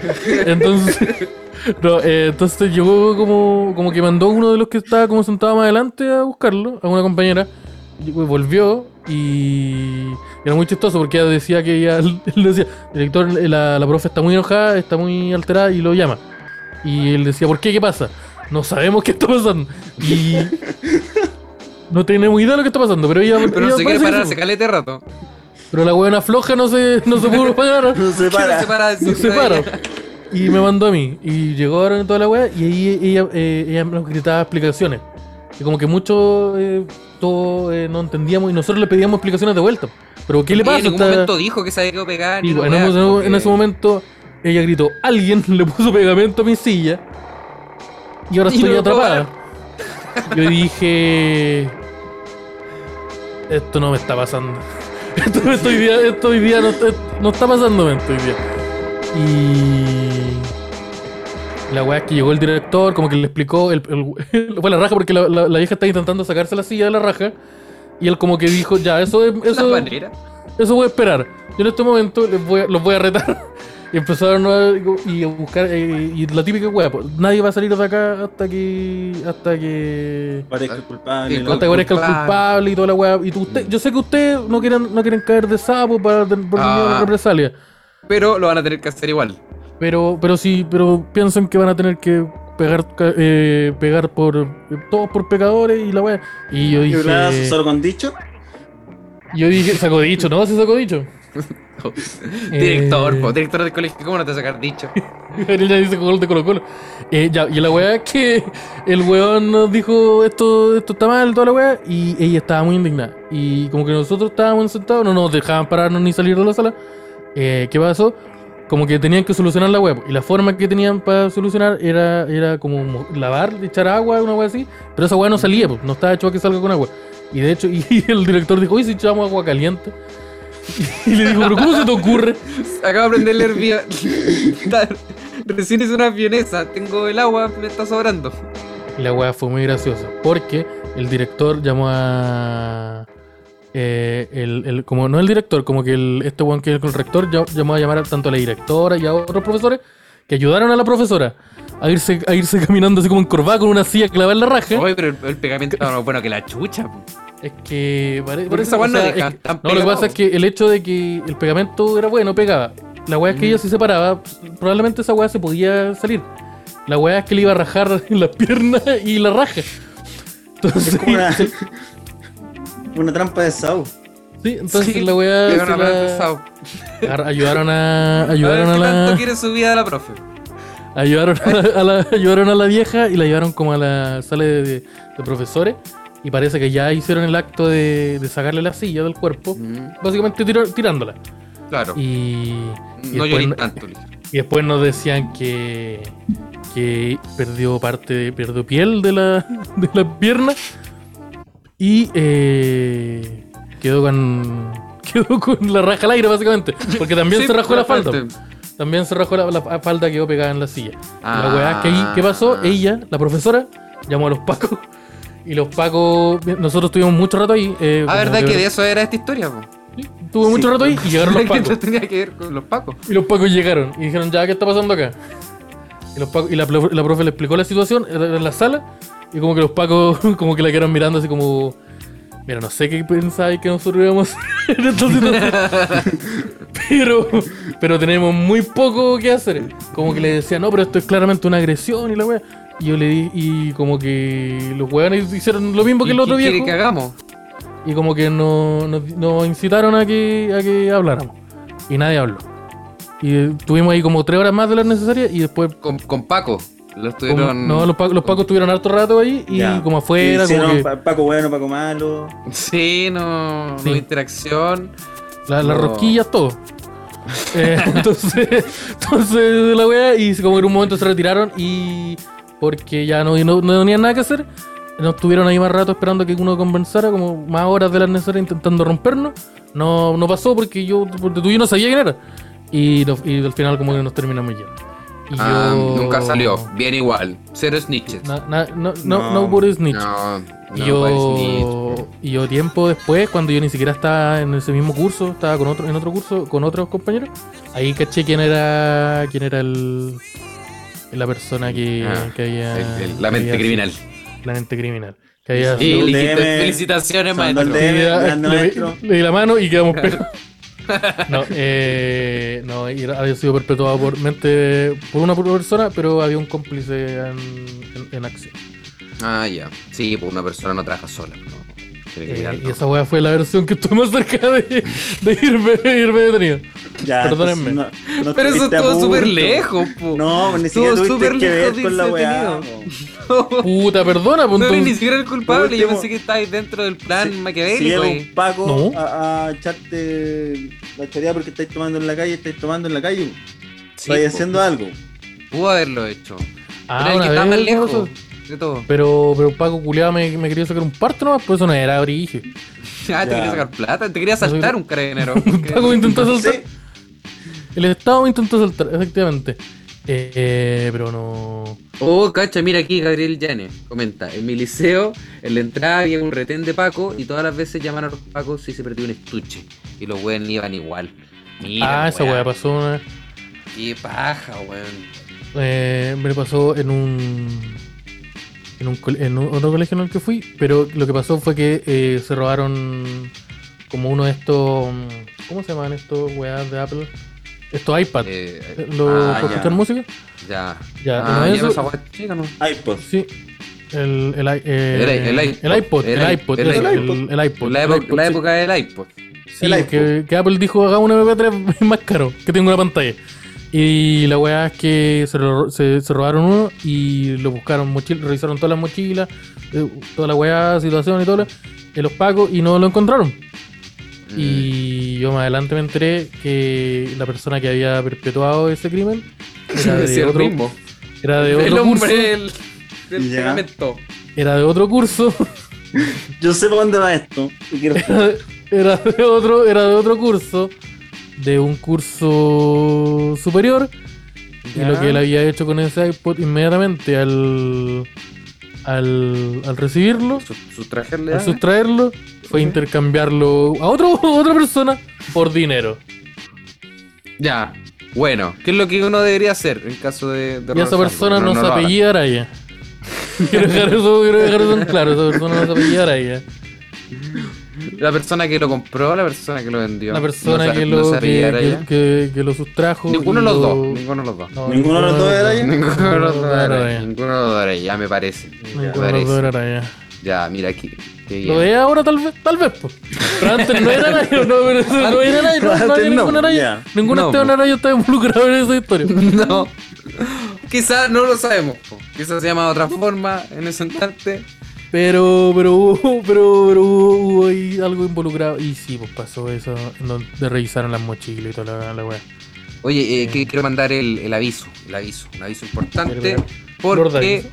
[SPEAKER 3] Entonces, no, eh, entonces llegó como, como que mandó uno de los que estaba como sentado más adelante a buscarlo, a una compañera. Y pues, volvió y era muy chistoso porque ella decía que ella, él decía, director, la, la profe está muy enojada, está muy alterada y lo llama. Y él decía, ¿por qué? ¿Qué pasa? No sabemos qué está pasando. Y no tenemos idea de lo que está pasando, pero ella...
[SPEAKER 2] Pero
[SPEAKER 3] ella
[SPEAKER 2] no se quiere
[SPEAKER 3] parece que
[SPEAKER 2] parar,
[SPEAKER 3] se-
[SPEAKER 2] se calete rato.
[SPEAKER 3] pero la buena floja no se, no se pudo parar.
[SPEAKER 1] No se
[SPEAKER 2] No se
[SPEAKER 1] para.
[SPEAKER 2] para de
[SPEAKER 3] No se
[SPEAKER 2] decir
[SPEAKER 3] paró.
[SPEAKER 2] nada.
[SPEAKER 3] Y me mandó a mí. Y llegó ahora toda la weá. Y ahí ella, eh, ella nos gritaba explicaciones. Y como que mucho eh, todo eh, no entendíamos. Y nosotros le pedíamos explicaciones de vuelta. Pero ¿qué le
[SPEAKER 2] Ella
[SPEAKER 3] pasa?
[SPEAKER 2] En ningún
[SPEAKER 3] Está-
[SPEAKER 2] momento dijo que se había quedado pegada. ni
[SPEAKER 3] y
[SPEAKER 2] una
[SPEAKER 3] bueno, en,
[SPEAKER 2] hueá,
[SPEAKER 3] ese-
[SPEAKER 2] como
[SPEAKER 3] en
[SPEAKER 2] que-
[SPEAKER 3] ese momento ella gritó, alguien le puso pegamento a mi silla. Y ahora
[SPEAKER 2] Y
[SPEAKER 3] estoy
[SPEAKER 2] no lo puedo
[SPEAKER 3] atrapada. Yo dije, esto no me está pasando. Esto, me estoy día, esto hoy día no, esto no está pasándome esto hoy día. Y la weá es que llegó el director, como que le explicó, el, el- fue la raja porque la, la- la vieja está intentando sacarse la silla de la raja. Y él como que dijo, ya, eso es...
[SPEAKER 2] Las
[SPEAKER 3] Eso,
[SPEAKER 2] maneras.
[SPEAKER 3] eso voy a esperar. Yo en este momento les voy a- los voy a retar. Y empezaron a, y a buscar. eh, y la típica hueá, pues, nadie va a salir de acá hasta que. hasta que.
[SPEAKER 1] Parezca culpable.
[SPEAKER 2] Sí,
[SPEAKER 1] la-
[SPEAKER 3] hasta que parezca el
[SPEAKER 2] culpable.
[SPEAKER 3] culpable y toda la hueá. Y tú- usted- yo sé que ustedes no quieren, no quieren caer de sapo para por miedo a
[SPEAKER 2] Ah.
[SPEAKER 3] la represalia.
[SPEAKER 2] Pero lo van a tener que hacer igual.
[SPEAKER 3] Eh. Pero, pero sí, pero piensan que van a tener que pegar ca- eh, pegar por. todos por pecadores y la hueá. Y yo
[SPEAKER 1] Y
[SPEAKER 3] dije.
[SPEAKER 1] nada, solo con dicho.
[SPEAKER 3] Yo dije, sacó dicho, ¿no? Sí, sacó dicho. Eh,
[SPEAKER 2] Director, po, director del colegio, ¿cómo no te sacas dicho?
[SPEAKER 3] Gabriel ya dice gol de Colo Colo. Eh, ya, y la weá es que el weón nos dijo esto, esto está mal, toda la weá, y ella estaba muy indignada. Y como que nosotros estábamos sentados, no nos dejaban pararnos ni salir de la sala. Eh, ¿Qué pasó? Como que tenían que solucionar la weá. po. Y la forma que tenían para solucionar era, era como mo- lavar, echar agua, una weá así. Pero esa weá no salía, po, no estaba hecho para que salga con agua. Y de hecho, y el director dijo, oye, si echamos agua caliente. Y le dijo, pero ¿cómo se te ocurre?
[SPEAKER 2] Acabo de aprender leer vía. Recién hice una vienesa, tengo el agua, me está sobrando.
[SPEAKER 3] Y la weá fue muy graciosa. Porque el director llamó a. eh, el, el- como no el director, como que el, este weón que es el rector ya- llamó a llamar a tanto a la directora y a otros profesores que ayudaron a la profesora a irse, a irse caminando así como encorvada con una silla clavada en la raja.
[SPEAKER 2] Oye, pero el, el pegamento estaba más bueno que la chucha. po.
[SPEAKER 3] Es que pare-
[SPEAKER 2] Pero
[SPEAKER 3] parece
[SPEAKER 2] esa weá no
[SPEAKER 3] es
[SPEAKER 2] deja
[SPEAKER 3] que-
[SPEAKER 2] tan
[SPEAKER 3] no, lo que
[SPEAKER 2] pegado.
[SPEAKER 3] pasa es que el hecho de que el pegamento era bueno, pegaba. La weá
[SPEAKER 2] Mm.
[SPEAKER 3] es que ella se separaba, probablemente esa weá se podía salir. La weá es que le iba a rajar las piernas y la raja. Entonces,
[SPEAKER 1] Es como una, una trampa de Sau.
[SPEAKER 3] sí, entonces
[SPEAKER 2] Sí,
[SPEAKER 3] la weá
[SPEAKER 2] le
[SPEAKER 3] se
[SPEAKER 2] van a
[SPEAKER 3] Ah, la-
[SPEAKER 2] haber empezado.
[SPEAKER 3] agar- ayudaron a. Ayudaron
[SPEAKER 2] a
[SPEAKER 3] a,
[SPEAKER 2] ver qué tanto
[SPEAKER 3] la.
[SPEAKER 2] quiere su vida la profe.
[SPEAKER 3] Ayudaron a la, a la- ayudaron a la vieja y la llevaron como a la sala de, de- de profesores. Y parece que ya hicieron el acto de, de sacarle la silla del cuerpo.
[SPEAKER 2] Mm.
[SPEAKER 3] Básicamente tiro- tirándola.
[SPEAKER 2] Claro.
[SPEAKER 3] Y, y
[SPEAKER 2] no
[SPEAKER 3] después,
[SPEAKER 2] lloré tanto, Lee.
[SPEAKER 3] y después nos decían que, que perdió parte, perdió piel de la, de la pierna y eh, quedó con quedó con la raja al aire básicamente, porque también
[SPEAKER 2] Sí,
[SPEAKER 3] se rajó la falda.
[SPEAKER 2] aparte.
[SPEAKER 3] También se rajó la, la falda que quedó pegada en la silla.
[SPEAKER 2] Ah.
[SPEAKER 3] La weá que ahí, ¿qué pasó? Ella, la profesora, llamó a los pacos. Y los pacos, nosotros estuvimos mucho rato ahí. eh,
[SPEAKER 2] Ah,
[SPEAKER 3] como
[SPEAKER 2] verdad que de
[SPEAKER 3] que
[SPEAKER 2] eso era esta historia, po.
[SPEAKER 3] Estuve mucho
[SPEAKER 1] Sí.
[SPEAKER 3] rato ahí y llegaron los
[SPEAKER 2] Que esto
[SPEAKER 3] pacos.
[SPEAKER 2] tenía que ver con los pacos.
[SPEAKER 3] Y los pacos llegaron y dijeron, ya, ¿qué está pasando acá? Y, los pacos- y la, profe- la profe le explicó la situación era en la sala y como que los pacos como que la quedaron mirando así como, mira, no sé qué pensáis que nosotros íbamos a hacer en esta situación". pero, pero tenemos muy poco que hacer. Como que le decía, no, pero esto es claramente una agresión y la wea. Y yo le di, y como que los weones hicieron lo mismo que
[SPEAKER 2] ¿Y
[SPEAKER 3] el otro
[SPEAKER 2] qué quiere
[SPEAKER 3] viejo.
[SPEAKER 2] que hagamos?
[SPEAKER 3] Y como que nos, nos, nos incitaron a que, a que habláramos. Y nadie habló. Y eh, tuvimos ahí como tres horas más de las necesarias y después...
[SPEAKER 2] Con, con Paco. Lo
[SPEAKER 3] como-
[SPEAKER 2] estuvieron.
[SPEAKER 3] no, los, pacos- los pacos estuvieron harto rato ahí y
[SPEAKER 1] Ya.
[SPEAKER 3] como afuera...
[SPEAKER 1] Hicieron
[SPEAKER 3] como que
[SPEAKER 1] pa- Paco bueno, Paco malo.
[SPEAKER 2] Sí, no.
[SPEAKER 3] Sí.
[SPEAKER 2] No interacción.
[SPEAKER 3] la- las
[SPEAKER 2] no.
[SPEAKER 3] rosquillas, todo. Eh, entonces, entonces la wea y como que en un momento se retiraron y porque ya no, no, no tenían nada que hacer, nos tuvieron ahí más rato esperando que uno conversara, como más horas de las necesarias intentando rompernos. No, no pasó porque yo, porque tú y yo no sabía quién era. Y, nos- y al final como que nos terminamos yendo. Y
[SPEAKER 2] Ah,
[SPEAKER 3] yo-
[SPEAKER 2] nunca salió. Bien igual. Cero snitches.
[SPEAKER 3] Na- na- no, no,
[SPEAKER 1] No.
[SPEAKER 3] no hubo snitch.
[SPEAKER 2] No,
[SPEAKER 3] Y
[SPEAKER 2] no pues,
[SPEAKER 3] yo,
[SPEAKER 2] fue snitch.
[SPEAKER 3] y yo tiempo después, cuando yo ni siquiera estaba en ese mismo curso, estaba con otro, en otro curso, con otros compañeros, ahí caché quién era quién era el la persona que,
[SPEAKER 2] Ah,
[SPEAKER 3] que había
[SPEAKER 2] El- el- la
[SPEAKER 3] que
[SPEAKER 2] mente
[SPEAKER 3] había-
[SPEAKER 2] criminal.
[SPEAKER 3] La mente criminal. Que había
[SPEAKER 1] Sí,
[SPEAKER 2] Y
[SPEAKER 1] Saludos,
[SPEAKER 2] licita-
[SPEAKER 1] DM.
[SPEAKER 2] felicitaciones,
[SPEAKER 1] Saludos,
[SPEAKER 2] maestro.
[SPEAKER 1] DM.
[SPEAKER 3] le-
[SPEAKER 1] grande
[SPEAKER 3] le,
[SPEAKER 1] maestro.
[SPEAKER 3] le di la mano y quedamos pegados. No, eh, no, y era- había sido perpetuado por mente por una persona, pero había un cómplice en, en- en acción.
[SPEAKER 2] Ah, ya. Sí, pues una persona no trabaja sola. ¿no? Tiene que
[SPEAKER 3] Eh,
[SPEAKER 2] mirarlo.
[SPEAKER 3] y esa weá fue la versión que estuve más cerca de, de irme, de irme detenido.
[SPEAKER 1] Ya,
[SPEAKER 3] Perdónenme.
[SPEAKER 1] entonces no- no
[SPEAKER 2] Pero eso
[SPEAKER 1] estuviste a
[SPEAKER 2] estuvo
[SPEAKER 1] punto.
[SPEAKER 2] súper lejos, po.
[SPEAKER 1] No, pues, ni
[SPEAKER 2] Estuvo
[SPEAKER 1] siquiera
[SPEAKER 2] súper
[SPEAKER 1] tuviste que
[SPEAKER 2] lejos
[SPEAKER 1] ver
[SPEAKER 2] de
[SPEAKER 1] con la
[SPEAKER 2] irse
[SPEAKER 1] weá. pues.
[SPEAKER 2] detenido.
[SPEAKER 1] po.
[SPEAKER 3] Puta, perdona, pues,
[SPEAKER 2] No
[SPEAKER 3] punto.
[SPEAKER 2] eres ni siquiera el culpable. Yo
[SPEAKER 1] Último-
[SPEAKER 2] pensé que estabais dentro del plan
[SPEAKER 1] Si llega
[SPEAKER 2] maquiavélico.
[SPEAKER 1] un
[SPEAKER 2] y-
[SPEAKER 1] Paco
[SPEAKER 3] No.
[SPEAKER 1] a, a echarte la choría porque estáis tomando en la calle, estáis tomando en la calle,
[SPEAKER 2] Sí,
[SPEAKER 1] estáis
[SPEAKER 2] po.
[SPEAKER 1] haciendo algo.
[SPEAKER 2] Pudo haberlo hecho.
[SPEAKER 3] Ah,
[SPEAKER 2] Era el
[SPEAKER 3] una
[SPEAKER 2] que está
[SPEAKER 3] vez,
[SPEAKER 2] más
[SPEAKER 3] eso.
[SPEAKER 2] lejos de todo.
[SPEAKER 3] Pero, pero Paco culiado me, me quería sacar un parto nomás, pues eso no era origen.
[SPEAKER 2] Ah, te
[SPEAKER 1] Ya.
[SPEAKER 2] quería sacar plata, te quería
[SPEAKER 3] soy-
[SPEAKER 2] saltar un carabinero.
[SPEAKER 3] Paco me intentó
[SPEAKER 1] Sí,
[SPEAKER 3] saltar. El Estado me intentó saltar, efectivamente. Eh, eh, pero no.
[SPEAKER 2] Oh, cacha, mira aquí Gabriel Llanes. Comenta, en mi liceo, en la entrada había un retén de Paco y todas las veces llamaron a los Pacos si se perdió un estuche. Y los weones iban igual. Mira,
[SPEAKER 3] ah, esa
[SPEAKER 2] weá.
[SPEAKER 3] weá pasó una.
[SPEAKER 2] Qué paja, weón.
[SPEAKER 3] Eh, me pasó en un, en un col- en un- otro colegio en el que fui, pero lo que pasó fue que eh, se robaron como uno de estos, mm, ¿cómo se llaman estos weas de Apple? Estos iPads,
[SPEAKER 2] Eh,
[SPEAKER 3] eh, los
[SPEAKER 2] ah,
[SPEAKER 3] para
[SPEAKER 2] ya,
[SPEAKER 3] escuchar música.
[SPEAKER 2] Ya.
[SPEAKER 3] Ya,
[SPEAKER 2] Ah,
[SPEAKER 3] en
[SPEAKER 2] ya
[SPEAKER 3] eso-
[SPEAKER 2] esa weá chica, ¿no?
[SPEAKER 1] iPod.
[SPEAKER 3] Sí. El, el, i- eh,
[SPEAKER 2] El i- el iPod.
[SPEAKER 3] el iPod, el
[SPEAKER 2] El
[SPEAKER 3] iPod,
[SPEAKER 2] i-
[SPEAKER 3] eso,
[SPEAKER 1] el
[SPEAKER 3] el- el iPod,
[SPEAKER 2] La,
[SPEAKER 3] el
[SPEAKER 2] época-
[SPEAKER 3] iPod,
[SPEAKER 2] la
[SPEAKER 3] Pues sí.
[SPEAKER 2] época del iPod.
[SPEAKER 3] Sí,
[SPEAKER 1] El
[SPEAKER 3] que, que Apple dijo, haga una MP3 más caro, que tengo una pantalla. Y la weá es que se, lo- se, se robaron uno y lo buscaron, mochil- revisaron todas las mochilas, eh, toda la weá, situación y todo, lo- de los pacos y no lo encontraron. Y
[SPEAKER 2] Mm.
[SPEAKER 3] yo más adelante me enteré que la persona que había perpetuado ese crimen era
[SPEAKER 2] Mm. Sí,
[SPEAKER 3] de
[SPEAKER 2] el
[SPEAKER 3] otro,
[SPEAKER 2] mismo.
[SPEAKER 3] era de
[SPEAKER 2] El
[SPEAKER 3] otro curso,
[SPEAKER 2] hombre del, del
[SPEAKER 1] Ya.
[SPEAKER 2] pegamento.
[SPEAKER 3] era de otro curso,
[SPEAKER 1] Yo sé para dónde va esto. Y quiero...
[SPEAKER 3] era de otro, era de otro curso, de un curso superior. Y lo que él había hecho con ese iPod inmediatamente al, al, al recibirlo,
[SPEAKER 2] Su, sustraerle
[SPEAKER 3] al
[SPEAKER 2] a-
[SPEAKER 3] sustraerlo, fue
[SPEAKER 2] Ok.
[SPEAKER 3] intercambiarlo a otro, a otra persona por dinero.
[SPEAKER 2] Ya. Bueno, ¿qué es lo que uno debería hacer en caso de, de
[SPEAKER 3] Y esa
[SPEAKER 2] robar
[SPEAKER 3] persona
[SPEAKER 2] algo?
[SPEAKER 3] no, se
[SPEAKER 2] lo hagan.
[SPEAKER 3] apellida Araya. Quiero dejar eso, quiero dejar eso en claro, esa persona no se apellida Araya.
[SPEAKER 2] La persona que lo compró, la persona que lo vendió.
[SPEAKER 3] La persona
[SPEAKER 2] No se-
[SPEAKER 3] que,
[SPEAKER 2] no
[SPEAKER 3] lo,
[SPEAKER 2] se
[SPEAKER 3] que,
[SPEAKER 2] apellidara
[SPEAKER 3] que-
[SPEAKER 2] ya.
[SPEAKER 3] que- que lo sustrajo.
[SPEAKER 2] Ninguno
[SPEAKER 3] y
[SPEAKER 2] de los
[SPEAKER 3] lo-
[SPEAKER 2] dos. Ninguno de los dos.
[SPEAKER 3] No,
[SPEAKER 1] ¿Ninguno de los dos era Araya?
[SPEAKER 2] Ninguno de los dos
[SPEAKER 3] era
[SPEAKER 2] era.
[SPEAKER 3] Araya.
[SPEAKER 2] Ninguno de los dos era, ya me parece. Me
[SPEAKER 3] Ninguno de los dos
[SPEAKER 2] parece.
[SPEAKER 3] era Araya.
[SPEAKER 2] Ya, mira aquí. Qué
[SPEAKER 3] Lo
[SPEAKER 2] bien.
[SPEAKER 3] de ahora tal vez, tal vez, pues. Pero antes no era nadie, no, pero eso no era nadie, no,
[SPEAKER 1] Antes
[SPEAKER 3] no había
[SPEAKER 1] no,
[SPEAKER 3] ninguna nadie.
[SPEAKER 1] ya.
[SPEAKER 3] Ningún
[SPEAKER 2] No,
[SPEAKER 3] Esteban
[SPEAKER 2] po.
[SPEAKER 3] Araya está involucrado en esa historia.
[SPEAKER 2] No. Quizás no lo sabemos. po. Quizás se llama de otra forma en ese instante.
[SPEAKER 3] Pero, pero hubo, pero, pero hubo, hubo ahí algo involucrado. Y sí, pues pasó eso, en donde revisaron las mochilas y toda la, la weá.
[SPEAKER 2] Oye, eh,
[SPEAKER 3] Sí.
[SPEAKER 2] que quiero mandar el, el aviso, el aviso, un aviso importante.
[SPEAKER 3] Pero,
[SPEAKER 2] Porque.
[SPEAKER 3] ¿flor de aviso?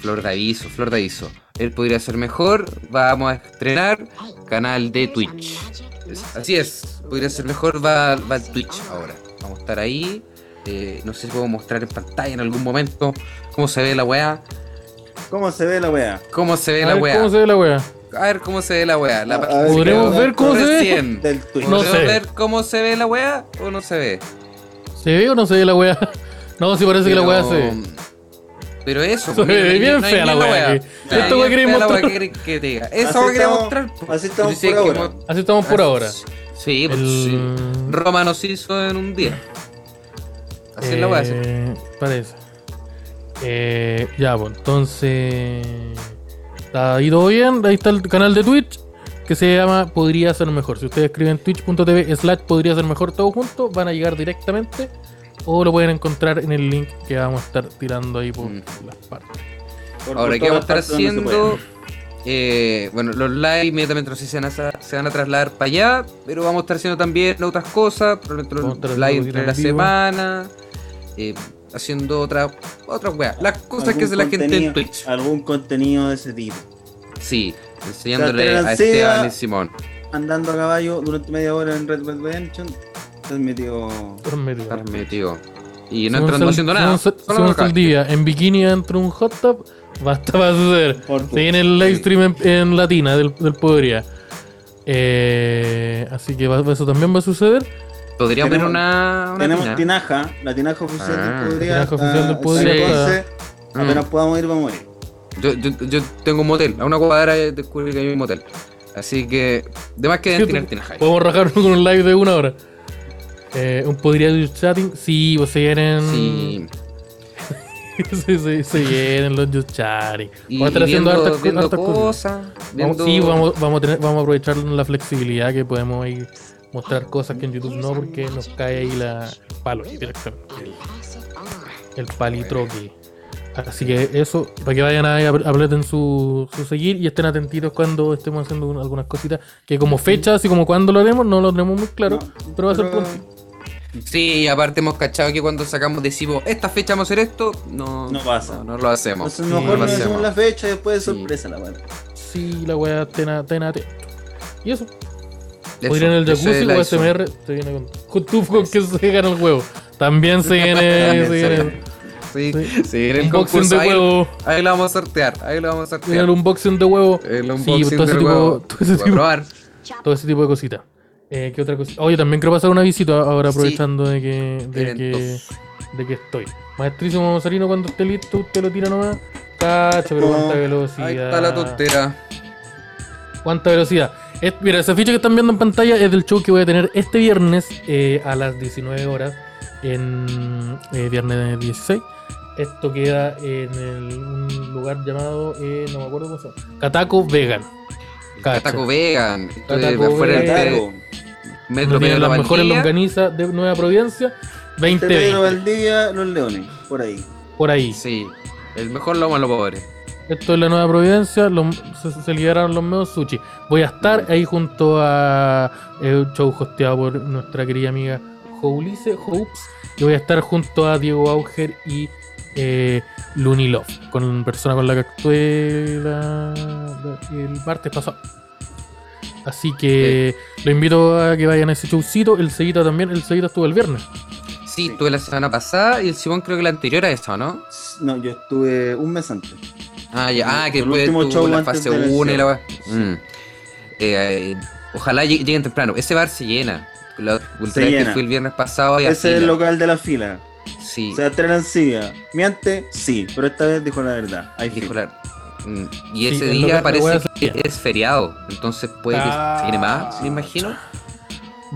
[SPEAKER 2] Flor de aviso, flor de aviso. Él podría ser mejor. Vamos a estrenar canal de Twitch. Es- así es, podría ser mejor. Va, va a Twitch ahora. Vamos a estar ahí. Eh, no sé si puedo mostrar en pantalla en algún momento cómo se ve la weá.
[SPEAKER 1] ¿Cómo se ve la wea?
[SPEAKER 2] ¿Cómo se ve
[SPEAKER 3] A
[SPEAKER 2] la
[SPEAKER 3] ver,
[SPEAKER 2] weá?
[SPEAKER 3] ¿Cómo se ve la wea?
[SPEAKER 2] A ver cómo se ve la weá. La
[SPEAKER 1] A- a
[SPEAKER 2] página
[SPEAKER 1] ver,
[SPEAKER 3] Ah, ¿Podremos
[SPEAKER 2] quedó
[SPEAKER 3] ver cómo se ve?
[SPEAKER 2] recién.
[SPEAKER 1] Del Twitch.
[SPEAKER 3] No
[SPEAKER 2] ¿Podemos
[SPEAKER 3] sé.
[SPEAKER 2] ver cómo se ve la weá o no se ve?
[SPEAKER 3] ¿Se ve o no se ve la wea? No, sí parece que la wea se ve.
[SPEAKER 2] Pero eso, pues,
[SPEAKER 3] Se
[SPEAKER 2] mira,
[SPEAKER 3] ve
[SPEAKER 2] no-
[SPEAKER 3] bien
[SPEAKER 2] no hay
[SPEAKER 3] fea
[SPEAKER 2] ni
[SPEAKER 3] la
[SPEAKER 2] una
[SPEAKER 3] wea
[SPEAKER 2] wea.
[SPEAKER 3] aquí.
[SPEAKER 2] Ya,
[SPEAKER 3] Esta wea
[SPEAKER 2] bien fea
[SPEAKER 3] queréis
[SPEAKER 2] la wea
[SPEAKER 3] mostrar.
[SPEAKER 2] que queréis que te diga.
[SPEAKER 1] Así
[SPEAKER 2] Esa wea quería
[SPEAKER 1] estamos-
[SPEAKER 2] mostrar. pues. po.
[SPEAKER 1] así estamos
[SPEAKER 2] Yo sé
[SPEAKER 1] por
[SPEAKER 2] que
[SPEAKER 1] ahora.
[SPEAKER 2] mo-
[SPEAKER 3] Así estamos por ahora.
[SPEAKER 2] Sí, pues,
[SPEAKER 3] El-
[SPEAKER 2] sí. Roma nos hizo en un día. Así es la wea. sí.
[SPEAKER 3] Eh, Parece. Eh, ya, pues entonces. ¿Está ahí todo bien? Ahí está el canal de Twitch que se llama Podría ser mejor. Si ustedes escriben twitch.tv slash podría ser mejor todo junto, van a llegar directamente. O lo pueden encontrar en el link que vamos a estar tirando ahí por
[SPEAKER 2] Mm.
[SPEAKER 3] las partes.
[SPEAKER 1] Por-
[SPEAKER 2] Ahora,
[SPEAKER 1] por
[SPEAKER 2] ¿qué vamos a estar
[SPEAKER 1] todas partes donde se puede.
[SPEAKER 2] haciendo? Eh, bueno, los live inmediatamente no sé si se van, a, se van a trasladar para allá, pero vamos a estar haciendo también otras cosas, probablemente
[SPEAKER 3] Vamos a estar
[SPEAKER 2] los
[SPEAKER 3] haciendo
[SPEAKER 2] live entre la
[SPEAKER 3] cositas en vivo.
[SPEAKER 2] semana, eh, haciendo otras otras weas, las cosas que
[SPEAKER 1] Algún
[SPEAKER 2] hace la gente en
[SPEAKER 1] contenido-
[SPEAKER 2] Twitch.
[SPEAKER 1] Algún contenido de ese tipo.
[SPEAKER 2] Sí, enseñándole
[SPEAKER 1] Catedral
[SPEAKER 2] a
[SPEAKER 1] Seba.
[SPEAKER 2] Esteban y Simón.
[SPEAKER 1] Andando a caballo durante media hora en Red Dead Redemption. Transmitido.
[SPEAKER 3] Dormir.
[SPEAKER 2] Estarme, tío. Y no
[SPEAKER 3] Según
[SPEAKER 2] entrando
[SPEAKER 3] Sol-
[SPEAKER 2] haciendo nada.
[SPEAKER 3] según Sol-
[SPEAKER 2] solo
[SPEAKER 3] según
[SPEAKER 2] acá.
[SPEAKER 3] Saldivia, en bikini dentro de un hot tub, basta para suceder.
[SPEAKER 1] Por
[SPEAKER 3] Se viene el live stream en, en latina del, del Podría. Eh, así que va- eso también va a suceder.
[SPEAKER 2] Podríamos ver
[SPEAKER 1] Tenemos-
[SPEAKER 2] una. una
[SPEAKER 1] Tenemos
[SPEAKER 2] tina.
[SPEAKER 1] tinaja, la tinaja oficial
[SPEAKER 2] Ah.
[SPEAKER 1] del Podría.
[SPEAKER 3] Tinaja oficial del Mm.
[SPEAKER 1] hasta-
[SPEAKER 3] Podría.
[SPEAKER 1] hasta
[SPEAKER 3] Sí.
[SPEAKER 1] entonces, Apenas podamos ir, vamos a ir.
[SPEAKER 2] Yo, yo, yo tengo un motel. A una cuadra descubrí que hay un motel. Así que. De más que deben tener tinaja ahí.
[SPEAKER 3] Podemos rajarnos con un live de una hora. Eh, un Podría de Just Chatting. Sí, pues se vienen.
[SPEAKER 2] Sí.
[SPEAKER 3] se, se- se vienen los Just Chatting.
[SPEAKER 2] Y,
[SPEAKER 3] Vamos a estar
[SPEAKER 2] y viendo,
[SPEAKER 3] haciendo hartas, co-
[SPEAKER 2] viendo
[SPEAKER 3] hartas cosas.
[SPEAKER 2] cosas.
[SPEAKER 3] Vamos,
[SPEAKER 2] viendo-
[SPEAKER 3] sí, vamos, vamos, a tener, vamos a aprovechar la flexibilidad que podemos ahí mostrar cosas que en YouTube no, porque nos cae ahí la, el palo ahí directamente. el palitroque. Así que eso, para que vayan ahí, apl- aprieten su, su seguir y estén atentitos cuando estemos haciendo un- algunas cositas. Que como fechas y como cuándo lo haremos, no lo tenemos muy claro.
[SPEAKER 1] No,
[SPEAKER 3] pero va a ser pronto.
[SPEAKER 2] Sí, y aparte hemos cachado que cuando sacamos decimos, esta fecha vamos a hacer esto, no,
[SPEAKER 1] No pasa.
[SPEAKER 2] No, no lo hacemos.
[SPEAKER 1] Entonces,
[SPEAKER 3] Sí,
[SPEAKER 1] mejor nos
[SPEAKER 2] lo
[SPEAKER 1] hacemos
[SPEAKER 2] hacemos.
[SPEAKER 1] la fecha y después de
[SPEAKER 2] Sí.
[SPEAKER 1] sorpresa la verdad.
[SPEAKER 3] Sí, la weá, estén a- estén atentos. Y eso,
[SPEAKER 2] Eso,
[SPEAKER 3] podrían en el
[SPEAKER 2] eso es
[SPEAKER 3] jacuzzi
[SPEAKER 2] la
[SPEAKER 3] o
[SPEAKER 2] ISO.
[SPEAKER 3] SMR. Se viene con, con tu con que se gana el huevo. También se viene. se viene
[SPEAKER 2] Sí,
[SPEAKER 3] Sí.
[SPEAKER 2] sí, en el
[SPEAKER 3] unboxing
[SPEAKER 2] concurso
[SPEAKER 3] de
[SPEAKER 2] ahí,
[SPEAKER 3] huevo.
[SPEAKER 2] ahí lo vamos a sortear, ahí lo vamos a
[SPEAKER 3] Viene
[SPEAKER 2] sortear.
[SPEAKER 3] el unboxing de huevo.
[SPEAKER 2] El
[SPEAKER 3] Sí, pues,
[SPEAKER 2] unboxing
[SPEAKER 3] todo ese
[SPEAKER 2] del
[SPEAKER 3] tipo-
[SPEAKER 2] huevo.
[SPEAKER 3] todo
[SPEAKER 2] Lo
[SPEAKER 3] ese
[SPEAKER 2] voy a
[SPEAKER 3] tipo-
[SPEAKER 2] probar.
[SPEAKER 3] todo ese tipo de cositas. Eh, ¿Qué otra cosa? Oye, también quiero pasar una visita ahora
[SPEAKER 2] Sí.
[SPEAKER 3] aprovechando de que de que,
[SPEAKER 2] Eventos.
[SPEAKER 3] de que estoy. Maestrísimo Mozarino, cuando esté listo, usted lo tira nomás. Cacho, pero cuánta
[SPEAKER 1] Oh,
[SPEAKER 3] velocidad.
[SPEAKER 2] Ahí está la tontera.
[SPEAKER 3] Cuánta velocidad. Es- mira, ese ficha que están viendo en pantalla es del show que voy a tener este viernes eh, a las 19 horas. En eh, viernes 16. Esto queda en el- un lugar llamado, eh, no me acuerdo cómo se llama. Cataco Vegan. Cacho.
[SPEAKER 2] Cataco Vegan. Esto es
[SPEAKER 3] Cataco
[SPEAKER 2] afuera del
[SPEAKER 1] Claro.
[SPEAKER 2] metro
[SPEAKER 3] Donde
[SPEAKER 2] Pedro
[SPEAKER 3] tienen las mejores
[SPEAKER 2] Valdivia.
[SPEAKER 3] longanizas de Nueva Providencia. 20
[SPEAKER 1] Pedro Valdivia, los leones, por ahí.
[SPEAKER 3] por ahí.
[SPEAKER 2] Sí, el mejor lomo a los pobres.
[SPEAKER 3] Esto es la Nueva Providencia, los- se, se liberaron los meos sushi. Voy a estar ahí junto a eh, un show hosteado por nuestra querida amiga Joulice Hopes. Y voy a estar junto a Diego Auger y eh, Looney Love, con persona con la que actué la- la- el martes pasado. Así que lo invito a que vayan a ese showcito. El Seguita también, el Seguita estuvo el viernes.
[SPEAKER 2] Sí,
[SPEAKER 1] Sí.
[SPEAKER 2] tuve la semana pasada y el Simón creo que la anterior a esa, ¿no?
[SPEAKER 1] No, yo estuve un mes antes.
[SPEAKER 2] Ah, ya, ah, que
[SPEAKER 1] El
[SPEAKER 2] fue
[SPEAKER 1] último
[SPEAKER 2] tu-
[SPEAKER 1] show
[SPEAKER 2] la
[SPEAKER 1] antes
[SPEAKER 2] fase
[SPEAKER 1] de la
[SPEAKER 2] 1 y la weá.
[SPEAKER 1] elección.
[SPEAKER 2] Mm. Eh, eh, ojalá llegue- lleguen temprano. Ese bar se llena. La
[SPEAKER 1] Se
[SPEAKER 2] última vez que
[SPEAKER 1] llena.
[SPEAKER 2] fui el viernes pasado. había
[SPEAKER 1] Ese es el
[SPEAKER 2] fila.
[SPEAKER 1] local de la fila.
[SPEAKER 2] Sí.
[SPEAKER 1] O sea, Trenancibia. Miente, sí, pero esta vez dijo la verdad. Ahí
[SPEAKER 2] Dijo
[SPEAKER 1] fila.
[SPEAKER 2] la- Mm, Y
[SPEAKER 3] Sí,
[SPEAKER 2] ese
[SPEAKER 3] el
[SPEAKER 2] día
[SPEAKER 3] local- la wea
[SPEAKER 2] parece
[SPEAKER 3] se
[SPEAKER 2] que
[SPEAKER 3] llena.
[SPEAKER 2] es feriado, entonces puede que
[SPEAKER 3] Ah.
[SPEAKER 2] se llene más, me imagino.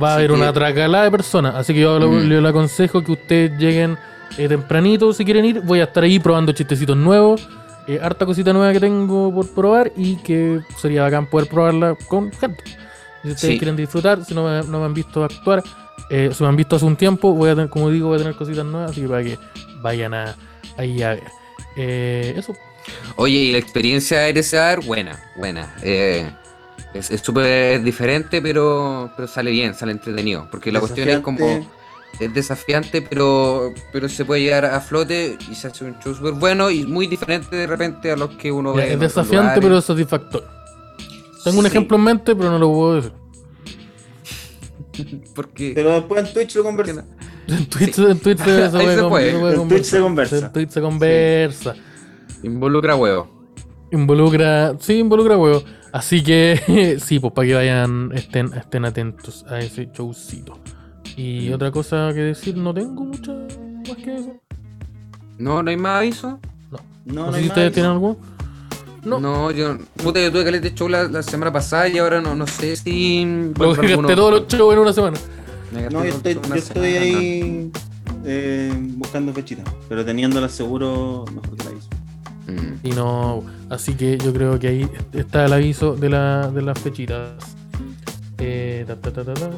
[SPEAKER 3] Va a
[SPEAKER 2] Así
[SPEAKER 3] haber
[SPEAKER 2] que-
[SPEAKER 3] una tracalada de personas, así que yo le,
[SPEAKER 2] Mm.
[SPEAKER 3] yo le aconsejo que ustedes lleguen eh, tempranito si quieren ir. Voy a estar ahí probando chistecitos nuevos, eh, harta cosita nueva que tengo por probar y que sería bacán poder probarla con gente. Si ustedes
[SPEAKER 2] Sí.
[SPEAKER 3] quieren disfrutar, si no me, no me han visto actuar, eh, si me han visto hace un tiempo, voy a tener, como digo, voy a tener cositas nuevas, así que para que vayan a, ahí a ver. Eh, eso.
[SPEAKER 2] Oye, y la experiencia de ese bar, buena, buena. Eh, es es súper diferente, pero, pero sale bien, sale entretenido. Porque la cuestión es como.
[SPEAKER 1] Desafiante.
[SPEAKER 2] Es desafiante, pero, pero se puede llegar a flote y se hace un show súper bueno y muy diferente de repente a los que uno ve.
[SPEAKER 3] Ya,
[SPEAKER 2] en
[SPEAKER 3] es
[SPEAKER 2] otros
[SPEAKER 3] desafiante,
[SPEAKER 2] lugares.
[SPEAKER 3] pero es satisfactorio. Tengo un
[SPEAKER 1] Sí.
[SPEAKER 3] ejemplo en mente, pero no lo puedo decir.
[SPEAKER 2] Porque.
[SPEAKER 1] Pero después en Twitch lo
[SPEAKER 2] porque
[SPEAKER 1] conversé.
[SPEAKER 2] no-
[SPEAKER 3] En Twitch, en Twitch se,
[SPEAKER 2] Ahí se puede.
[SPEAKER 3] puede
[SPEAKER 1] En
[SPEAKER 3] conversar.
[SPEAKER 1] Twitch se conversa.
[SPEAKER 3] En Twitch se conversa.
[SPEAKER 2] Involucra huevo.
[SPEAKER 3] Involucra, sí, involucra huevo. Así que sí, pues para que vayan, estén, estén atentos a ese showcito. Y
[SPEAKER 2] Mm.
[SPEAKER 3] otra cosa que decir, no tengo mucha más que eso.
[SPEAKER 2] No, no hay más aviso.
[SPEAKER 3] No,
[SPEAKER 1] No,
[SPEAKER 3] sé
[SPEAKER 1] hay
[SPEAKER 3] Pues si
[SPEAKER 1] más.
[SPEAKER 3] ustedes tienen algo. No.
[SPEAKER 2] No. yo. Puta, yo tuve caleta de show la, la semana pasada y ahora no, no sé si.
[SPEAKER 3] Lo
[SPEAKER 2] vuelvo
[SPEAKER 3] que
[SPEAKER 2] alguno.
[SPEAKER 3] gasté todos los shows en una semana.
[SPEAKER 2] Me gasté
[SPEAKER 1] No, yo
[SPEAKER 2] todo-
[SPEAKER 1] estoy,
[SPEAKER 2] toda
[SPEAKER 1] yo
[SPEAKER 2] una
[SPEAKER 1] estoy
[SPEAKER 2] semana.
[SPEAKER 1] ahí eh, buscando fechitas, pero teniéndola seguro, mejor que la hizo.
[SPEAKER 2] Mm.
[SPEAKER 3] Y no, así que yo creo que ahí está el aviso de, la, de las fechitas. Eh, ta, ta, ta, ta, ta.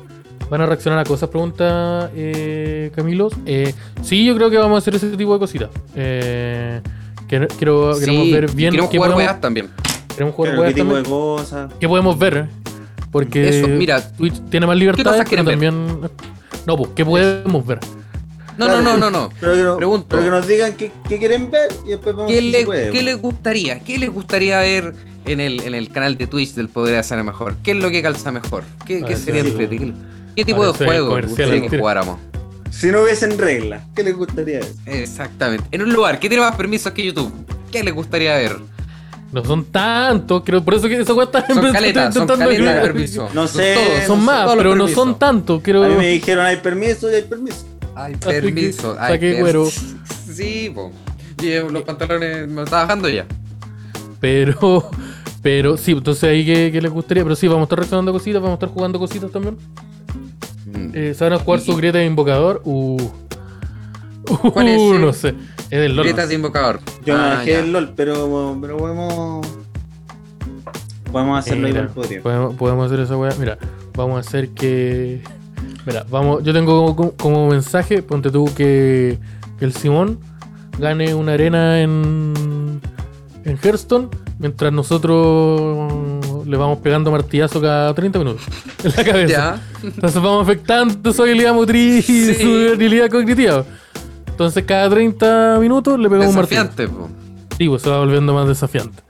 [SPEAKER 3] ¿Van a reaccionar a cosas? Pregunta eh, Camilos. Eh, sí, yo creo que vamos a hacer ese tipo de cositas. Eh, quer- quiero, queremos
[SPEAKER 2] Sí,
[SPEAKER 3] ver bien
[SPEAKER 2] Queremos
[SPEAKER 3] qué
[SPEAKER 2] jugar
[SPEAKER 3] podemos,
[SPEAKER 2] weas también.
[SPEAKER 3] queremos jugar
[SPEAKER 1] Claro,
[SPEAKER 3] weas
[SPEAKER 1] qué tipo de
[SPEAKER 3] también.
[SPEAKER 1] cosas.
[SPEAKER 3] ¿Qué podemos ver? Porque
[SPEAKER 2] Eso, mira.
[SPEAKER 3] Twitch tiene más libertad,
[SPEAKER 2] cosas
[SPEAKER 3] pero
[SPEAKER 2] quieren ver?
[SPEAKER 3] también... No, pues, ¿qué podemos ver?
[SPEAKER 2] No,
[SPEAKER 1] Claro.
[SPEAKER 2] no, no, no, no.
[SPEAKER 1] Pero que, no-
[SPEAKER 2] Pregunto.
[SPEAKER 1] pero que nos digan qué, qué quieren ver y después vamos a
[SPEAKER 2] ¿Qué
[SPEAKER 1] ver si
[SPEAKER 2] le,
[SPEAKER 1] se puede. pues.
[SPEAKER 2] qué le gustaría? ¿Qué les gustaría ver en el, en el canal de Twitch del Poder de Hacer Mejor? ¿Qué es lo que calza mejor? ¿Qué, qué
[SPEAKER 3] Parece-
[SPEAKER 2] sería entrete? ¿Qué, qué tipo de
[SPEAKER 3] Ah, parece
[SPEAKER 2] juego les
[SPEAKER 3] comercial,
[SPEAKER 2] gustaría que
[SPEAKER 3] mentira.
[SPEAKER 2] jugáramos?
[SPEAKER 1] Si no hubiesen reglas, ¿qué les gustaría ver?
[SPEAKER 2] Exactamente. En un lugar que tiene más permisos que YouTube. ¿Qué les gustaría ver?
[SPEAKER 3] No son tantos, creo, por eso que esa wea está
[SPEAKER 2] Son caletas, son
[SPEAKER 3] intentando-
[SPEAKER 2] caletas de permiso.
[SPEAKER 1] No
[SPEAKER 2] Son
[SPEAKER 1] sé,
[SPEAKER 2] todos,
[SPEAKER 1] no
[SPEAKER 3] Son
[SPEAKER 1] sé,
[SPEAKER 3] más,
[SPEAKER 2] todos los
[SPEAKER 3] pero no
[SPEAKER 2] permisos.
[SPEAKER 3] son tantos, creo.
[SPEAKER 1] A mí me dijeron hay permiso y hay permiso.
[SPEAKER 2] Ay,
[SPEAKER 3] Así que
[SPEAKER 2] permiso. Ay,
[SPEAKER 3] saqué
[SPEAKER 2] per-
[SPEAKER 3] cuero.
[SPEAKER 2] Sí, po. Yo llevo los pantalones me está bajando ya.
[SPEAKER 3] Pero, pero sí, entonces ahí que, que les gustaría. Pero sí, vamos a estar reaccionando cositas, vamos a estar jugando cositas también.
[SPEAKER 2] Mm.
[SPEAKER 3] Eh, ¿Saben jugar su grieta de invocador? Uh. Uh,
[SPEAKER 2] ¿Cuál es ese?
[SPEAKER 3] no sé. Es del LOL.
[SPEAKER 2] Grietas de invocador.
[SPEAKER 1] Yo no
[SPEAKER 2] Ah,
[SPEAKER 1] dejé
[SPEAKER 2] ya.
[SPEAKER 1] el LOL, pero, pero podemos. Podemos hacerlo
[SPEAKER 3] Mira,
[SPEAKER 1] igual podría.
[SPEAKER 3] Eh, podemos, podemos hacer esa weá. Mira, vamos a hacer que. Mira, vamos. Yo tengo como, como mensaje, ponte tú que, que el Simón gane una arena en. en Hearthstone, mientras nosotros le vamos pegando martillazo cada 30 minutos en la cabeza.
[SPEAKER 2] Ya.
[SPEAKER 3] Entonces vamos afectando su habilidad motriz
[SPEAKER 2] Sí.
[SPEAKER 3] y su habilidad cognitiva. Entonces cada 30 minutos le pegamos un martillo.
[SPEAKER 2] Desafiante, po.
[SPEAKER 3] Sí, pues, se va volviendo más desafiante.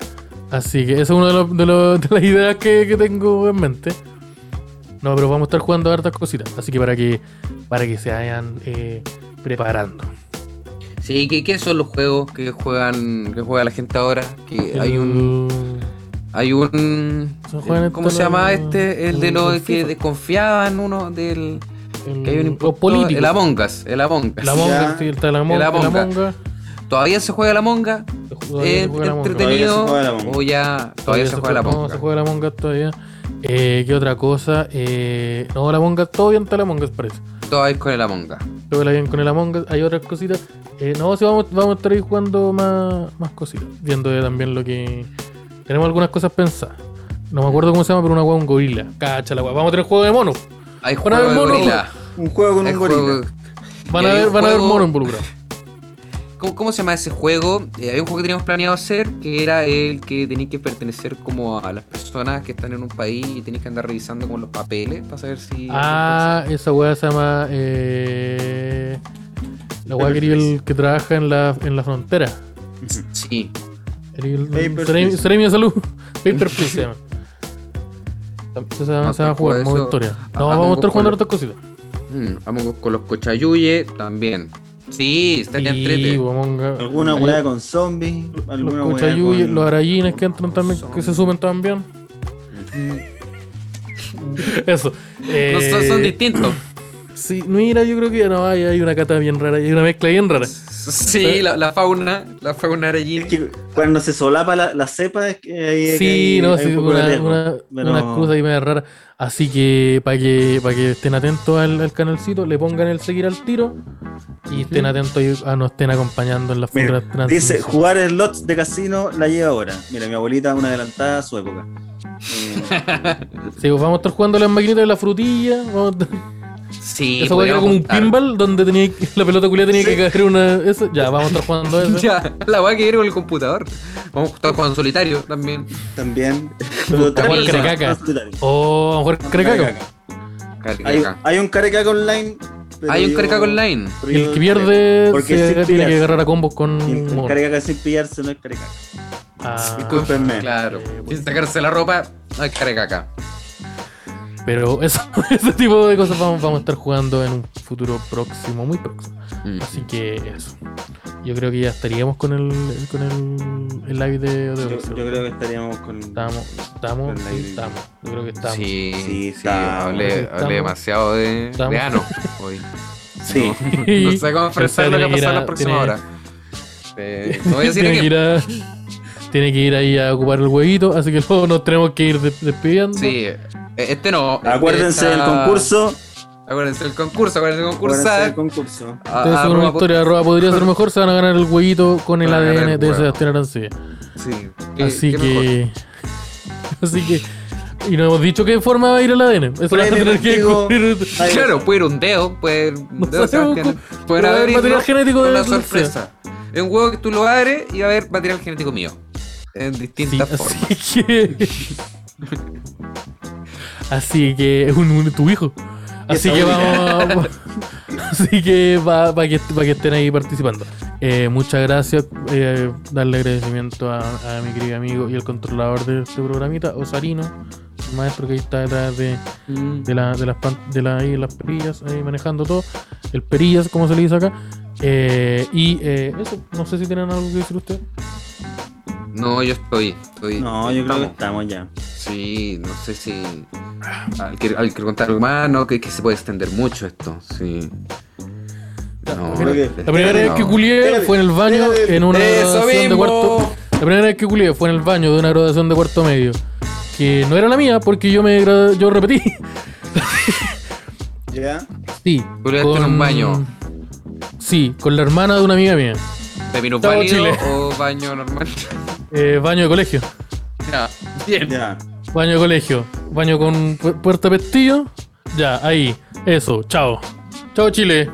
[SPEAKER 3] Así que esa es una de, los- de los- de las ideas que, que tengo en mente. No, pero vamos a estar jugando hartas cositas. Así que para que para que se vayan eh, preparando.
[SPEAKER 2] Sí, ¿qué, qué son los juegos que juegan que juega la gente ahora? Que Eh, hay un hay un
[SPEAKER 3] Se juegan
[SPEAKER 2] ¿Cómo
[SPEAKER 3] esto
[SPEAKER 2] se llama
[SPEAKER 3] lo-
[SPEAKER 2] este? El de
[SPEAKER 3] el
[SPEAKER 2] los que
[SPEAKER 3] FIFA.
[SPEAKER 2] desconfiaban uno del
[SPEAKER 3] El,
[SPEAKER 2] que hay un
[SPEAKER 3] los
[SPEAKER 2] impostor,
[SPEAKER 3] políticos.
[SPEAKER 2] el Among Us, el Among Us.
[SPEAKER 3] La monga,
[SPEAKER 1] Ya.
[SPEAKER 3] sí, está la
[SPEAKER 2] El
[SPEAKER 3] monga.
[SPEAKER 2] Among
[SPEAKER 3] La
[SPEAKER 2] Us.
[SPEAKER 3] monga.
[SPEAKER 2] ¿Todavía se juega el Among Us?
[SPEAKER 3] Todavía se
[SPEAKER 2] ¿Es
[SPEAKER 3] juega la monga.
[SPEAKER 2] entretenido?
[SPEAKER 1] Todavía se juega el Among Us.
[SPEAKER 2] ¿O ya todavía se juega el
[SPEAKER 3] No,
[SPEAKER 2] Among
[SPEAKER 3] se
[SPEAKER 2] Us?
[SPEAKER 3] juega la monga todavía. Eh, ¿Qué otra cosa? Eh, no, la monga, todo bien está la monga, parece.
[SPEAKER 2] Todavía es con el Among Us.
[SPEAKER 3] Creo que la bien con el Among Us. Hay otras cositas. Eh, no, sí, vamos, vamos a estar ahí jugando más, más cositas. Viendo eh, también lo que. Tenemos algunas cosas pensadas. No me acuerdo cómo se llama, pero una hueá, un gorila. Cacha la hueá. Vamos a tener juego de mono.
[SPEAKER 2] Hay
[SPEAKER 3] Van a
[SPEAKER 2] juego de
[SPEAKER 3] ver monos,
[SPEAKER 2] gorila.
[SPEAKER 1] Un juego con
[SPEAKER 2] Hay
[SPEAKER 1] un gorila.
[SPEAKER 2] juego-
[SPEAKER 3] Van
[SPEAKER 2] Y
[SPEAKER 3] a
[SPEAKER 2] hay
[SPEAKER 3] ver,
[SPEAKER 2] un
[SPEAKER 3] van a ver
[SPEAKER 2] juego-
[SPEAKER 3] mono involucrado.
[SPEAKER 2] ¿Cómo, cómo se llama ese juego? Eh, había un juego que teníamos planeado hacer que era el que tenías que pertenecer como a las personas que están en un país y tenías que andar revisando como los papeles para saber si...
[SPEAKER 3] Ah, esa hueá se llama. eh, la hueá que era el que trabaja en la, en la frontera.
[SPEAKER 2] Sí.
[SPEAKER 3] Era el-
[SPEAKER 1] Paper
[SPEAKER 3] Será mi-
[SPEAKER 1] Please.
[SPEAKER 3] será mi salud. Paper Please se llama. Eso se va,
[SPEAKER 2] No,
[SPEAKER 3] se va a
[SPEAKER 2] pero
[SPEAKER 3] jugar,
[SPEAKER 2] eso-
[SPEAKER 3] modo historia. No,
[SPEAKER 2] Ah,
[SPEAKER 3] vamos a
[SPEAKER 2] no,
[SPEAKER 3] estar jugando
[SPEAKER 2] con-
[SPEAKER 3] otras cositas.
[SPEAKER 2] Mm, vamos con- con los cochayuye también. Sí, está en
[SPEAKER 3] Sí,
[SPEAKER 2] entrete.
[SPEAKER 3] vamos a-
[SPEAKER 1] Alguna
[SPEAKER 3] ahí-
[SPEAKER 1] weá con zombies,
[SPEAKER 3] Los
[SPEAKER 1] alguna weá
[SPEAKER 3] cochayuyes,
[SPEAKER 1] con...
[SPEAKER 3] los arallines que entran
[SPEAKER 2] con
[SPEAKER 3] también,
[SPEAKER 2] son-
[SPEAKER 3] que se suben también. Eso. Eh,
[SPEAKER 2] No, son, son distintos.
[SPEAKER 3] Sí, mira, yo creo que no, hay, hay una cata bien rara, hay una mezcla bien rara.
[SPEAKER 2] Sí, la, la fauna, la fauna
[SPEAKER 1] Es
[SPEAKER 2] arellina.
[SPEAKER 1] que cuando se solapa la, la cepa es que ahí es que
[SPEAKER 3] Sí,
[SPEAKER 1] hay-
[SPEAKER 3] no,
[SPEAKER 1] hay
[SPEAKER 3] sí,
[SPEAKER 1] un poco de
[SPEAKER 3] una,
[SPEAKER 1] riesgo,
[SPEAKER 3] una,
[SPEAKER 1] pero-
[SPEAKER 3] una cruz ahí media rara. Así que para que, para que estén atentos al, al canalcito, le pongan el seguir al tiro y estén atentos ahí a nos estén acompañando en las
[SPEAKER 1] Mira,
[SPEAKER 3] futuras
[SPEAKER 1] Dice,
[SPEAKER 3] transmisiones.
[SPEAKER 1] jugar en lots de casino la lleva ahora. Mira, mi abuelita una adelantada a su época. Eh,
[SPEAKER 3] Sí, pues vamos a estar jugando las maquinitas de la frutilla. Vamos a estar-
[SPEAKER 2] Sí,
[SPEAKER 3] Esa hueá que era
[SPEAKER 2] podríamos
[SPEAKER 3] como un
[SPEAKER 2] contar.
[SPEAKER 3] pinball donde tenía que- la pelota culia tenía que
[SPEAKER 1] Sí.
[SPEAKER 3] caer una. Eso, ya, vamos a estar jugando eso.
[SPEAKER 2] Ya, la weá que era con el computador. Vamos a estar jugando solitario también.
[SPEAKER 1] también. Pero
[SPEAKER 2] Jugar
[SPEAKER 1] también-
[SPEAKER 3] carecaca. O a lo mejor crecaca.
[SPEAKER 1] Hay,
[SPEAKER 2] Carcaca.
[SPEAKER 1] hay un carecaca online. pero
[SPEAKER 2] Hay un
[SPEAKER 1] yo-
[SPEAKER 2] carcaca online.
[SPEAKER 1] pero
[SPEAKER 3] Y el
[SPEAKER 1] yo-
[SPEAKER 3] que pierde
[SPEAKER 1] Porque
[SPEAKER 3] se-
[SPEAKER 1] sin
[SPEAKER 3] tiene que
[SPEAKER 1] pillarse.
[SPEAKER 3] agarrar a combos con.
[SPEAKER 1] El
[SPEAKER 3] mono.
[SPEAKER 1] carecaca sin pillarse no es carecaca.
[SPEAKER 3] Ah,
[SPEAKER 1] Discúlpenme.
[SPEAKER 2] Claro.
[SPEAKER 3] Eh, bueno.
[SPEAKER 2] Sin sacarse la ropa, hay carecaca.
[SPEAKER 3] Pero eso, ese tipo de cosas vamos, vamos a estar jugando en un futuro próximo, muy próximo.
[SPEAKER 2] Mm.
[SPEAKER 3] Así que eso. Yo creo que ya estaríamos con el, el- con el, el live de, de
[SPEAKER 1] Yo, yo
[SPEAKER 3] Overwatch.
[SPEAKER 1] creo que estaríamos con.
[SPEAKER 3] Estamos, estamos,
[SPEAKER 1] El
[SPEAKER 3] sí,
[SPEAKER 1] live.
[SPEAKER 3] estamos. Yo creo que estamos.
[SPEAKER 2] Sí,
[SPEAKER 1] Sí,
[SPEAKER 2] sí,
[SPEAKER 1] estamos.
[SPEAKER 2] hablé,
[SPEAKER 3] Estamos.
[SPEAKER 2] hablé demasiado de,
[SPEAKER 3] Estamos.
[SPEAKER 2] de ano hoy.
[SPEAKER 1] Sí.
[SPEAKER 2] No sé cómo expresar lo que va a
[SPEAKER 3] Tiene que ir
[SPEAKER 2] pasar
[SPEAKER 3] a-
[SPEAKER 2] en la próxima
[SPEAKER 3] tiene-
[SPEAKER 2] hora. Eh, no voy a decir
[SPEAKER 3] tiene, que
[SPEAKER 2] que...
[SPEAKER 3] ir a, tiene que ir ahí a ocupar el huevito, así que luego nos tenemos que ir de- despidiendo.
[SPEAKER 2] Sí, eh, este no. este
[SPEAKER 1] Acuérdense del
[SPEAKER 2] está-
[SPEAKER 1] concurso.
[SPEAKER 2] Acuérdense del concurso, acuérdense del
[SPEAKER 1] Acuérdense del
[SPEAKER 2] concursar.
[SPEAKER 1] concurso.
[SPEAKER 2] Ah,
[SPEAKER 3] Ustedes son una
[SPEAKER 2] arroba
[SPEAKER 3] historia, arroba, podría ser mejor, se van a ganar el huevito con el
[SPEAKER 2] Van a ganar
[SPEAKER 3] ADN
[SPEAKER 2] el
[SPEAKER 3] de
[SPEAKER 2] huevo.
[SPEAKER 3] Sebastián Arancibia.
[SPEAKER 2] po- Sí. ¿Qué-
[SPEAKER 3] Así
[SPEAKER 2] qué mejor?
[SPEAKER 3] que. Así que. Y no hemos dicho qué forma va a ir el ADN. Eso lo van a
[SPEAKER 1] Premio
[SPEAKER 3] tener que
[SPEAKER 1] contigo.
[SPEAKER 3] descubrir.
[SPEAKER 1] Ahí.
[SPEAKER 2] Claro, puede ir un dedo, puede ir un
[SPEAKER 3] No
[SPEAKER 2] dedo,
[SPEAKER 3] sabemos
[SPEAKER 2] Sebastián. Pueden
[SPEAKER 3] cómo- pero va a
[SPEAKER 2] haber
[SPEAKER 3] haber material genético de
[SPEAKER 2] una
[SPEAKER 3] la Dulce.
[SPEAKER 2] sorpresa. Es un huevo que tú lo abres y va a haber material genético mío. En
[SPEAKER 3] Sí,
[SPEAKER 2] distintas formas.
[SPEAKER 3] así que. así que es un, un- tu hijo. Así
[SPEAKER 1] Eso,
[SPEAKER 3] que
[SPEAKER 1] un-
[SPEAKER 3] vamos. así que va, va que para que estén ahí participando. Eh, muchas gracias. eh, darle agradecimiento a, a mi querido amigo y el controlador de este programita, Osarino, el maestro que ahí está detrás de, de, la, de, las, pan- de la- ahí, las perillas, ahí manejando todo. El perillas, como se le dice acá. Eh, y eh, eso, no sé si tienen algo que decir ustedes.
[SPEAKER 2] No, yo estoy. estoy
[SPEAKER 1] No, yo creo que
[SPEAKER 2] estamos.
[SPEAKER 1] estamos ya.
[SPEAKER 2] Sí, no sé si. Al que, al que contar algo más, no, que, que se puede extender mucho esto. Sí. No, este,
[SPEAKER 1] creo que-
[SPEAKER 3] La primera vez que
[SPEAKER 2] no.
[SPEAKER 3] culié
[SPEAKER 1] Espérate,
[SPEAKER 3] fue en el baño
[SPEAKER 1] espérate.
[SPEAKER 3] en una
[SPEAKER 2] Eso
[SPEAKER 3] graduación de
[SPEAKER 2] mismo.
[SPEAKER 3] cuarto. La primera vez que culié fue en el baño de una graduación de cuarto medio. Que no era la mía porque yo me gra- yo repetí.
[SPEAKER 1] ¿Ya?
[SPEAKER 3] Sí.
[SPEAKER 2] Culiaste en un baño.
[SPEAKER 3] Sí, con la hermana de una amiga mía.
[SPEAKER 2] ¿Pepino
[SPEAKER 3] Estamos
[SPEAKER 2] pálido
[SPEAKER 3] Chile.
[SPEAKER 2] o baño normal?
[SPEAKER 3] Eh, baño de colegio.
[SPEAKER 2] Ya, bien.
[SPEAKER 1] Ya.
[SPEAKER 3] Baño de colegio. Baño con pu- puerta pestillo. Ya, ahí. Eso. Chao. Chao, Chile.